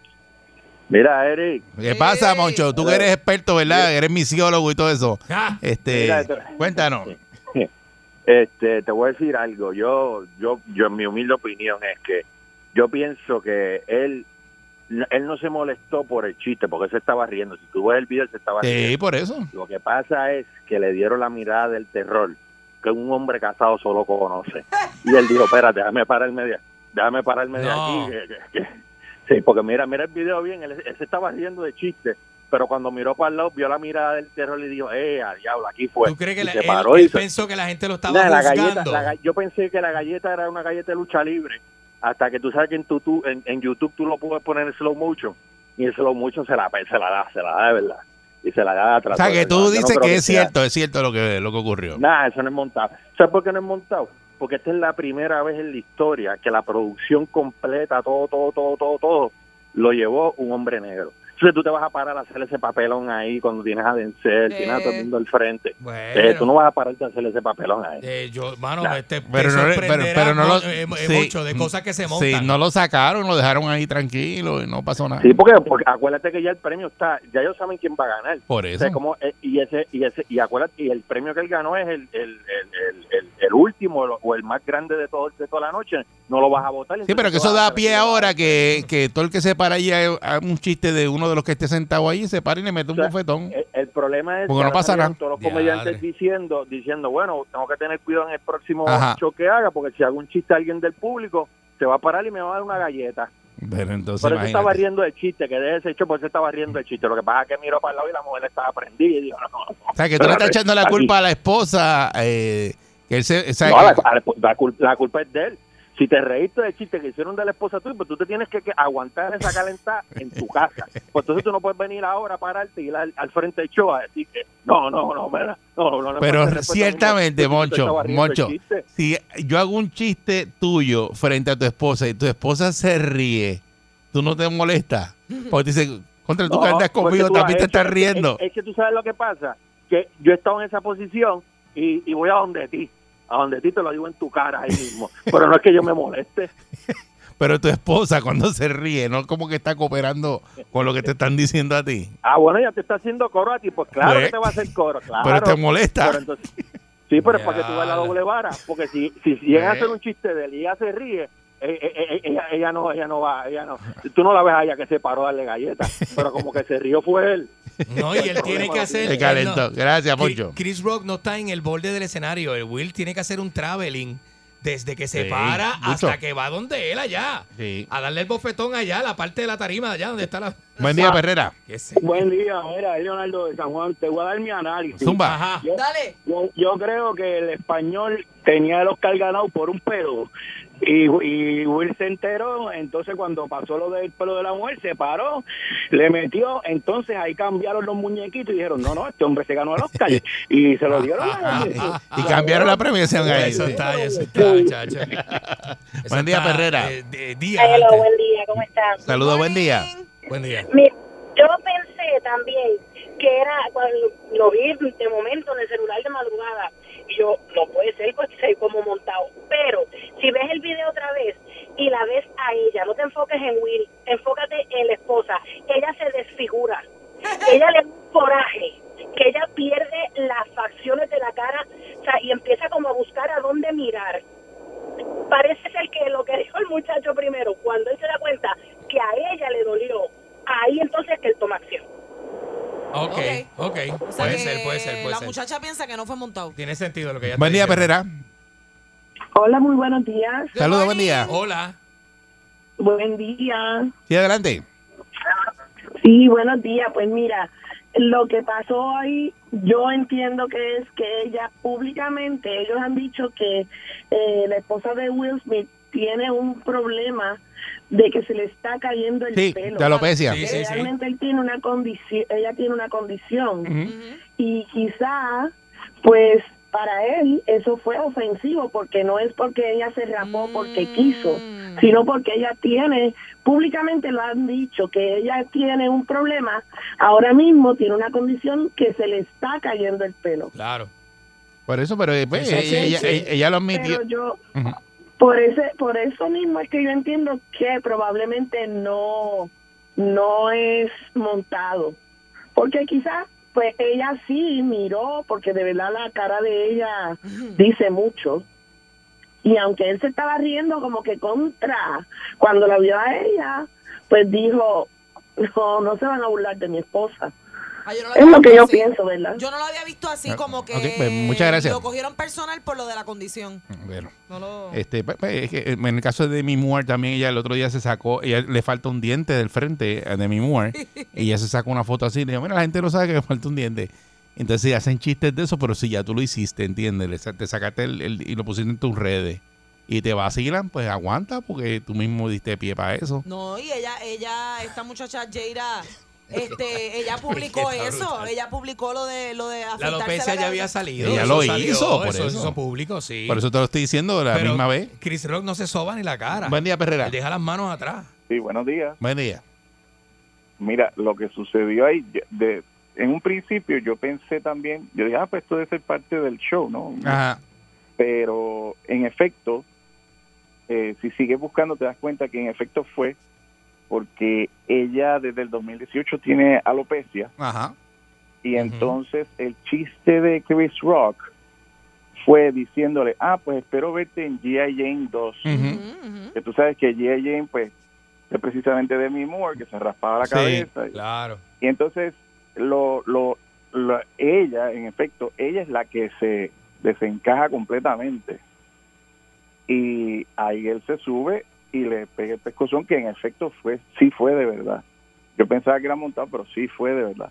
[SPEAKER 10] Mira, Eric.
[SPEAKER 2] ¿Qué pasa, Moncho? Tú que eres experto, ¿verdad? Eres misiólogo y todo eso.
[SPEAKER 4] Ah.
[SPEAKER 2] Este,
[SPEAKER 10] Mira, esto-
[SPEAKER 2] cuéntanos.
[SPEAKER 10] Este, te voy a decir algo. Yo, yo, yo, mi humilde opinión es que yo pienso que él, él no se molestó por el chiste, porque él se estaba riendo. Si tú ves el video, él se estaba
[SPEAKER 2] Sí,
[SPEAKER 10] riendo.
[SPEAKER 2] por eso.
[SPEAKER 10] Lo que pasa es que le dieron la mirada del terror que un hombre casado solo conoce. Y él dijo, espérate, déjame pararme de, déjame pararme de
[SPEAKER 4] No.
[SPEAKER 10] aquí. Eh, que- que- que-". Sí, porque mira, mira el video bien, él, él se estaba riendo de chiste, pero cuando miró para el lado, vio la mirada del terror y dijo, eh, al diablo, aquí fue.
[SPEAKER 4] ¿Tú crees que
[SPEAKER 10] Y
[SPEAKER 4] la-
[SPEAKER 10] se
[SPEAKER 4] él,
[SPEAKER 10] paró
[SPEAKER 4] él
[SPEAKER 10] y se-
[SPEAKER 4] pensó que la gente lo estaba
[SPEAKER 10] Nah, la galleta,
[SPEAKER 4] juzgando?
[SPEAKER 10] la ga- yo pensé que la galleta era una galleta de lucha libre, hasta que tú sabes que en, tu, tú- en, en YouTube tú lo puedes poner en slow motion, y en slow motion se la, pe- se la da, se la da de verdad. Y se la da atrás.
[SPEAKER 2] O sea, que tú dices que es
[SPEAKER 10] cierto
[SPEAKER 2] cierto, es cierto lo que, lo que ocurrió.
[SPEAKER 10] Nada, eso no es montado. ¿Sabes por qué no es montado? Porque esta es la primera vez en la historia que la producción completa, todo, todo, todo, todo, todo, lo llevó un hombre negro. Entonces tú te vas a parar a hacer ese papelón ahí cuando tienes a Denzel,
[SPEAKER 3] Eh.
[SPEAKER 10] tienes a todo el mundo al frente.
[SPEAKER 4] Bueno.
[SPEAKER 10] Eh, tú no vas a pararte a hacer ese papelón ahí.
[SPEAKER 4] Eh, yo, mano,
[SPEAKER 10] Nah.
[SPEAKER 4] este,
[SPEAKER 2] Pero no, le- pero, pero no lo. sí,
[SPEAKER 4] mucho eh, de cosas que se montan.
[SPEAKER 2] Sí, no lo sacaron, lo dejaron ahí tranquilo y no pasó nada.
[SPEAKER 10] Sí, porque, porque acuérdate que ya el premio está, ya ellos saben quién va a ganar.
[SPEAKER 2] Por
[SPEAKER 10] O
[SPEAKER 2] eso.
[SPEAKER 10] sea, como, eh, y ese y ese y acuérdate y el premio que él ganó es el, el, el, el, el- el último el- o el más grande de todo de toda la noche no lo vas a votar
[SPEAKER 2] Sí, pero que eso da pie ahora que, que todo el que se para allí a a un chiste de uno de los que esté sentado ahí se para y le mete un
[SPEAKER 10] O sea, eh,
[SPEAKER 2] bofetón.
[SPEAKER 10] El, el problema es
[SPEAKER 2] Porque no
[SPEAKER 10] ahora
[SPEAKER 2] pasa
[SPEAKER 10] salieron
[SPEAKER 2] nada.
[SPEAKER 10] todos los
[SPEAKER 4] Diadre.
[SPEAKER 10] comediantes diciendo, diciendo, bueno, tengo que tener cuidado en el próximo
[SPEAKER 2] Ajá.
[SPEAKER 10] show que haga, porque si hago un chiste a alguien del público, se va a parar y me va a dar una galleta.
[SPEAKER 2] Pero entonces
[SPEAKER 10] Por eso estaba
[SPEAKER 2] Pues imagínate.
[SPEAKER 10] riendo el chiste, que de ese hecho, por eso estaba riendo el chiste. Lo que pasa es que miró para el lado y la mujer estaba prendida y dijo, no, no, no.
[SPEAKER 2] O sea, que tú le estás echando la
[SPEAKER 10] Aquí.
[SPEAKER 2] culpa a la esposa. Eh, que él se, o sea,
[SPEAKER 10] No, la,
[SPEAKER 2] que-
[SPEAKER 10] la- la cul- la culpa es de él. Si te reíste del chiste que hicieron de la esposa tuya, pues tú te tienes que, que aguantar esa calentada en tu casa. Pues entonces tú no puedes venir ahora a pararte y ir al, al frente del show a decir que no, no, no, mira, no, no, no, no,
[SPEAKER 2] pero
[SPEAKER 10] no, no, no,
[SPEAKER 2] ciertamente,
[SPEAKER 10] no, no, no, no,
[SPEAKER 2] Moncho,
[SPEAKER 10] no, no, no,
[SPEAKER 2] Moncho,
[SPEAKER 10] no, no, no,
[SPEAKER 2] si yo hago un chiste tuyo frente a tu esposa y tu esposa se ríe, tú no te molestas. Porque te dice, contra tú
[SPEAKER 10] no,
[SPEAKER 2] que andas
[SPEAKER 10] porque
[SPEAKER 2] conmigo
[SPEAKER 10] tú
[SPEAKER 2] también te
[SPEAKER 10] has
[SPEAKER 2] estás
[SPEAKER 10] hecho- eh,
[SPEAKER 2] riendo.
[SPEAKER 10] Es, es que tú sabes lo que pasa, que yo he estado en esa posición y, y voy a donde ti, a donde ti te lo digo en tu cara ahí mismo. pero no es que yo me moleste.
[SPEAKER 2] Pero tu esposa cuando se ríe, no como que está cooperando con lo que te están diciendo a ti.
[SPEAKER 10] Ah, bueno, ya te está haciendo coro a ti, pues claro
[SPEAKER 2] Pues,
[SPEAKER 10] que te va a hacer coro, claro.
[SPEAKER 2] Pero te molesta.
[SPEAKER 10] Pero
[SPEAKER 14] pues,
[SPEAKER 10] entonces- sí, pero es para que tú veas la
[SPEAKER 4] Ya.
[SPEAKER 10] doble vara, porque si, si llegas a
[SPEAKER 4] Eh.
[SPEAKER 10] hacer un chiste de él y ella se ríe,
[SPEAKER 14] Eh, eh, eh, ella, ella no, ella no va, ella no. Tú no la ves a ella que se paró a darle galletas, pero como que se rió fue él.
[SPEAKER 4] No, y él tiene que hacer.
[SPEAKER 2] Se calentó.
[SPEAKER 4] él no-
[SPEAKER 2] Gracias,
[SPEAKER 4] Chris-
[SPEAKER 2] Poncho.
[SPEAKER 4] Chris Rock no está en el borde del escenario. El Will tiene que hacer un traveling desde que se
[SPEAKER 2] Sí,
[SPEAKER 4] para
[SPEAKER 2] mucho.
[SPEAKER 4] hasta que va donde él allá.
[SPEAKER 2] Sí.
[SPEAKER 4] A darle el bofetón allá, a la parte de la tarima allá donde está la.
[SPEAKER 2] Buen
[SPEAKER 10] Ah.
[SPEAKER 2] día, Perrera.
[SPEAKER 10] Buen día, mira, es Leonardo de San Juan. Te voy a dar mi análisis.
[SPEAKER 2] Zumba. Ajá.
[SPEAKER 10] Yo,
[SPEAKER 3] Dale.
[SPEAKER 10] Yo, yo creo que el español tenía los Oscar ganado por un pelo. Y, y Will se enteró, entonces cuando pasó lo del pelo de la mujer, se paró, le metió, entonces ahí cambiaron los muñequitos y dijeron, no, no, este hombre se ganó el Oscar. y se lo dieron. a él.
[SPEAKER 2] Ah, Y cambiaron la premiación ahí.
[SPEAKER 4] Eso
[SPEAKER 2] sí.
[SPEAKER 4] está, eso está, muchacho.
[SPEAKER 2] Buen día,
[SPEAKER 4] está,
[SPEAKER 2] Perrera.
[SPEAKER 4] eh, de- día
[SPEAKER 15] Hello,
[SPEAKER 4] antes.
[SPEAKER 15] buen día, ¿cómo están?
[SPEAKER 2] Saludos, buen día.
[SPEAKER 4] Buen día.
[SPEAKER 15] Mira, yo pensé también que era cuando lo vi de momento en el celular de madrugada y yo no puede ser porque se ve como montado pero si ves el video otra vez y la ves a ella no te enfoques en Will enfócate en la esposa ella se desfigura ella le da un coraje que ella pierde las facciones de la cara o sea, y empieza como a buscar a dónde mirar parece ser que lo que dijo el muchacho primero, cuando él se da cuenta que a ella le dolió, ahí entonces que él toma acción.
[SPEAKER 4] Ok, ok.
[SPEAKER 3] O sea
[SPEAKER 4] Puede
[SPEAKER 3] que
[SPEAKER 4] ser, puede ser, puede
[SPEAKER 3] La
[SPEAKER 4] ser.
[SPEAKER 3] muchacha piensa que no fue montado.
[SPEAKER 4] Tiene sentido lo que ella
[SPEAKER 2] Buen
[SPEAKER 4] está
[SPEAKER 2] día,
[SPEAKER 4] diciendo.
[SPEAKER 2] Perrera.
[SPEAKER 16] Hola, muy buenos días.
[SPEAKER 2] Saludos, buen día.
[SPEAKER 4] Hola.
[SPEAKER 16] Buen día.
[SPEAKER 2] Sí, adelante.
[SPEAKER 16] Sí, buenos días. Pues mira, lo que pasó hoy, yo entiendo que es que ella públicamente, ellos han dicho que eh, la esposa de Will Smith tiene un problema de que se le está cayendo el
[SPEAKER 2] Sí,
[SPEAKER 16] pelo.
[SPEAKER 2] de alopecia.
[SPEAKER 16] Que
[SPEAKER 2] Sí, sí, sí.
[SPEAKER 16] Realmente él tiene una condición, ella tiene una condición
[SPEAKER 2] Ujú.
[SPEAKER 16] y quizá, pues para él eso fue ofensivo porque no es porque ella se rapó porque quiso, sino porque ella tiene, públicamente lo han dicho, que ella tiene un problema, ahora mismo tiene una condición que se le está cayendo el pelo.
[SPEAKER 4] Claro.
[SPEAKER 2] Por eso, pero eh, pues,
[SPEAKER 4] Sí, sí, sí,
[SPEAKER 2] ella, ella-
[SPEAKER 4] sí.
[SPEAKER 2] ella- ella lo admitió.
[SPEAKER 16] Pero yo,
[SPEAKER 2] Ujú.
[SPEAKER 16] por ese por eso mismo es que yo entiendo que probablemente no no es montado porque quizás pues ella sí miró porque de verdad la cara de ella dice mucho y aunque él se estaba riendo como que contra cuando la vio a ella pues dijo no no se van a burlar de mi esposa
[SPEAKER 3] Ah, yo no la
[SPEAKER 16] es
[SPEAKER 3] había
[SPEAKER 16] lo que
[SPEAKER 3] visto
[SPEAKER 16] yo
[SPEAKER 3] así.
[SPEAKER 16] pienso verdad
[SPEAKER 3] Yo no lo había visto así
[SPEAKER 2] Ah,
[SPEAKER 3] como que
[SPEAKER 2] ok, pues, muchas gracias.
[SPEAKER 3] lo cogieron personal por lo de la condición.
[SPEAKER 2] Bueno,
[SPEAKER 3] No lo...
[SPEAKER 2] este, pues, pues, es que en el caso de Demi Moore también, ella el otro día se sacó, ella le falta un diente del frente a Demi Moore. y ella se sacó una foto así y le dijo, mira, la gente no sabe que me falta un diente. Entonces sí, hacen chistes de eso, pero si ya tú lo hiciste, ¿entiendes? Le sa- Te sacaste el, el- y lo pusiste en tus redes. Y te vacilan, pues aguanta porque tú mismo diste pie para eso.
[SPEAKER 3] No, y ella, ella, esta muchacha Jaira, este, ella publicó
[SPEAKER 4] Está
[SPEAKER 3] eso,
[SPEAKER 4] brutal.
[SPEAKER 3] ella publicó lo de lo de
[SPEAKER 4] La
[SPEAKER 3] afeitarse
[SPEAKER 4] alopecia ya
[SPEAKER 3] cabeza.
[SPEAKER 4] había salido.
[SPEAKER 2] Ella
[SPEAKER 4] eso
[SPEAKER 2] lo
[SPEAKER 4] salió,
[SPEAKER 2] hizo, por
[SPEAKER 4] eso.
[SPEAKER 2] eso.
[SPEAKER 4] Eso público, sí.
[SPEAKER 2] Por eso te lo estoy diciendo la
[SPEAKER 4] Pero
[SPEAKER 2] misma vez.
[SPEAKER 4] Chris Rock no se soba ni la cara.
[SPEAKER 2] Buen día, Perrera.
[SPEAKER 4] Él Deja las manos atrás.
[SPEAKER 17] Sí, buenos días.
[SPEAKER 2] Buen día.
[SPEAKER 17] Mira, lo que sucedió ahí, yo- de, en un principio yo pensé también, yo dije, ah, pues esto debe ser parte del show, ¿no?
[SPEAKER 2] Ajá.
[SPEAKER 17] Pero en efecto, eh, si sigues buscando te das cuenta que en efecto fue porque ella desde el 2018 tiene alopecia
[SPEAKER 2] Ajá.
[SPEAKER 17] y entonces el chiste de Chris Rock fue diciéndole, ah, pues espero verte en G.I. Jane 2. Que tú sabes que G.I. Jane, pues, es precisamente de mi Moore, que se raspaba la cabeza.
[SPEAKER 4] Claro.
[SPEAKER 17] Y entonces, lo, lo, lo- ella, en efecto, ella es la que se desencaja completamente. Y ahí él se sube y le pega el pescozón, que en efecto fue sí fue de verdad. Yo pensaba que era montado, pero sí fue de verdad.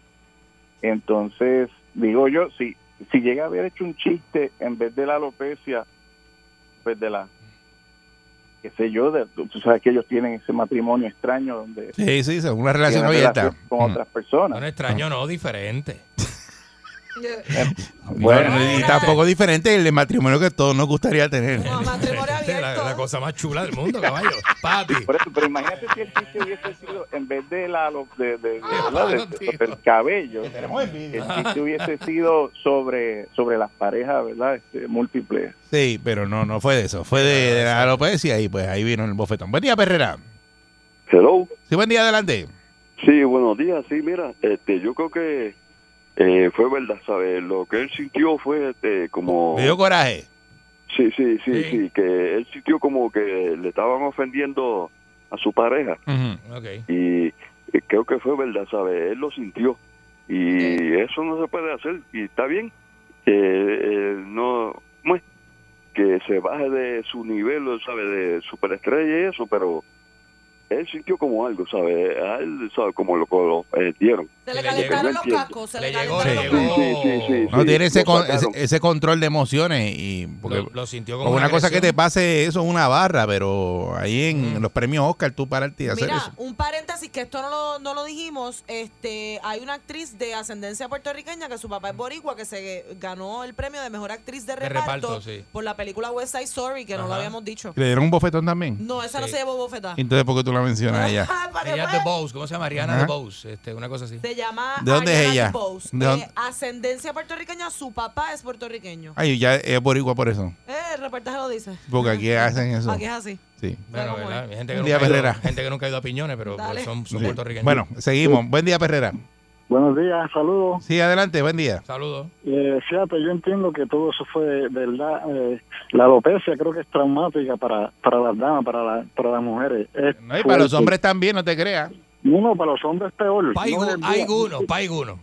[SPEAKER 17] Entonces, digo yo, si, si llega a haber hecho un chiste en vez de la alopecia, pues de la qué sé yo, de- tú tú sabes que ellos tienen ese matrimonio extraño donde
[SPEAKER 2] Sí, sí, según una relación
[SPEAKER 17] tienen
[SPEAKER 2] abierta.
[SPEAKER 17] relación con otras personas.
[SPEAKER 4] Bueno, extraño no, diferente.
[SPEAKER 2] Bueno, y tampoco diferente el matrimonio que todos nos gustaría tener.
[SPEAKER 4] la, la cosa más chula del mundo, caballo. Papi.
[SPEAKER 17] Por eso, pero imagínate si el chiste hubiese sido, en vez de la lo- de, de- de-
[SPEAKER 4] Ah,
[SPEAKER 17] ¿verdad? de- de- del cabello, el chiste hubiese sido sobre, sobre las parejas, ¿verdad? Este, múltiples.
[SPEAKER 2] Sí, pero no, no fue de eso. Fue de, de la alopecia y pues ahí vino el bofetón. Buen día, Perrera.
[SPEAKER 18] Hello.
[SPEAKER 2] Sí, buen día, adelante.
[SPEAKER 18] Sí, buenos días. Sí, mira, este, yo creo que eh, fue verdad, ¿sabes? Lo que él sintió fue este, como...
[SPEAKER 2] Me dio coraje.
[SPEAKER 18] Sí, sí, sí, sí, que él sintió como que le estaban ofendiendo a su pareja. y eh, creo que fue verdad, ¿sabe? Él lo sintió y eso no se puede hacer y está bien que eh, no ¿cómo es? que se baje de su nivel, ¿sabe? De superestrella y eso, pero él sintió como algo, ¿sabe? A él, ¿sabe? Como lo, lo eh, dieron.
[SPEAKER 3] Se le calentaron los cascos, se le calentaron los
[SPEAKER 18] Sí, sí, sí, sí,
[SPEAKER 2] No
[SPEAKER 18] sí,
[SPEAKER 2] tiene ese,
[SPEAKER 18] lo
[SPEAKER 2] con- ese,
[SPEAKER 18] sacaron.
[SPEAKER 2] ese control de emociones y porque
[SPEAKER 4] Lo- lo sintió como
[SPEAKER 2] como una
[SPEAKER 4] una
[SPEAKER 2] cosa que
[SPEAKER 4] agresión. Mm.
[SPEAKER 2] te pase eso es una barra, pero ahí en los premios Oscar tú pararte y hacer
[SPEAKER 3] Mira,
[SPEAKER 2] eso.
[SPEAKER 3] un paréntesis que esto no lo, no lo dijimos, este, hay una actriz de ascendencia puertorriqueña que su papá es boricua que se ganó el premio de mejor actriz de
[SPEAKER 2] De
[SPEAKER 3] reparto,
[SPEAKER 2] reparto, sí.
[SPEAKER 3] por la película West Side Story que no lo
[SPEAKER 2] Ajá.
[SPEAKER 3] habíamos dicho.
[SPEAKER 2] ¿Le dieron un bofetón también?
[SPEAKER 3] No, esa no se llevó bofetada.
[SPEAKER 2] Entonces, ¿por qué tú la mencionas ella?
[SPEAKER 3] Ah,
[SPEAKER 4] Ella
[SPEAKER 3] pues.
[SPEAKER 4] es de Bose, ¿cómo se llama? Ariana
[SPEAKER 2] Ajá.
[SPEAKER 4] de Bose, este, una cosa así.
[SPEAKER 3] Se llama
[SPEAKER 2] ¿De dónde es
[SPEAKER 3] Ariana
[SPEAKER 2] ella?
[SPEAKER 3] DeBose.
[SPEAKER 2] ¿De dónde?
[SPEAKER 3] Eh, ascendencia puertorriqueña, su papá es puertorriqueño.
[SPEAKER 2] Ay, ya es boricua por eso.
[SPEAKER 3] Eh, el reportaje lo dice.
[SPEAKER 2] Porque aquí hacen eso.
[SPEAKER 3] Aquí es así.
[SPEAKER 2] Sí.
[SPEAKER 4] Bueno, ¿verdad? Hay gente que,
[SPEAKER 2] Un
[SPEAKER 4] nunca
[SPEAKER 2] día
[SPEAKER 4] ha ido-
[SPEAKER 2] Perrera.
[SPEAKER 4] gente que nunca ha ido a Piñones, pero pues,
[SPEAKER 3] Dale.
[SPEAKER 4] son, son
[SPEAKER 2] Sí.
[SPEAKER 4] puertorriqueños.
[SPEAKER 2] Bueno, seguimos. Buen día, Perrera.
[SPEAKER 19] Buenos días, saludos.
[SPEAKER 2] Sí, adelante, buen día.
[SPEAKER 4] Saludos.
[SPEAKER 19] Eh, fíjate, yo entiendo que todo eso fue de verdad. eh, la alopecia creo que es traumática para, para las damas, para, la- para las mujeres. Es
[SPEAKER 2] No, y para los
[SPEAKER 19] fuerte.
[SPEAKER 2] hombres también, no te creas.
[SPEAKER 19] No, no, para los hombres es peor.
[SPEAKER 4] Hay
[SPEAKER 19] No,
[SPEAKER 4] gu-
[SPEAKER 19] el
[SPEAKER 4] hay
[SPEAKER 19] día-
[SPEAKER 4] uno, pa' hay uno.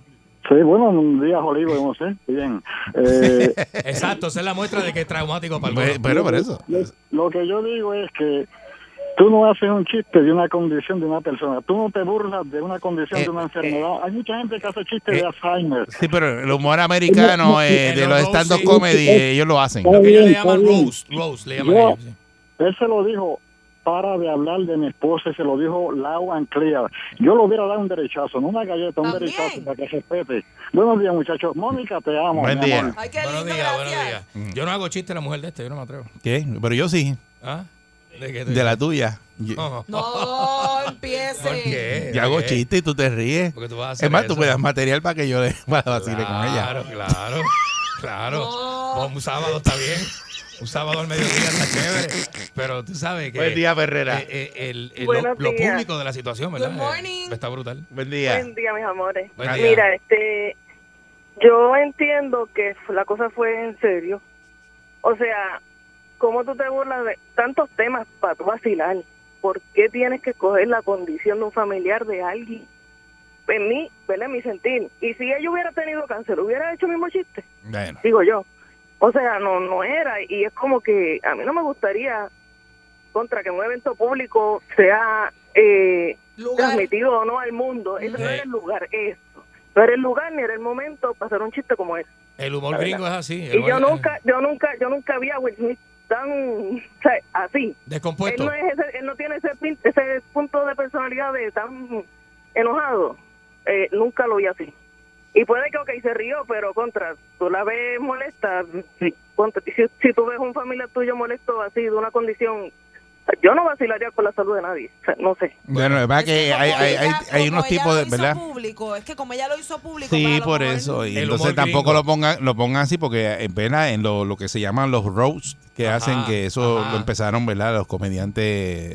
[SPEAKER 19] Sí, bueno, un día olivo, no sé. Bien. Eh,
[SPEAKER 4] Exacto, esa es la muestra de que es traumático para algunos.
[SPEAKER 2] Pero por eso.
[SPEAKER 19] Lo, lo que yo digo es que tú no haces un chiste de una condición de una persona, tú no te burlas de una
[SPEAKER 2] Eh,
[SPEAKER 19] condición de una enfermedad. Hay mucha gente que hace chistes de Alzheimer.
[SPEAKER 2] Sí, pero el humor americano eh, de los stand-up comedy, eh, ellos lo hacen.
[SPEAKER 19] Lo que ellos le
[SPEAKER 4] Se llama
[SPEAKER 19] Está bien.
[SPEAKER 4] Rose, Rose, le llaman
[SPEAKER 19] Yo-
[SPEAKER 4] ellos.
[SPEAKER 19] él se lo dijo, para de hablar de mi esposa, y se lo dijo loud and clear. Yo le hubiera dado un derechazo, no una galleta, un derechazo para que se respete. Buenos días, muchachos. Mónica, te amo.
[SPEAKER 2] Buen
[SPEAKER 19] mi
[SPEAKER 2] día.
[SPEAKER 19] amor.
[SPEAKER 4] buenos días, buenos días. Yo no hago chiste a la mujer de este, yo no me atrevo.
[SPEAKER 2] ¿Qué? Pero yo sí.
[SPEAKER 4] ¿Ah? ¿De qué te-
[SPEAKER 2] De la tuya. Yo,
[SPEAKER 3] No, empiece.
[SPEAKER 4] ¿Por qué?
[SPEAKER 2] yo hago
[SPEAKER 4] ¿Por qué?
[SPEAKER 2] chiste y tú te ríes.
[SPEAKER 4] Eh, Porque tú vas a hacer
[SPEAKER 2] Es más, tú
[SPEAKER 4] eso.
[SPEAKER 2] me das material para que yo le para vacile con ella.
[SPEAKER 4] Claro, claro, claro.
[SPEAKER 20] Oh.
[SPEAKER 4] Pon Un sábado está bien. Un sábado al mediodía está chévere. Pero tú sabes que.
[SPEAKER 2] Buen día, Herrera.
[SPEAKER 4] eh, eh, el- el- lo,
[SPEAKER 20] Buenos
[SPEAKER 4] lo
[SPEAKER 20] días.
[SPEAKER 4] público de la situación, ¿verdad?
[SPEAKER 20] Good
[SPEAKER 4] Eh,
[SPEAKER 20] morning.
[SPEAKER 4] Está brutal.
[SPEAKER 2] Buen
[SPEAKER 20] Buen día, mis amores.
[SPEAKER 4] Buen día.
[SPEAKER 20] Mira, este, yo entiendo que f- la cosa fue en serio. O sea, ¿cómo tú te burlas de tantos temas para tú vacilar? ¿Por qué tienes que escoger la condición de un familiar de alguien? En mí, ¿verdad? En mi sentir. Y si ella hubiera tenido cáncer, hubiera hecho el mismo chiste.
[SPEAKER 2] Bueno.
[SPEAKER 20] digo yo. O sea, no no era y es como que a mí no me gustaría contra que un evento público sea eh, transmitido o no al mundo. Eso no
[SPEAKER 4] Sí.
[SPEAKER 20] era el lugar, eso. No era el lugar ni era el momento para hacer un chiste como ese.
[SPEAKER 4] El humor
[SPEAKER 20] La verdad.
[SPEAKER 4] gringo es así. el eh.
[SPEAKER 20] Y yo
[SPEAKER 4] humor-
[SPEAKER 20] nunca, yo nunca, yo nunca vi a Will Smith tan o sea, así.
[SPEAKER 4] Descompuesto.
[SPEAKER 20] Él no, es ese- él no tiene ese, pin- ese punto de personalidad de tan enojado. Eh, nunca lo vi así. Y puede que, ok, se rió, pero contra, tú la ves molesta. Contra, si, si tú ves un familiar tuyo molesto así, de una condición, yo no vacilaría con la salud de nadie. O sea, no sé.
[SPEAKER 2] Bueno, es verdad que hay, hay, hay, hay unos tipos de. ¿Verdad?
[SPEAKER 3] Público, es que como ella lo hizo público,
[SPEAKER 2] Sí, por eso. Y
[SPEAKER 4] El
[SPEAKER 2] entonces
[SPEAKER 4] humor
[SPEAKER 2] tampoco
[SPEAKER 4] gringo.
[SPEAKER 2] lo pongan lo pongan así porque en pena en lo, lo que se llaman los roasts que hacen que eso
[SPEAKER 4] ajá. Eh,
[SPEAKER 2] lo empezaron, ¿verdad? Los comediantes de-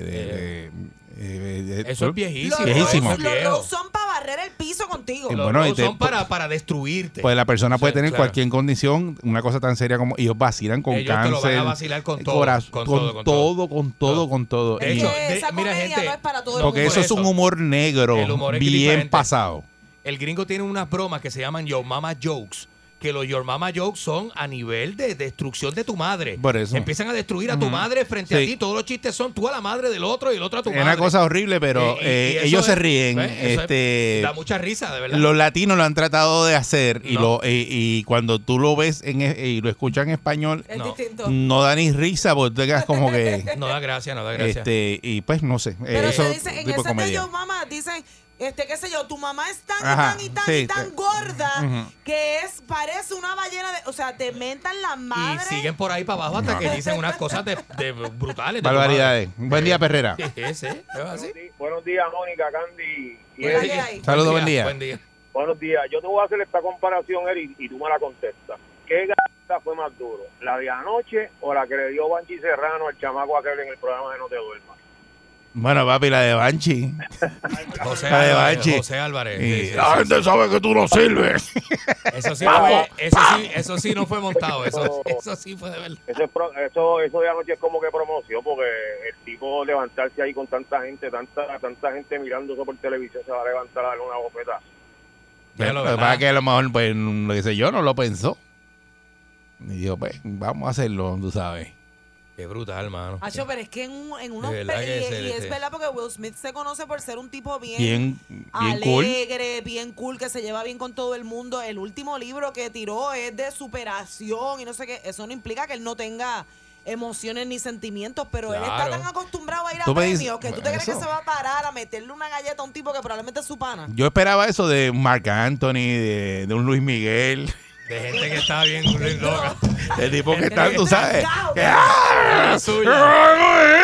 [SPEAKER 2] eh, de- de- de-
[SPEAKER 4] Eso es viejísimo.
[SPEAKER 2] Viejísimo.
[SPEAKER 4] Eso es viejo.
[SPEAKER 3] no son para barrer el piso contigo.
[SPEAKER 2] Eh, bueno, y te-
[SPEAKER 4] son para, para destruirte.
[SPEAKER 2] Pues la persona puede
[SPEAKER 4] Sí,
[SPEAKER 2] tener
[SPEAKER 4] claro.
[SPEAKER 2] cualquier condición, una cosa tan seria como ellos vacilan con
[SPEAKER 4] Ellos te
[SPEAKER 2] cáncer.
[SPEAKER 4] lo van a vacilar con
[SPEAKER 2] eh,
[SPEAKER 4] todo,
[SPEAKER 2] coraz-
[SPEAKER 4] con
[SPEAKER 2] con
[SPEAKER 4] todo, con
[SPEAKER 2] todo, con todo, con todo.
[SPEAKER 4] De
[SPEAKER 2] Y-
[SPEAKER 4] hecho, de- mira, gente,
[SPEAKER 2] porque eso es un humor negro,
[SPEAKER 4] El humor es
[SPEAKER 2] bien
[SPEAKER 4] diferente.
[SPEAKER 2] pasado.
[SPEAKER 4] El gringo tiene unas bromas que se llaman Your Mama Jokes. Que los Your Mama Jokes son a nivel de destrucción de tu madre.
[SPEAKER 2] Por eso.
[SPEAKER 4] Empiezan a destruir a tu
[SPEAKER 2] Ujú.
[SPEAKER 4] madre frente
[SPEAKER 2] Sí.
[SPEAKER 4] a ti. Todos los chistes son tú a la madre del otro y el otro a tu
[SPEAKER 2] Es
[SPEAKER 4] madre.
[SPEAKER 2] una cosa horrible, pero
[SPEAKER 4] Y- y- y
[SPEAKER 2] eh,
[SPEAKER 4] eso
[SPEAKER 2] ellos se
[SPEAKER 4] es-
[SPEAKER 2] ríen.
[SPEAKER 4] ¿ves? Eso es-
[SPEAKER 2] este,
[SPEAKER 4] da mucha risa, de verdad.
[SPEAKER 2] Los latinos lo han tratado de hacer y lo y, y cuando tú lo ves en, e- y lo escuchas en español,
[SPEAKER 4] Es
[SPEAKER 2] no,
[SPEAKER 4] distinto.
[SPEAKER 2] no da ni risa porque tú te quedas como que...
[SPEAKER 4] No da gracia, no da gracia.
[SPEAKER 2] este Y pues no sé,
[SPEAKER 4] Pero
[SPEAKER 2] eh,
[SPEAKER 4] te
[SPEAKER 2] eso es
[SPEAKER 3] Dicen, en
[SPEAKER 2] tipo de
[SPEAKER 3] ese de
[SPEAKER 2] comedia.
[SPEAKER 3] Yo Mamá dicen, este, qué sé yo, tu mamá es tan, y
[SPEAKER 4] Ah.
[SPEAKER 2] Ajá,
[SPEAKER 3] tan y tan,
[SPEAKER 2] sí,
[SPEAKER 3] y tan
[SPEAKER 2] te-
[SPEAKER 3] gorda
[SPEAKER 2] Ujú.
[SPEAKER 3] que es, parece una ballena de, o sea, te mentan la
[SPEAKER 4] Y
[SPEAKER 3] madre.
[SPEAKER 4] siguen por ahí para abajo hasta que dicen unas cosas de, de brutales. de tu
[SPEAKER 2] Barbaridades.
[SPEAKER 4] madre.
[SPEAKER 2] Buen día, Perrera.
[SPEAKER 4] Sí, sí, es así.
[SPEAKER 21] Buenos días, Mónica, Candy. y
[SPEAKER 4] Buenos
[SPEAKER 21] Eric.
[SPEAKER 4] días.
[SPEAKER 2] Saludos, buen día.
[SPEAKER 4] Buen día.
[SPEAKER 21] Buenos días. Yo te voy a hacer esta comparación, Eric, y tú me la contestas. ¿Qué gata fue más duro? ¿La de anoche o la que le dio Banchi Serrano al chamaco aquel en el programa de No Te Duermas?
[SPEAKER 2] Bueno, papi, la de Banshee.
[SPEAKER 4] José
[SPEAKER 2] la de
[SPEAKER 4] Álvarez,
[SPEAKER 2] Banshee.
[SPEAKER 4] José Álvarez.
[SPEAKER 2] Y
[SPEAKER 4] Sí, sí,
[SPEAKER 2] la
[SPEAKER 4] sí,
[SPEAKER 2] gente
[SPEAKER 4] sí.
[SPEAKER 2] sabe que tú no sirves.
[SPEAKER 4] Eso sí,
[SPEAKER 2] Vamos.
[SPEAKER 4] fue, eso sí, eso sí no fue montado. Eso, eso sí fue de verdad.
[SPEAKER 21] Eso, es pro- eso, eso de anoche es como que promoción, porque el tipo levantarse ahí con tanta gente, tanta tanta gente mirando eso por televisión, se va a levantar a darle una bofeta.
[SPEAKER 2] Pero lo que pasa es que a lo mejor, pues, lo que sé yo, no lo pensó. Y dijo, pues, vamos a hacerlo, tú sabes.
[SPEAKER 4] Qué brutal, mano.
[SPEAKER 3] Acho, pero es que en, un- en unos...
[SPEAKER 2] De verdad
[SPEAKER 3] pe-
[SPEAKER 2] que
[SPEAKER 3] y,
[SPEAKER 2] se
[SPEAKER 3] y
[SPEAKER 2] le-
[SPEAKER 3] es
[SPEAKER 2] se-
[SPEAKER 3] verdad porque Will Smith se conoce por ser un tipo bien...
[SPEAKER 2] Bien, bien cool.
[SPEAKER 3] alegre, bien cool, que se lleva bien con todo el mundo. El último libro que tiró es de superación y no sé qué. Eso no implica que él no tenga emociones ni sentimientos, pero él está
[SPEAKER 2] Claro.
[SPEAKER 3] tan acostumbrado a ir a
[SPEAKER 2] Tú me
[SPEAKER 3] premios
[SPEAKER 2] dices-
[SPEAKER 3] que tú te crees que
[SPEAKER 2] eso.
[SPEAKER 3] se va a parar a meterle una galleta a un tipo que probablemente es su pana.
[SPEAKER 2] Yo esperaba eso de Marc Anthony, de, de un Luis Miguel.
[SPEAKER 4] De gente que estaba bien loca.
[SPEAKER 2] De tipo que están, tú sabes. que,
[SPEAKER 4] La
[SPEAKER 2] ¡ah!
[SPEAKER 4] suya.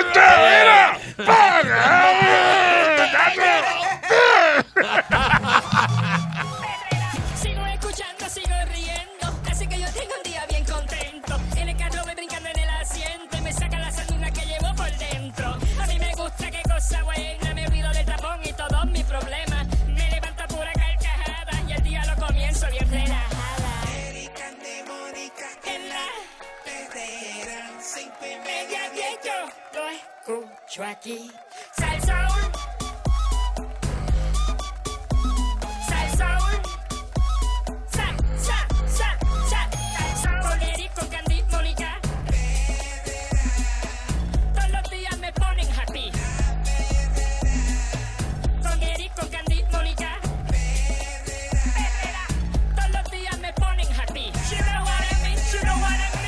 [SPEAKER 22] Sigo escuchando, sigo riendo. Así que yo tengo un día bien contento. En el carro voy brincando en el asiento. y Me saca la sanduna que llevo por dentro. A mí me gusta qué cosa buena. Me olvido del tapón y todos mis problemas. Me levanta pura carcajada. Y el día lo comienzo bien relajada. En la media diez yo lo escucho aquí. Salsaul. Salsaul. Sa, sa, sa, sa. Salsaul. Con Eric, con Candy, Mónica. Todos los días me ponen happy. Con Eric, con Candy, Mónica. Todos los días me ponen happy. You know what I mean, you know what I mean.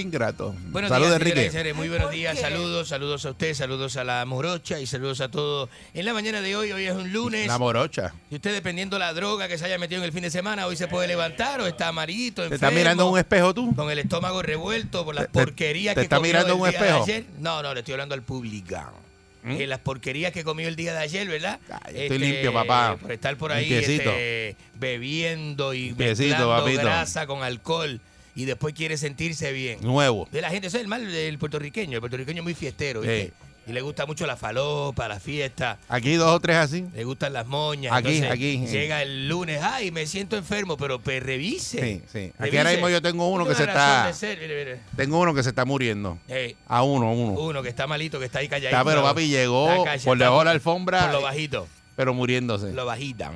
[SPEAKER 2] Ingrato.
[SPEAKER 4] Buenos
[SPEAKER 2] Saludos,
[SPEAKER 4] días,
[SPEAKER 2] Enrique.
[SPEAKER 4] señoras y señores, Muy buenos días, saludos, saludos a usted, saludos a la morocha y saludos a todos. En la mañana de hoy, hoy es un lunes.
[SPEAKER 2] La morocha.
[SPEAKER 4] Y usted, dependiendo la droga que se haya metido en el fin de semana, hoy se puede levantar o está amarillito,
[SPEAKER 2] ¿Te
[SPEAKER 4] enfermo,
[SPEAKER 2] estás mirando en un espejo tú?
[SPEAKER 4] con el estómago revuelto por las
[SPEAKER 2] te-
[SPEAKER 4] porquerías
[SPEAKER 2] te
[SPEAKER 4] que
[SPEAKER 2] está
[SPEAKER 4] comió
[SPEAKER 2] mirando
[SPEAKER 4] el
[SPEAKER 2] un
[SPEAKER 4] día de
[SPEAKER 2] espejo? ¿Mm?
[SPEAKER 4] ayer. No, no, le estoy hablando al público. Eh, las porquerías que comió el día de ayer, ¿verdad? Este,
[SPEAKER 2] estoy limpio, papá.
[SPEAKER 4] Por estar por ahí
[SPEAKER 2] Limpiecito.
[SPEAKER 4] este, bebiendo y
[SPEAKER 2] Limpiecito,
[SPEAKER 4] mezclando
[SPEAKER 2] papito.
[SPEAKER 4] grasa con alcohol y después quiere sentirse bien.
[SPEAKER 2] Nuevo.
[SPEAKER 4] De la gente, eso es el mal del puertorriqueño. El puertorriqueño es muy fiestero, ¿viste?
[SPEAKER 2] Sí.
[SPEAKER 4] Y le gusta mucho la falopa, la fiesta.
[SPEAKER 2] Aquí dos o tres así.
[SPEAKER 4] Le gustan las moñas.
[SPEAKER 2] Aquí,
[SPEAKER 4] Entonces,
[SPEAKER 2] aquí, eh.
[SPEAKER 4] Llega el lunes, ay, me siento enfermo, pero pues, revise.
[SPEAKER 2] Sí, sí. Aquí
[SPEAKER 4] Revise.
[SPEAKER 2] ahora mismo yo tengo uno
[SPEAKER 4] Tiene
[SPEAKER 2] que se
[SPEAKER 4] una razón
[SPEAKER 2] está-
[SPEAKER 4] de ser, mire, mire.
[SPEAKER 2] Tengo uno que se está muriendo.
[SPEAKER 4] Ey.
[SPEAKER 2] A uno, a uno.
[SPEAKER 4] Uno que está malito, que está ahí calladito.
[SPEAKER 2] Está, pero papi llegó
[SPEAKER 4] Está calla-
[SPEAKER 2] por
[SPEAKER 4] está
[SPEAKER 2] debajo de la alfombra.
[SPEAKER 4] Por lo bajito,
[SPEAKER 2] Pero muriéndose.
[SPEAKER 4] lo bajita.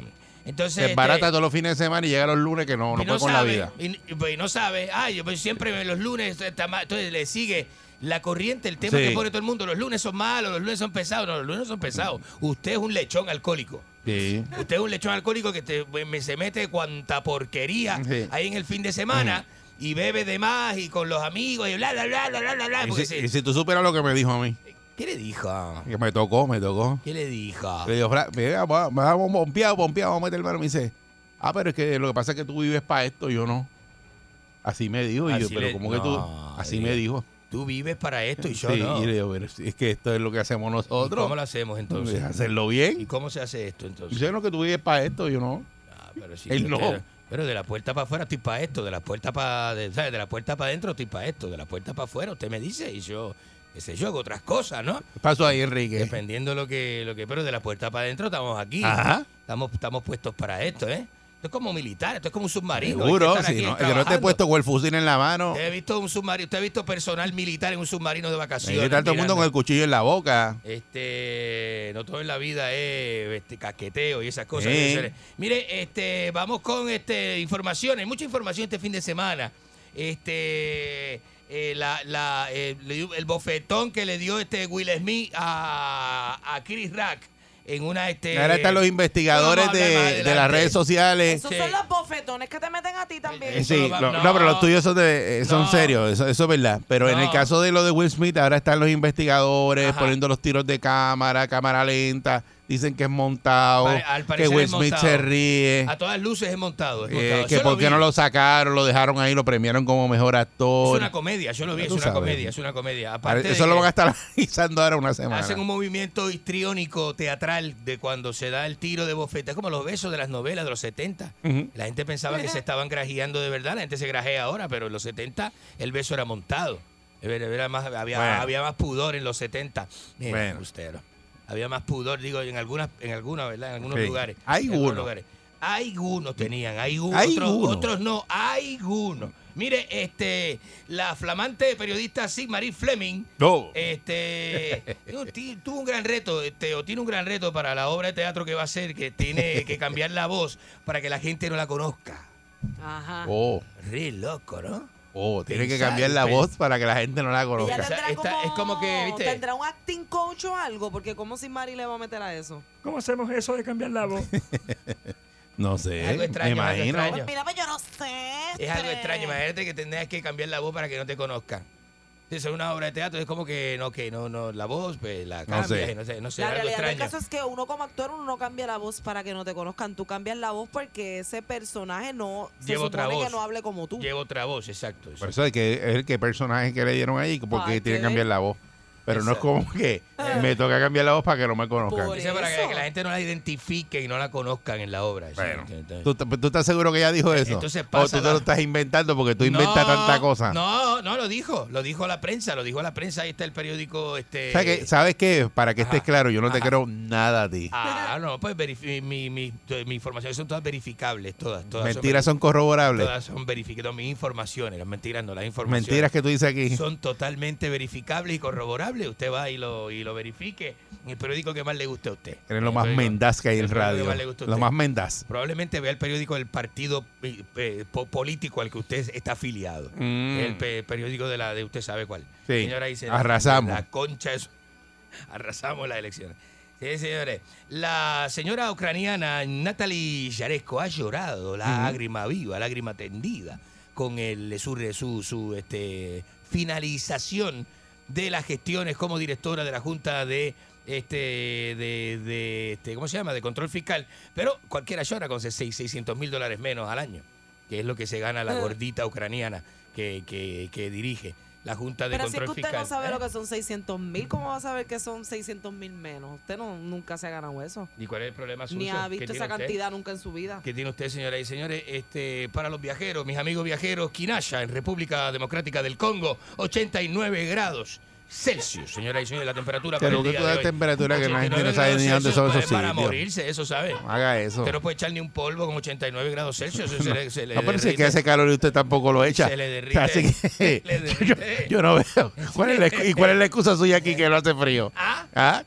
[SPEAKER 4] Entonces,
[SPEAKER 2] Se embarata
[SPEAKER 4] este,
[SPEAKER 2] todos los fines de semana y llega los lunes que no, no
[SPEAKER 4] y
[SPEAKER 2] puede con la
[SPEAKER 4] sabe,
[SPEAKER 2] vida.
[SPEAKER 4] Y, y, pues, y no sabe. Ay, yo pues, siempre los lunes está mal. Entonces le sigue la corriente, el tema
[SPEAKER 2] Sí.
[SPEAKER 4] que pone todo el mundo. Los lunes son malos, los lunes son pesados. No, los lunes son pesados. Usted es un lechón alcohólico.
[SPEAKER 2] Sí.
[SPEAKER 4] Usted es un lechón alcohólico que te- me- se mete cuanta porquería
[SPEAKER 2] Sí.
[SPEAKER 4] ahí en el fin de semana y bebe de más y con los amigos y bla, bla, bla, bla, bla, bla, bla.
[SPEAKER 2] Y
[SPEAKER 4] Ah, porque
[SPEAKER 2] si,
[SPEAKER 4] se-
[SPEAKER 2] y si tú supieras lo que me dijo a mí.
[SPEAKER 4] ¿Qué le dijo?
[SPEAKER 2] Que me tocó, me tocó.
[SPEAKER 4] ¿Qué le dijo?
[SPEAKER 2] Le digo, Fra- mira, va- me vamos pompeado, pompeado, vamos a meter mano. Me dice, ah, pero es que lo que pasa es que tú vives para esto, yo no. Así me dijo. Y yo,
[SPEAKER 4] Así
[SPEAKER 2] pero
[SPEAKER 4] le-
[SPEAKER 2] como que tú,
[SPEAKER 4] no,
[SPEAKER 2] así
[SPEAKER 4] le-
[SPEAKER 2] me dijo.
[SPEAKER 4] Tú vives para esto y yo
[SPEAKER 2] Sí,
[SPEAKER 4] no.
[SPEAKER 2] y le digo, pero si es que esto es lo que hacemos
[SPEAKER 4] ¿Y
[SPEAKER 2] nosotros.
[SPEAKER 4] ¿Cómo lo hacemos entonces?
[SPEAKER 2] Pues, Hacerlo bien.
[SPEAKER 4] ¿Y cómo se hace esto entonces?
[SPEAKER 2] Yo no que tú vives para esto, yo no.
[SPEAKER 4] Ah, Pero si
[SPEAKER 2] Él
[SPEAKER 4] yo
[SPEAKER 2] no.
[SPEAKER 4] te- pero de la puerta para afuera estoy para esto, de la puerta para de, ¿sabes? de la puerta para adentro estoy para esto, de la puerta para afuera usted me dice y yo qué sé yo hago otras cosas, ¿no?
[SPEAKER 2] Paso ahí, Enrique.
[SPEAKER 4] Dependiendo lo que lo que pero de la puerta para adentro estamos aquí.
[SPEAKER 2] Ajá.
[SPEAKER 4] Estamos estamos puestos para esto, ¿eh? Esto es como militar, esto es como un submarino. hay que
[SPEAKER 2] Seguro,
[SPEAKER 4] estar
[SPEAKER 2] si
[SPEAKER 4] aquí
[SPEAKER 2] no, que no te he
[SPEAKER 4] trabajando.
[SPEAKER 2] puesto con el fusil en la mano.
[SPEAKER 4] Usted ha visto un submarino, usted ha visto personal militar en un submarino de
[SPEAKER 2] Ahí
[SPEAKER 4] vacaciones.
[SPEAKER 2] está todo el mundo
[SPEAKER 4] mirando.
[SPEAKER 2] con el cuchillo en la boca.
[SPEAKER 4] Este, no todo en la vida es este, casqueteo y esas cosas.
[SPEAKER 2] Sí.
[SPEAKER 4] Señores. Mire, este, vamos con este información. Hay mucha información este fin de semana. Este, eh, la- la, eh, le dio- el bofetón que le dio este Will Smith a, a Chris Rock en una este.
[SPEAKER 2] Ahora están los investigadores
[SPEAKER 4] vamos a hablar más
[SPEAKER 2] de, de
[SPEAKER 4] adelante.
[SPEAKER 2] las redes sociales.
[SPEAKER 3] Esos son los bofetones que te meten a ti también.
[SPEAKER 2] Eh, sí, lo- no, pero los tuyos son, de- eh, son serios, eso, eso es verdad. Pero en el caso de lo de Will Smith, ahora están los investigadores poniendo los tiros de cámara, cámara lenta, dicen que es montado,
[SPEAKER 4] Pare- al
[SPEAKER 2] que
[SPEAKER 4] parecer
[SPEAKER 2] Will
[SPEAKER 4] es
[SPEAKER 2] Smith
[SPEAKER 4] montado.
[SPEAKER 2] se ríe,
[SPEAKER 4] A todas luces es montado. es
[SPEAKER 2] eh,
[SPEAKER 4] montado.
[SPEAKER 2] que
[SPEAKER 4] Yo lo
[SPEAKER 2] por qué
[SPEAKER 4] vi.
[SPEAKER 2] no lo sacaron, lo dejaron ahí, lo premiaron como mejor
[SPEAKER 4] Es
[SPEAKER 2] actor.
[SPEAKER 4] una comedia, yo lo vi,
[SPEAKER 2] Ya
[SPEAKER 4] es
[SPEAKER 2] tú
[SPEAKER 4] una
[SPEAKER 2] sabes.
[SPEAKER 4] comedia, es una comedia.
[SPEAKER 2] Ahora,
[SPEAKER 4] Aparte de
[SPEAKER 2] Eso lo
[SPEAKER 4] que-
[SPEAKER 2] van a estar analizando ahora una semana.
[SPEAKER 4] Hacen un movimiento histriónico teatral de cuando se da el tiro de bofeta. Es como los besos de las novelas de los 70.
[SPEAKER 2] Ujú.
[SPEAKER 4] La gente pensaba que se estaban grajeando de verdad. La gente se grajea ahora, pero en los 70 el beso era montado. Era- era más- había,
[SPEAKER 2] Bueno.
[SPEAKER 4] había más pudor en los 70. Mira,
[SPEAKER 2] Bueno.
[SPEAKER 4] embustero. Había más pudor, digo, en algunas, en algunas, ¿verdad? En algunos
[SPEAKER 2] Sí.
[SPEAKER 4] lugares.
[SPEAKER 2] Hay
[SPEAKER 4] En algunos
[SPEAKER 2] uno.
[SPEAKER 4] lugares. Algunos tenían, hay
[SPEAKER 2] Hay
[SPEAKER 4] otros,
[SPEAKER 2] uno.
[SPEAKER 4] otros no, hay uno. Mire, este, la flamante periodista Sigmarie Fleming,
[SPEAKER 2] No.
[SPEAKER 4] este, no, ti- tuvo un gran reto, este, o tiene un gran reto para la obra de teatro que va a hacer, que tiene que cambiar la voz para que la gente no la conozca.
[SPEAKER 3] Ajá.
[SPEAKER 2] Oh,
[SPEAKER 4] Re loco, ¿no?
[SPEAKER 2] oh, tienen que
[SPEAKER 4] Pensar,
[SPEAKER 2] cambiar la
[SPEAKER 4] pe-
[SPEAKER 2] voz para que la gente no la
[SPEAKER 3] Ella
[SPEAKER 2] conozca.
[SPEAKER 3] tendrá
[SPEAKER 4] esta-
[SPEAKER 3] como,
[SPEAKER 4] es como que, ¿viste?
[SPEAKER 3] ¿Tendrá un acting coach o algo? Porque ¿cómo si Mari le va a meter a eso?
[SPEAKER 23] ¿Cómo hacemos eso de cambiar la voz?
[SPEAKER 2] No sé,
[SPEAKER 4] Algo extraño,
[SPEAKER 2] me
[SPEAKER 4] algo
[SPEAKER 2] imagino.
[SPEAKER 4] extraño.
[SPEAKER 3] Mira, pues yo no sé. este,
[SPEAKER 4] Es algo extraño, imagínate que tendrías que cambiar la voz para que no te conozcan. Si es una obra de teatro, es como que no, que no, no, la voz, pues la cambias,
[SPEAKER 2] sé.
[SPEAKER 4] y no sé, no sé,
[SPEAKER 3] La
[SPEAKER 4] algo
[SPEAKER 3] realidad del
[SPEAKER 4] extraño.
[SPEAKER 3] caso es que uno como actor uno no cambia la voz para que no te conozcan. Tú cambias la voz porque ese personaje no se
[SPEAKER 4] Lleva otra
[SPEAKER 3] supone que
[SPEAKER 4] voz.
[SPEAKER 3] no hable como tú.
[SPEAKER 4] Lleva otra voz, exacto.
[SPEAKER 2] Por eso es que es el que personaje que le dieron ahí,
[SPEAKER 3] Ah,
[SPEAKER 2] porque
[SPEAKER 3] hay
[SPEAKER 2] tiene
[SPEAKER 3] que
[SPEAKER 2] que cambiar
[SPEAKER 3] ver.
[SPEAKER 2] la voz. Pero no es como que
[SPEAKER 4] Eh.
[SPEAKER 2] me toca cambiar la voz para que no me conozcan.
[SPEAKER 4] Dice para que, que la gente no la identifique y no la conozcan en la obra. ¿sí? Entonces-
[SPEAKER 2] ¿Tú, t- ¿Tú estás seguro que ella dijo eso?
[SPEAKER 4] Eh, Entonces
[SPEAKER 2] ¿O
[SPEAKER 4] pasa
[SPEAKER 2] tú te
[SPEAKER 4] la-
[SPEAKER 2] lo estás inventando porque tú inventas
[SPEAKER 4] No,
[SPEAKER 2] tanta cosa?
[SPEAKER 4] No, no lo dijo, lo dijo la prensa, lo dijo la prensa, ahí está el periódico este
[SPEAKER 2] O sea que, ¿Sabes qué? Para que estés claro, yo no te creo nada a ti.
[SPEAKER 4] Ah, no, pues verifi- mi, mi, to- mi información son todas verificables, todas, todas
[SPEAKER 2] Mentiras
[SPEAKER 4] veri-
[SPEAKER 2] son corroborables.
[SPEAKER 4] Todas son verificadas, mis informaciones, las mentiras no, las informaciones.
[SPEAKER 2] Mentiras que tú dices aquí.
[SPEAKER 4] Son totalmente verificables y corroborables. Usted va y lo, y lo verifique en el periódico que más le guste a usted.
[SPEAKER 2] Eres lo más mendaz que hay en
[SPEAKER 4] el periódico que
[SPEAKER 2] radio.
[SPEAKER 4] más le gusta a
[SPEAKER 2] Lo
[SPEAKER 4] usted.
[SPEAKER 2] más mendaz.
[SPEAKER 4] Probablemente vea el periódico del partido eh, eh, po- político al que usted está afiliado.
[SPEAKER 2] Mm.
[SPEAKER 4] El pe- periódico de la de usted sabe cuál.
[SPEAKER 2] Sí,
[SPEAKER 4] Señora, dice,
[SPEAKER 2] arrasamos.
[SPEAKER 4] La concha es... Arrasamos las elecciones. Sí, señores. La señora ucraniana Natalie Yaresko ha llorado la
[SPEAKER 2] Ujú.
[SPEAKER 4] lágrima viva, lágrima tendida, con el, su, re- su, su, este, finalización de las gestiones como directora de la Junta de este de, de, este, ¿cómo se llama? de control fiscal, pero cualquiera llora con 600 mil dólares menos al año, que es lo que se gana la
[SPEAKER 3] Ah.
[SPEAKER 4] gordita ucraniana que, que, que dirige la Junta de
[SPEAKER 3] Pero si es
[SPEAKER 4] Control
[SPEAKER 3] que usted
[SPEAKER 4] Fiscal.
[SPEAKER 3] no sabe
[SPEAKER 4] ¿Eh?
[SPEAKER 3] lo que son 600 mil, ¿cómo va a saber que son 600 mil menos? Usted no, nunca se ha ganado eso.
[SPEAKER 4] ¿Y cuál es el problema suyo?
[SPEAKER 3] Ni ha
[SPEAKER 4] ¿Qué
[SPEAKER 3] visto
[SPEAKER 4] tiene
[SPEAKER 3] esa
[SPEAKER 4] usted?
[SPEAKER 3] cantidad nunca en su vida.
[SPEAKER 4] que tiene usted, señoras y señores, este, para los viajeros, mis amigos viajeros, Kinaya, en República Democrática del Congo, 89 grados Celsius, señoras y señores, la temperatura
[SPEAKER 2] Pero
[SPEAKER 4] para el
[SPEAKER 2] que
[SPEAKER 4] día
[SPEAKER 2] tú
[SPEAKER 4] de
[SPEAKER 2] das
[SPEAKER 4] hoy.
[SPEAKER 2] temperatura que la gente
[SPEAKER 4] 89
[SPEAKER 2] no sabe ni
[SPEAKER 4] grados
[SPEAKER 2] dónde son
[SPEAKER 4] Celsius,
[SPEAKER 2] esos
[SPEAKER 4] pa- Para
[SPEAKER 2] sitios.
[SPEAKER 4] morirse, eso pues sabe.
[SPEAKER 2] No haga eso.
[SPEAKER 4] Usted no puede echar ni un polvo con 89 grados Celsius. Eso se le, se le
[SPEAKER 2] No, pero si es
[SPEAKER 4] derrite.
[SPEAKER 2] que hace calor y usted tampoco lo echa.
[SPEAKER 4] Se le derrite.
[SPEAKER 2] Así que
[SPEAKER 4] Se le
[SPEAKER 2] yo,
[SPEAKER 4] derrite.
[SPEAKER 2] yo no veo. ¿Cuál es la, excu- ¿Y cuál es la excusa suya aquí que no hace frío? ¿Ah?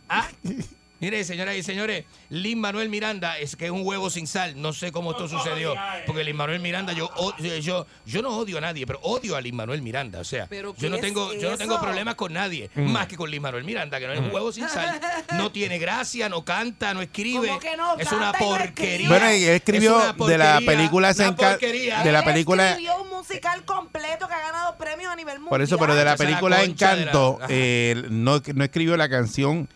[SPEAKER 4] Mire, señoras y señores, Lin Manuel Miranda es que es un huevo sin sal. No sé cómo esto sucedió. Porque Lin Manuel Miranda, yo, o- yo, yo, yo no odio a nadie, pero odio a Lin Manuel Miranda. O sea,
[SPEAKER 13] ¿Pero
[SPEAKER 4] yo
[SPEAKER 13] qué
[SPEAKER 4] no tengo,
[SPEAKER 13] es
[SPEAKER 4] yo no tengo
[SPEAKER 13] eso?
[SPEAKER 4] problemas con nadie,
[SPEAKER 2] Mm.
[SPEAKER 4] más que con Lin Manuel Miranda, que no es un
[SPEAKER 2] Mm.
[SPEAKER 4] huevo sin sal, no tiene gracia, no canta, no escribe.
[SPEAKER 13] ¿Cómo que no
[SPEAKER 4] es
[SPEAKER 13] canta
[SPEAKER 4] una
[SPEAKER 13] y no
[SPEAKER 4] porquería.
[SPEAKER 2] Bueno, y él escribió
[SPEAKER 4] Es una
[SPEAKER 2] de la
[SPEAKER 4] porquería,
[SPEAKER 2] película se
[SPEAKER 4] una
[SPEAKER 2] enca-
[SPEAKER 4] porquería.
[SPEAKER 2] de la película
[SPEAKER 3] Escribió un musical completo que ha ganado premios a nivel mundial.
[SPEAKER 2] por eso, pero de la
[SPEAKER 4] Ah, Esa es la
[SPEAKER 2] película
[SPEAKER 4] concha de la-
[SPEAKER 2] Encanto
[SPEAKER 4] Ajá.
[SPEAKER 2] eh, no, no escribió la canción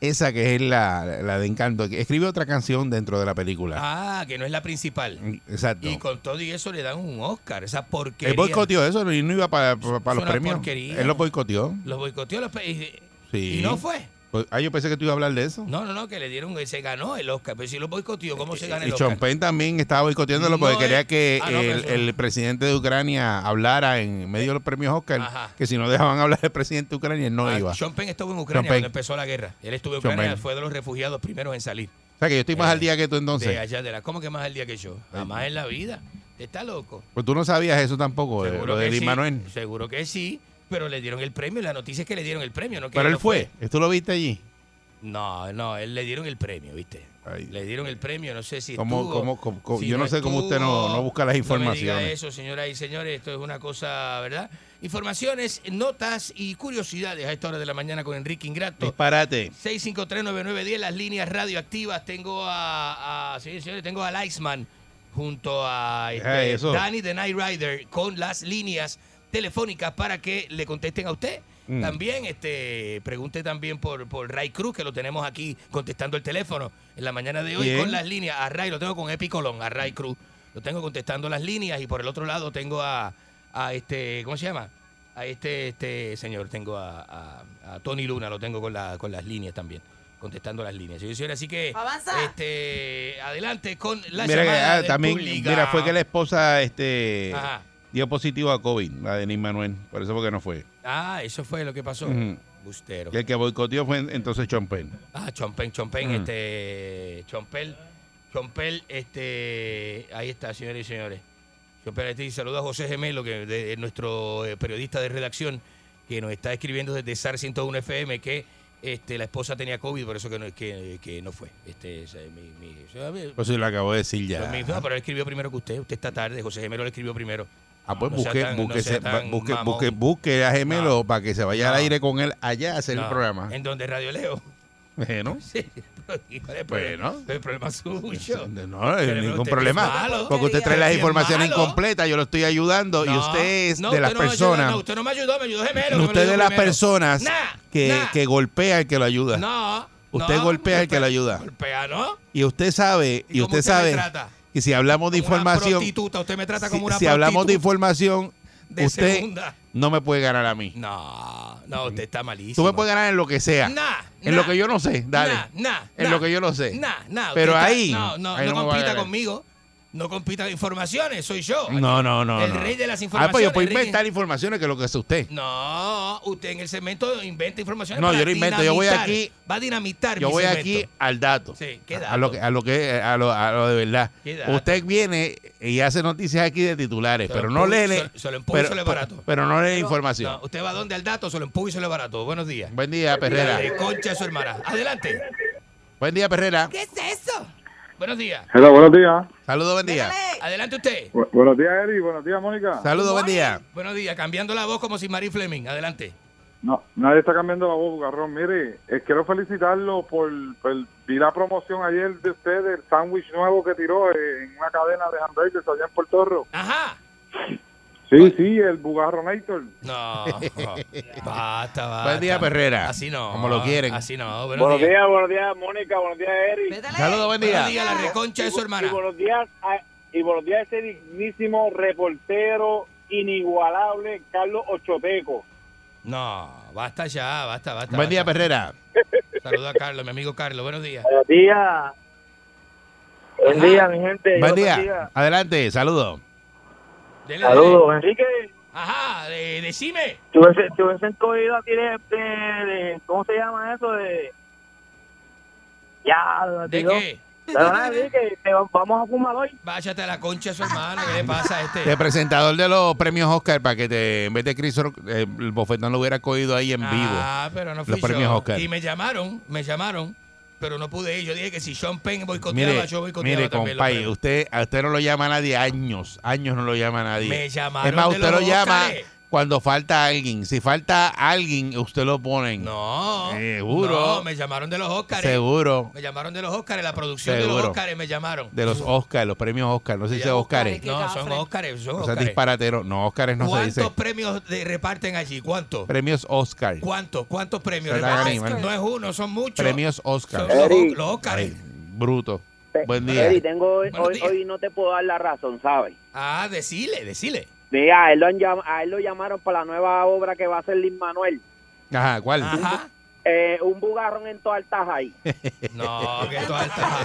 [SPEAKER 2] esa que es la, la de Encanto. Escribió otra canción dentro de la película.
[SPEAKER 4] Ah, que no es la principal.
[SPEAKER 2] Exacto.
[SPEAKER 4] Ah. Y con todo y eso le dan un Oscar, esa porquería.
[SPEAKER 2] Él boicoteó eso y no iba para, para- para
[SPEAKER 4] Es
[SPEAKER 2] los
[SPEAKER 4] una
[SPEAKER 2] premios.
[SPEAKER 4] porquería.
[SPEAKER 2] Él lo boicoteó.
[SPEAKER 4] Los boicoteó los pe- y-
[SPEAKER 2] Sí.
[SPEAKER 4] y no fue.
[SPEAKER 2] Pues, ah, yo pensé que tú ibas a hablar de eso. Eh,
[SPEAKER 4] No, no, no, que le dieron, eh, se ganó el Oscar. Pero si lo boicoteó, ¿cómo se gana
[SPEAKER 2] Y
[SPEAKER 4] el Oscar?
[SPEAKER 2] Chompen también estaba boicoteándolo porque
[SPEAKER 4] No
[SPEAKER 2] quería
[SPEAKER 4] es-
[SPEAKER 2] que
[SPEAKER 4] Ah, no, pero
[SPEAKER 2] el,
[SPEAKER 4] eso-
[SPEAKER 2] el presidente de Ucrania hablara en medio de los premios Oscar,
[SPEAKER 4] Ajá.
[SPEAKER 2] que si no dejaban hablar el presidente de Ucrania, él no iba.
[SPEAKER 4] Sean
[SPEAKER 2] O
[SPEAKER 4] Penn estuvo en Ucrania
[SPEAKER 2] Sean Penn.
[SPEAKER 4] cuando empezó la guerra. Él estuvo en
[SPEAKER 2] Sean
[SPEAKER 4] Ucrania,
[SPEAKER 2] Penn.
[SPEAKER 4] fue de los refugiados primeros en salir.
[SPEAKER 2] sea, que yo estoy más
[SPEAKER 4] Eh,
[SPEAKER 2] al día que tú entonces.
[SPEAKER 4] De allá, de la, ¿Cómo que más al día que yo? Jamás en la vida. Está loco.
[SPEAKER 2] Pues tú no sabías eso tampoco, de-
[SPEAKER 4] Seguro
[SPEAKER 2] lo de
[SPEAKER 4] que
[SPEAKER 2] Luis
[SPEAKER 4] sí,
[SPEAKER 2] Manuel.
[SPEAKER 4] Seguro que sí, pero le dieron el premio. La noticia es que le dieron el premio. No que
[SPEAKER 2] Pero él
[SPEAKER 4] no
[SPEAKER 2] fue. ¿Tú lo viste allí?
[SPEAKER 4] No, no, él le dieron el premio, ¿viste? le dieron el premio, no sé si
[SPEAKER 2] ¿Cómo-
[SPEAKER 4] estuvo,
[SPEAKER 2] cómo- cómo- cómo-
[SPEAKER 4] si
[SPEAKER 2] yo no sé cómo usted no-
[SPEAKER 4] estuvo.
[SPEAKER 2] no busca las
[SPEAKER 4] me diga
[SPEAKER 2] informaciones.
[SPEAKER 4] eso, señoras y señores, esto es una cosa, ¿verdad? Informaciones, notas y curiosidades a esta hora de la mañana con Enrique Ingrato.
[SPEAKER 2] Disparate.
[SPEAKER 4] 6539910, las líneas radioactivas. Tengo a, a- señores y señores, tengo al Iceman junto a este,
[SPEAKER 2] Deja eso.
[SPEAKER 4] Danny de Night Rider con las líneas telefónicas para que le contesten a usted.
[SPEAKER 2] Mm.
[SPEAKER 4] También este pregunte también por, por Ray Cruz, que lo tenemos aquí contestando el teléfono en la mañana de hoy
[SPEAKER 2] Bien.
[SPEAKER 4] con las líneas. A Ray lo tengo con Epi Colón, a Ray Cruz. Lo tengo contestando las líneas y por el otro lado tengo a, a este, ¿cómo se llama? A este, este señor, tengo a, a- a Tony Luna, lo tengo con, la, con las líneas también, contestando las líneas. Señor y señores, así que
[SPEAKER 3] Avanza.
[SPEAKER 4] este adelante con la
[SPEAKER 2] Mira, que,
[SPEAKER 4] llamada
[SPEAKER 2] ah,
[SPEAKER 4] del
[SPEAKER 2] también,
[SPEAKER 4] público.
[SPEAKER 2] mira, fue que la esposa este
[SPEAKER 4] Ajá.
[SPEAKER 2] dio positivo a COVID, la de Nis Manuel, por eso porque no fue.
[SPEAKER 4] Ah, eso fue lo que pasó.
[SPEAKER 2] Ujú.
[SPEAKER 4] Bustero.
[SPEAKER 2] Y el que boicoteó fue entonces Chompen.
[SPEAKER 4] Ah, Chompen, Chompen,
[SPEAKER 2] Mm.
[SPEAKER 4] este. Chompel, Chompel, este. Ahí está, señores y señores. Chompel, este, y saluda a José Gemelo, que de, de nuestro eh, periodista de redacción, que nos está escribiendo desde SAR 101 FM que este, la esposa tenía COVID, por eso que no, que, que no fue. Este, esa es mi, mi- esa es mi-
[SPEAKER 2] Pues yo lo acabo de decir ya.
[SPEAKER 4] mi- no, pero él escribió primero que usted. Usted está tarde, José Gemelo le escribió primero.
[SPEAKER 2] Ah, pues
[SPEAKER 4] No sea
[SPEAKER 2] busque,
[SPEAKER 4] tan- no
[SPEAKER 2] busque,
[SPEAKER 4] sea
[SPEAKER 2] ese-
[SPEAKER 4] tan
[SPEAKER 2] busque,
[SPEAKER 4] mamón.
[SPEAKER 2] busque, busque a Gemelo para que se vaya
[SPEAKER 4] No.
[SPEAKER 2] al aire con él allá a hacer
[SPEAKER 4] No,
[SPEAKER 2] el programa.
[SPEAKER 4] En donde Radio Leo.
[SPEAKER 2] Bueno.
[SPEAKER 4] Sí, pero ¿y cuál es el
[SPEAKER 2] Bueno.
[SPEAKER 4] problema? el problema es suyo.
[SPEAKER 2] No,
[SPEAKER 4] Pero
[SPEAKER 2] ningún
[SPEAKER 4] usted es
[SPEAKER 2] problema.
[SPEAKER 4] malo.
[SPEAKER 2] Porque usted trae
[SPEAKER 4] Usted
[SPEAKER 2] las
[SPEAKER 4] es
[SPEAKER 2] informaciones
[SPEAKER 4] malo.
[SPEAKER 2] incompletas, yo lo estoy ayudando y
[SPEAKER 4] No,
[SPEAKER 2] usted es
[SPEAKER 4] no,
[SPEAKER 2] de
[SPEAKER 4] usted
[SPEAKER 2] las
[SPEAKER 4] no me ayudó,
[SPEAKER 2] personas.
[SPEAKER 4] no, usted no me ayudó, me ayudó Gemelo. que me lo
[SPEAKER 2] usted es
[SPEAKER 4] dijo
[SPEAKER 2] de las
[SPEAKER 4] primero.
[SPEAKER 2] personas
[SPEAKER 4] Nah,
[SPEAKER 2] que,
[SPEAKER 4] nah.
[SPEAKER 2] que golpea al que lo ayuda.
[SPEAKER 4] No,
[SPEAKER 2] Usted
[SPEAKER 4] no,
[SPEAKER 2] golpea al que lo ayuda.
[SPEAKER 4] Golpea, ¿no?
[SPEAKER 2] Y usted sabe, y,
[SPEAKER 4] cómo
[SPEAKER 2] usted
[SPEAKER 4] usted me
[SPEAKER 2] sabe
[SPEAKER 4] trata?
[SPEAKER 2] que si hablamos de información,
[SPEAKER 4] Prostituta, usted me trata como una
[SPEAKER 2] si hablamos de
[SPEAKER 4] prostituta.
[SPEAKER 2] información,
[SPEAKER 4] de
[SPEAKER 2] usted
[SPEAKER 4] segunda.
[SPEAKER 2] no me puede ganar a mí.
[SPEAKER 4] No, no, usted está malísimo.
[SPEAKER 2] Tú me puedes ganar en lo que sea.
[SPEAKER 4] Nah,
[SPEAKER 2] en
[SPEAKER 4] nah.
[SPEAKER 2] lo que yo no sé, dale.
[SPEAKER 4] Nah, nah,
[SPEAKER 2] en
[SPEAKER 4] nah.
[SPEAKER 2] lo que yo no sé.
[SPEAKER 4] Nah, nah,
[SPEAKER 2] Pero
[SPEAKER 4] usted está-
[SPEAKER 2] ahí.
[SPEAKER 4] No, no,
[SPEAKER 2] ahí
[SPEAKER 4] no,
[SPEAKER 2] me va a
[SPEAKER 4] compita
[SPEAKER 2] ganar.
[SPEAKER 4] conmigo. No compita de informaciones, soy yo.
[SPEAKER 2] No, no, no.
[SPEAKER 4] El
[SPEAKER 2] no.
[SPEAKER 4] rey de
[SPEAKER 2] Ah,
[SPEAKER 4] las
[SPEAKER 2] pues
[SPEAKER 4] informaciones.
[SPEAKER 2] yo puedo
[SPEAKER 4] el rey-
[SPEAKER 2] inventar informaciones que es lo que es usted.
[SPEAKER 4] No, usted en el segmento inventa informaciones.
[SPEAKER 2] No,
[SPEAKER 4] para
[SPEAKER 2] yo no invento, yo voy
[SPEAKER 4] dinamitar.
[SPEAKER 2] aquí-
[SPEAKER 4] Va a dinamitar.
[SPEAKER 2] Yo
[SPEAKER 4] mi
[SPEAKER 2] voy aquí
[SPEAKER 4] segmento.
[SPEAKER 2] al dato.
[SPEAKER 4] Sí, ¿qué
[SPEAKER 2] A lo
[SPEAKER 4] dato?
[SPEAKER 2] que, a lo que, a lo, a lo de verdad.
[SPEAKER 4] ¿Qué dato?
[SPEAKER 2] Usted viene y hace noticias aquí de titulares,
[SPEAKER 4] Se lo
[SPEAKER 2] pero no
[SPEAKER 4] empujo-
[SPEAKER 2] lee.
[SPEAKER 4] se- se lo empujo y
[SPEAKER 2] pero,
[SPEAKER 4] se lo
[SPEAKER 2] pero-
[SPEAKER 4] barato.
[SPEAKER 2] pero no lee información.
[SPEAKER 4] No, usted va donde al dato, se lo empujo y se lo barato. Buenos días.
[SPEAKER 2] Buen día, Perrera.
[SPEAKER 4] Dale, concha a su hermana. Adelante.
[SPEAKER 2] Buen día, Perrera.
[SPEAKER 4] ¿Qué es eso? Buenos días.
[SPEAKER 7] Hello, buenos días.
[SPEAKER 2] Saludos, buen día.
[SPEAKER 4] Adelante usted.
[SPEAKER 7] Bu- buenos días, Eri. Buenos días, Mónica.
[SPEAKER 2] Saludos, buen día.
[SPEAKER 4] Buenos días. Cambiando la voz como si Marie Fleming. Adelante.
[SPEAKER 7] No, nadie está cambiando la voz, Garrón. Mire, eh, quiero felicitarlo por, por- Vi la promoción ayer de usted del sándwich nuevo que tiró eh, en una cadena de hamburgers allá en Puerto Rico.
[SPEAKER 4] Ajá.
[SPEAKER 7] Sí, sí, el Bugarronator.
[SPEAKER 4] No.
[SPEAKER 5] Ah.
[SPEAKER 4] Basta, basta.
[SPEAKER 2] Buen día, Perrera.
[SPEAKER 4] Así no.
[SPEAKER 2] Como lo quieren.
[SPEAKER 4] Así no. Buenos,
[SPEAKER 6] Buenos
[SPEAKER 4] días.
[SPEAKER 6] días, buenos días, Mónica, buenos días, Eric.
[SPEAKER 2] Saludos, buen día.
[SPEAKER 4] Pues Buenos días, la reconcha de su hermana.
[SPEAKER 6] Y buenos días a, y buenos días a ese dignísimo reportero inigualable, Carlos Ochoteco.
[SPEAKER 4] No, basta ya, basta, basta.
[SPEAKER 2] Buen día,
[SPEAKER 4] basta.
[SPEAKER 2] Perrera.
[SPEAKER 4] Saludos a Carlos, mi amigo Carlos. Buenos días.
[SPEAKER 6] Buenos días. Buen
[SPEAKER 4] Ajá.
[SPEAKER 6] día, mi gente.
[SPEAKER 2] Buen
[SPEAKER 6] Dios
[SPEAKER 2] día.
[SPEAKER 6] bendiga.
[SPEAKER 2] Adelante, saludos.
[SPEAKER 4] Dele, dele.
[SPEAKER 6] Saludos, eh. Enrique.
[SPEAKER 4] Ajá, de- decime.
[SPEAKER 6] Te hubiesen, te hubiesen cogido a ti de, de- de- ¿Cómo se llama eso? De. Ya,
[SPEAKER 4] ¿De
[SPEAKER 6] tío.
[SPEAKER 4] qué?
[SPEAKER 6] Pero nada, Enrique, te va- vamos a fumar hoy.
[SPEAKER 4] Váyate a la concha de su hermana. ¿Qué le pasa a este?
[SPEAKER 2] El presentador de los premios Oscar, para que te, en vez de Chris Rock, eh, el bofetón lo hubiera cogido ahí en vivo.
[SPEAKER 4] Ah, pero no fui
[SPEAKER 2] Los premios
[SPEAKER 4] yo.
[SPEAKER 2] Oscar.
[SPEAKER 4] Y me llamaron, me llamaron, pero no pude ir. Yo dije que si Sean Penn boicoteaba,
[SPEAKER 2] Mire,
[SPEAKER 4] yo boicoteaba
[SPEAKER 2] mire
[SPEAKER 4] también. los
[SPEAKER 2] compay,
[SPEAKER 4] premios.
[SPEAKER 2] usted, a usted no lo llama nadie años, años no lo llama nadie.
[SPEAKER 4] Me llamaron
[SPEAKER 2] Es más,
[SPEAKER 4] de
[SPEAKER 2] usted lo
[SPEAKER 4] los
[SPEAKER 2] llama
[SPEAKER 4] Óscares.
[SPEAKER 2] cuando falta alguien. Si falta alguien, usted lo ponen.
[SPEAKER 4] No.
[SPEAKER 2] Seguro.
[SPEAKER 4] No, me llamaron de los Óscares.
[SPEAKER 2] Seguro.
[SPEAKER 4] Me llamaron de los Óscares, la producción de los
[SPEAKER 2] Seguro.
[SPEAKER 4] Óscares me llamaron.
[SPEAKER 2] De los Oscars, los premios Oscar, no se dice Óscares.
[SPEAKER 4] No, son Óscares, son
[SPEAKER 2] O sea,
[SPEAKER 4] Óscares.
[SPEAKER 2] disparatero. No, Óscares no se dice.
[SPEAKER 4] ¿Cuántos premios de- reparten allí? ¿Cuántos?
[SPEAKER 2] Premios Oscar.
[SPEAKER 4] ¿Cuántos? ¿Cuántos premios?
[SPEAKER 2] Se la
[SPEAKER 4] reparten?
[SPEAKER 2] ganan,
[SPEAKER 4] no es uno, son muchos.
[SPEAKER 2] Premios Oscar.
[SPEAKER 4] Son los,
[SPEAKER 6] Eric.
[SPEAKER 4] los Óscares.
[SPEAKER 2] Bruto. Buen día.
[SPEAKER 6] Eric, tengo hoy,
[SPEAKER 4] Buenos
[SPEAKER 6] hoy,
[SPEAKER 4] días.
[SPEAKER 6] hoy no te puedo dar la razón, ¿sabes?
[SPEAKER 4] Ah, decile, decile.
[SPEAKER 6] Mira, a él, lo han llam- a él lo llamaron para la nueva obra que va a hacer Lin Manuel.
[SPEAKER 2] Ajá, ¿cuál?
[SPEAKER 6] Eh, un bugarrón en todas altas ahí.
[SPEAKER 4] No, que tú alta.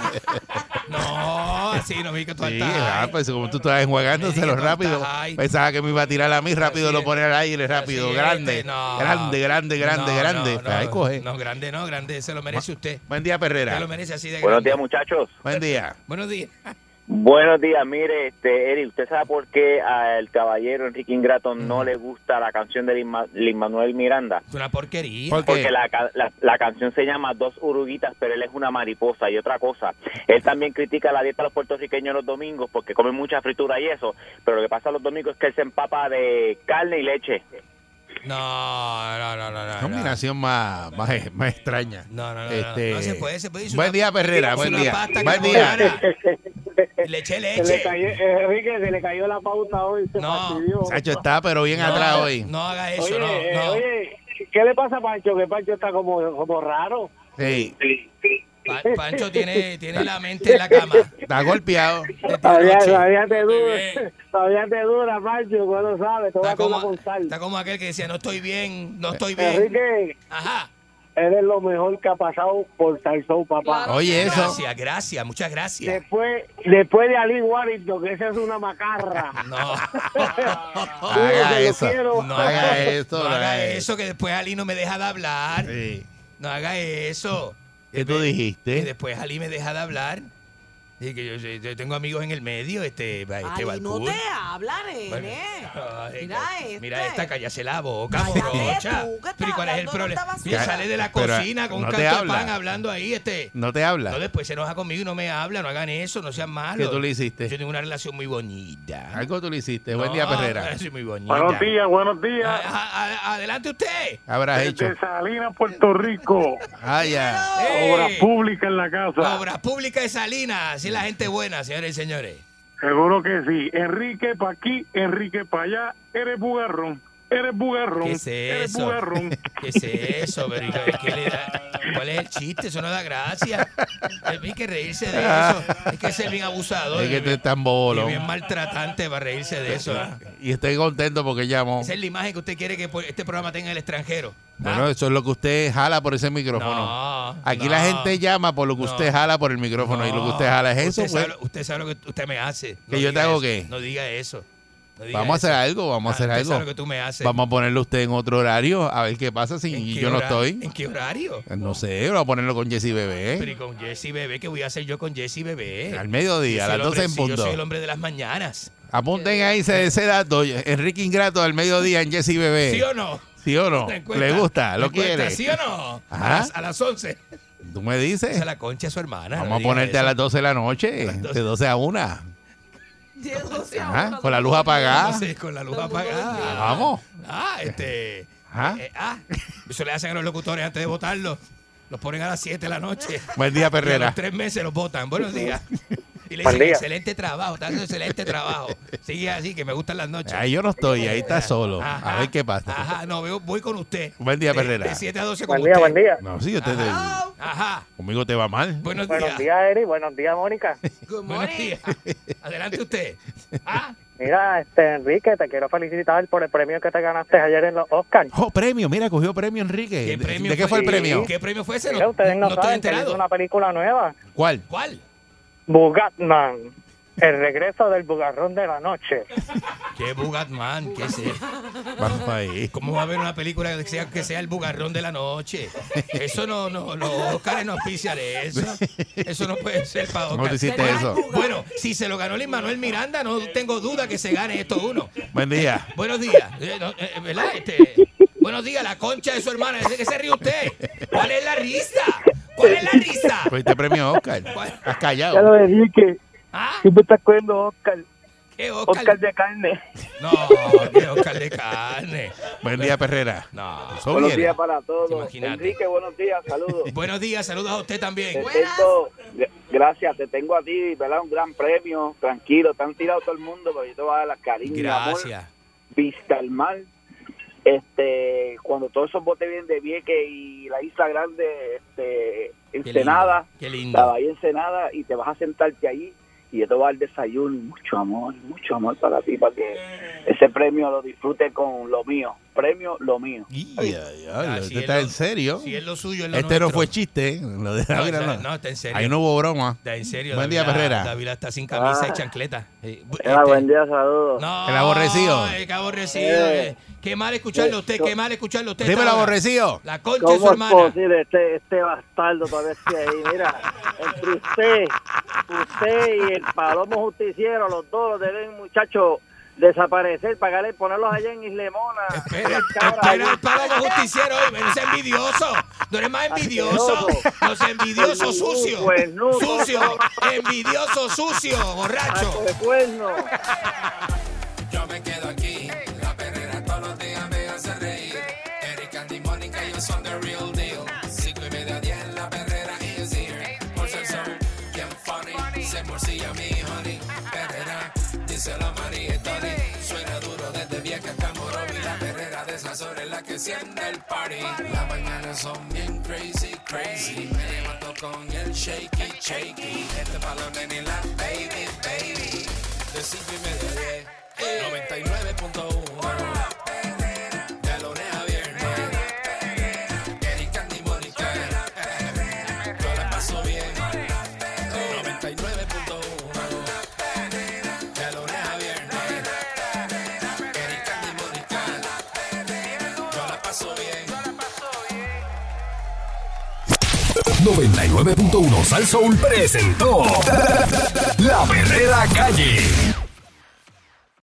[SPEAKER 4] No, así Oh, no vi que tú
[SPEAKER 2] Sí,
[SPEAKER 4] alta.
[SPEAKER 2] ah, pues como tú estabas enjuagándoselo rápido. Pensaba que me iba a tirar a mí rápido, lo pone al aire rápido.
[SPEAKER 4] Así es,
[SPEAKER 2] grande,
[SPEAKER 4] este, no.
[SPEAKER 2] grande, grande, grande,
[SPEAKER 4] No,
[SPEAKER 2] grande.
[SPEAKER 4] no, no,
[SPEAKER 2] Ahí coge.
[SPEAKER 4] No, grande no, grande, se lo merece usted.
[SPEAKER 2] Buen día, Perrera.
[SPEAKER 4] Se lo merece así de
[SPEAKER 24] Buenos
[SPEAKER 4] grande.
[SPEAKER 24] días, muchachos.
[SPEAKER 2] Buen día.
[SPEAKER 4] Buenos días.
[SPEAKER 24] Buenos días, mire, este, Eric, ¿usted sabe por qué al caballero Enrique Ingrato no le gusta la canción de Lin Ma- Lin Manuel Miranda?
[SPEAKER 4] Es una porquería.
[SPEAKER 24] Porque la, ca- la- la canción se llama Dos Uruguitas, pero él es una mariposa y otra cosa. Él también critica la dieta de los puertorriqueños los domingos porque comen mucha fritura y eso, pero lo que pasa los domingos es que él se empapa de carne y leche.
[SPEAKER 4] No, no, no, no. no,
[SPEAKER 2] Combinación más, más, más extraña.
[SPEAKER 4] No, no, no, no,
[SPEAKER 2] Este,
[SPEAKER 4] no se puede, se puede. Es
[SPEAKER 2] Buen
[SPEAKER 4] una-
[SPEAKER 2] día, Perrera.
[SPEAKER 4] es
[SPEAKER 2] Buen
[SPEAKER 4] una
[SPEAKER 2] día.
[SPEAKER 4] pasta
[SPEAKER 2] Buen
[SPEAKER 4] que
[SPEAKER 2] día.
[SPEAKER 4] no gana. Le eché
[SPEAKER 6] Se
[SPEAKER 4] leche.
[SPEAKER 6] le cayó, eh, Enrique, se le cayó la pauta hoy, se fastidió.
[SPEAKER 2] Sacho está, pero bien atrás hoy.
[SPEAKER 4] No haga
[SPEAKER 6] Oye, eh, oye, ¿qué le pasa a Pancho? Que Pancho está como, como raro.
[SPEAKER 2] Sí.
[SPEAKER 4] Pa- Pancho tiene, tiene la mente en la cama.
[SPEAKER 2] Está golpeado.
[SPEAKER 6] Todavía, todavía te dura, todavía te dura, Pancho, bueno sabes, te voy a
[SPEAKER 4] Está como,
[SPEAKER 6] contar.
[SPEAKER 4] está como aquel que decía, no estoy bien,
[SPEAKER 2] Eh,
[SPEAKER 4] no estoy bien.
[SPEAKER 6] Enrique, eres lo mejor que ha pasado por Salsón, papá.
[SPEAKER 4] Gracias, gracias, muchas gracias.
[SPEAKER 6] Después, después de Ali Warrington, que esa es una macarra.
[SPEAKER 4] No.
[SPEAKER 6] Haga eso,
[SPEAKER 2] no haga eso,
[SPEAKER 4] No
[SPEAKER 2] no haga
[SPEAKER 4] haga
[SPEAKER 2] eso.
[SPEAKER 4] eso, que después Ali no me deja de hablar. No haga eso.
[SPEAKER 2] ¿Qué tú
[SPEAKER 4] Y
[SPEAKER 2] dijiste?
[SPEAKER 4] después Ali me deja de hablar. Y que yo, yo- yo tengo amigos en el medio, este, este
[SPEAKER 3] Ali no
[SPEAKER 4] Balcour.
[SPEAKER 3] te habla, nene.
[SPEAKER 4] Bueno,
[SPEAKER 2] eh.
[SPEAKER 4] ay,
[SPEAKER 3] Mira este.
[SPEAKER 4] Mira esta, cállase la boca, morocha. Pero ¿y cuál es el problema? Mira,
[SPEAKER 2] haciendo?
[SPEAKER 4] sale de la
[SPEAKER 2] Pero,
[SPEAKER 4] cocina con
[SPEAKER 2] no
[SPEAKER 4] un
[SPEAKER 2] te
[SPEAKER 4] canto de
[SPEAKER 2] habla.
[SPEAKER 4] pan hablando ahí, este.
[SPEAKER 2] No te habla.
[SPEAKER 4] No, después se enoja conmigo y no me habla, no hagan eso, no sean malos.
[SPEAKER 2] ¿Qué tú le hiciste?
[SPEAKER 4] Yo tengo una relación muy bonita.
[SPEAKER 2] Algo tú le hiciste. Buen día,
[SPEAKER 4] No,
[SPEAKER 2] Perrera.
[SPEAKER 4] soy muy bonita.
[SPEAKER 2] Buenos
[SPEAKER 5] días, buenos días.
[SPEAKER 4] adelante usted.
[SPEAKER 2] Habrás hecho.
[SPEAKER 5] Salinas, Puerto Rico.
[SPEAKER 2] Ah, ya.
[SPEAKER 5] Obras públicas en la casa.
[SPEAKER 4] Obras públicas de Salinas, así la gente buena, señores y señores.
[SPEAKER 5] Seguro que sí. Enrique pa' aquí, Enrique pa' allá. Eres bugarrón. Eres bugarrón.
[SPEAKER 4] ¿Qué es
[SPEAKER 5] Eres
[SPEAKER 4] eso?
[SPEAKER 5] bugarrón.
[SPEAKER 4] ¿Qué es eso? Pero, ¿y qué- qué le da- ¿Cuál es el chiste? Eso no da gracia. Hay que reírse de eso. Hay que ser bien abusador.
[SPEAKER 2] Ah. Es que
[SPEAKER 4] y
[SPEAKER 2] te
[SPEAKER 4] bien-
[SPEAKER 2] están
[SPEAKER 4] y
[SPEAKER 2] bolo.
[SPEAKER 4] bien maltratante para reírse de eso. ¿ah?
[SPEAKER 2] Y estoy contento porque llamó.
[SPEAKER 4] Esa es la imagen que usted quiere que pues, este programa tenga en el extranjero.
[SPEAKER 2] Bueno, eso es lo que usted jala por ese micrófono.
[SPEAKER 4] Ah. No,
[SPEAKER 2] Aquí
[SPEAKER 4] no,
[SPEAKER 2] la gente llama por lo que
[SPEAKER 4] no.
[SPEAKER 2] usted jala por el micrófono y lo que usted jala es eso.
[SPEAKER 4] Usted,
[SPEAKER 2] pues.
[SPEAKER 4] sabe, lo- usted sabe lo que usted me hace.
[SPEAKER 2] ¿Que yo te
[SPEAKER 4] diga
[SPEAKER 2] hago
[SPEAKER 4] eso.
[SPEAKER 2] qué?
[SPEAKER 4] No diga eso. No diga
[SPEAKER 2] Vamos a hacer
[SPEAKER 4] eso.
[SPEAKER 2] algo, vamos a
[SPEAKER 4] Ah,
[SPEAKER 2] hacer
[SPEAKER 4] usted
[SPEAKER 2] algo.
[SPEAKER 4] sabe lo que tú me haces.
[SPEAKER 2] Vamos a ponerlo usted en otro horario, a ver qué pasa si
[SPEAKER 4] ¿Qué
[SPEAKER 2] yo no
[SPEAKER 4] hora-
[SPEAKER 2] estoy.
[SPEAKER 4] ¿En qué horario?
[SPEAKER 2] Eh, No sé, vamos a ponerlo con Jesse
[SPEAKER 4] Pero y
[SPEAKER 2] Bebé. ¿eh?
[SPEAKER 4] con Jesse Bebé, ¿qué voy a hacer yo con Jesse Bebé?
[SPEAKER 2] Al mediodía,
[SPEAKER 4] Yo soy
[SPEAKER 2] a las
[SPEAKER 4] el
[SPEAKER 2] 12 en
[SPEAKER 4] hombre- sí,
[SPEAKER 2] punto.
[SPEAKER 4] Yo soy el hombre de las mañanas.
[SPEAKER 2] Apunten ahí ese, ese dato, Enrique Ingrato al mediodía en Jesse Bebé.
[SPEAKER 4] ¿Sí o no?
[SPEAKER 2] ¿Sí o no?
[SPEAKER 4] La encuesta.
[SPEAKER 2] ¿Le gusta?
[SPEAKER 4] La
[SPEAKER 2] ¿Lo
[SPEAKER 4] encuesta,
[SPEAKER 2] quiere?
[SPEAKER 4] ¿Sí o no?
[SPEAKER 2] Ajá.
[SPEAKER 4] A las, a las 11.
[SPEAKER 2] ¿Tú me dices?
[SPEAKER 4] Esa es la concha de su hermana.
[SPEAKER 2] Vamos a
[SPEAKER 4] no diga
[SPEAKER 2] ponerte a
[SPEAKER 4] eso.
[SPEAKER 2] las 12 de la noche, de 12 a 1. Ajá, Ah, con la luz
[SPEAKER 4] No
[SPEAKER 2] apagada.
[SPEAKER 4] sé, con la luz apagada.
[SPEAKER 2] Vamos.
[SPEAKER 4] Ah, este.
[SPEAKER 2] Ajá.
[SPEAKER 4] eh, ah, eso le hacen a los locutores antes de votarlos. Los ponen a las 7 de la noche.
[SPEAKER 2] Buen día,
[SPEAKER 4] Y a
[SPEAKER 2] Perrera.
[SPEAKER 4] los tres meses los votan. Buenos días. Y le
[SPEAKER 2] Buen
[SPEAKER 4] dicen,
[SPEAKER 2] día.
[SPEAKER 4] excelente trabajo, está haciendo excelente trabajo. Sigue así, que me gustan las noches.
[SPEAKER 2] Ahí yo no estoy, ahí está solo.
[SPEAKER 4] Ajá.
[SPEAKER 2] A ver qué pasa.
[SPEAKER 4] Ajá, no, veo- voy con usted.
[SPEAKER 2] Ah. Buen día,
[SPEAKER 4] De-
[SPEAKER 2] Perrera.
[SPEAKER 4] De 7 a 12 con
[SPEAKER 5] Buen día,
[SPEAKER 4] usted.
[SPEAKER 5] buen día.
[SPEAKER 2] No, sí, usted
[SPEAKER 4] Ajá.
[SPEAKER 2] conmigo te va mal.
[SPEAKER 4] Buenos
[SPEAKER 5] Buenos
[SPEAKER 4] días.
[SPEAKER 5] días, Eri. Buenos días, Mónica.
[SPEAKER 4] Buenos días. Adelante usted. Ah.
[SPEAKER 5] Mira, este, Enrique, te quiero felicitar por el premio que te ganaste ayer en los Oscars.
[SPEAKER 2] Oh, premio, mira, cogió premio Enrique. ¿De- ¿De qué fue el premio?
[SPEAKER 4] ¿Qué premio fue ese?
[SPEAKER 5] Mira, ustedes no,
[SPEAKER 4] no estoy
[SPEAKER 5] saben que
[SPEAKER 4] enterado.
[SPEAKER 5] hizo una película nueva.
[SPEAKER 2] ¿Cuál?
[SPEAKER 4] ¿Cuál?
[SPEAKER 5] Bugatman. El regreso del bugarrón de la noche.
[SPEAKER 4] ¿Qué Bugatman? ¿Qué es eso?
[SPEAKER 2] Vamos ahí.
[SPEAKER 4] ¿Cómo va a haber una película que sea, que sea el bugarrón de la noche? Eso no, no, los Óscares no auspician eso. Eso no puede ser para
[SPEAKER 2] ¿Cómo
[SPEAKER 4] Óscar.
[SPEAKER 2] te hiciste eso?
[SPEAKER 4] Bueno, si se lo ganó Luis Manuel Miranda, no tengo duda que se gane esto uno.
[SPEAKER 2] Buen día.
[SPEAKER 4] Buenos días. Eh, no, eh, ¿Verdad? Este, buenos días, la concha de su hermana. ¿De qué se ríe usted? ¿Cuál es la risa? ¿Cuál es la risa?
[SPEAKER 2] Cogiste premio Oscar. Has
[SPEAKER 5] Ya lo
[SPEAKER 2] callado.
[SPEAKER 5] dije que siempre estás cogiendo Oscar.
[SPEAKER 4] Ah. ¿Qué
[SPEAKER 5] Oscar? de carne.
[SPEAKER 4] No, qué Óscar de carne.
[SPEAKER 2] Buen día, Perrera.
[SPEAKER 4] No.
[SPEAKER 10] Buenos días para todos.
[SPEAKER 4] Imagínate.
[SPEAKER 10] Enrique, buenos días, saludos.
[SPEAKER 4] Buenos días, saludos a usted
[SPEAKER 10] Te
[SPEAKER 4] también.
[SPEAKER 10] tengo- gra- gracias, te tengo a ti, ¿verdad? Un gran premio, tranquilo, te han tirado todo el mundo, pero yo te voy a dar las cariño, amor,
[SPEAKER 4] Gracias.
[SPEAKER 10] vista al mar. Este, cuando todos esos botes vienen de Vieques y la Isla Grande, este, Ensenada,
[SPEAKER 4] Qué lindo.
[SPEAKER 10] la Bahía Ensenada, y te vas a sentarte allí y yo te voy a dar desayuno, y mucho amor, mucho amor para ti, para que ese premio lo disfrutes con lo mío, premio lo mío.
[SPEAKER 2] Ay, ¿Usted
[SPEAKER 4] si es
[SPEAKER 2] está
[SPEAKER 4] lo-
[SPEAKER 2] en serio?
[SPEAKER 4] si es lo suyo, es lo
[SPEAKER 2] Este no
[SPEAKER 4] nuestro.
[SPEAKER 2] fue chiste. ¿eh? Lo de
[SPEAKER 4] No,
[SPEAKER 2] Dávila
[SPEAKER 4] o sea,
[SPEAKER 2] no.
[SPEAKER 4] no, está en serio.
[SPEAKER 2] Ahí no hubo broma.
[SPEAKER 4] Está en serio.
[SPEAKER 2] Buen día,
[SPEAKER 4] Dávila-
[SPEAKER 2] Perrera.
[SPEAKER 4] Dávila está sin camisa
[SPEAKER 10] Ah.
[SPEAKER 4] y chancleta. Eh, bu-
[SPEAKER 10] Ah, buen día, saludos.
[SPEAKER 4] No,
[SPEAKER 2] El aborrecido.
[SPEAKER 4] Ay, qué aborrecido.
[SPEAKER 10] Eh.
[SPEAKER 4] eh. Qué mal escucharlo a usted, qué mal escucharlo a usted.
[SPEAKER 2] Dímelo,
[SPEAKER 4] esta hora.
[SPEAKER 2] aborrecido.
[SPEAKER 4] La concha de su
[SPEAKER 10] ¿Cómo es
[SPEAKER 4] hermana.
[SPEAKER 10] posible este, este bastardo todavía esté ahí? Mira, entre usted, usted y el palomo justiciero, los dos los deben, muchachos, desaparecer, pagarle, ponerlos allá en Islemona.
[SPEAKER 4] Espera, espera el palomo justiciero hoy, pero no sea envidioso. No eres más envidioso. No sea envidioso, sucio.
[SPEAKER 13] Pues
[SPEAKER 10] Cuernudo.
[SPEAKER 4] Sucio. Envidioso, sucio, borracho.
[SPEAKER 13] pues,
[SPEAKER 1] Yo me quedo aquí. La perrera todos los días me hace reír. Eric, Andy, Mónica, ellos son the real deal. Cinco y media, diez, la perrera is here. Por ser son bien funny, se morcilla mi honey. dice la María y Tony. Suena duro desde vieja hasta Morovi. La perrera de esas horas es la que enciende el party. Las mañanas son bien crazy, crazy. Me levanto con el shaky, shaky. Este palo nene la baby, baby. De 5 y media de 99.1. De lunes a viernes. Eric Candy Mónica. Yo la paso bien. 99.1. De lunes a viernes. Eric Candy Mónica. Yo la paso bien.
[SPEAKER 12] 99.1 Sal Soul presentó La Verdadera Calle.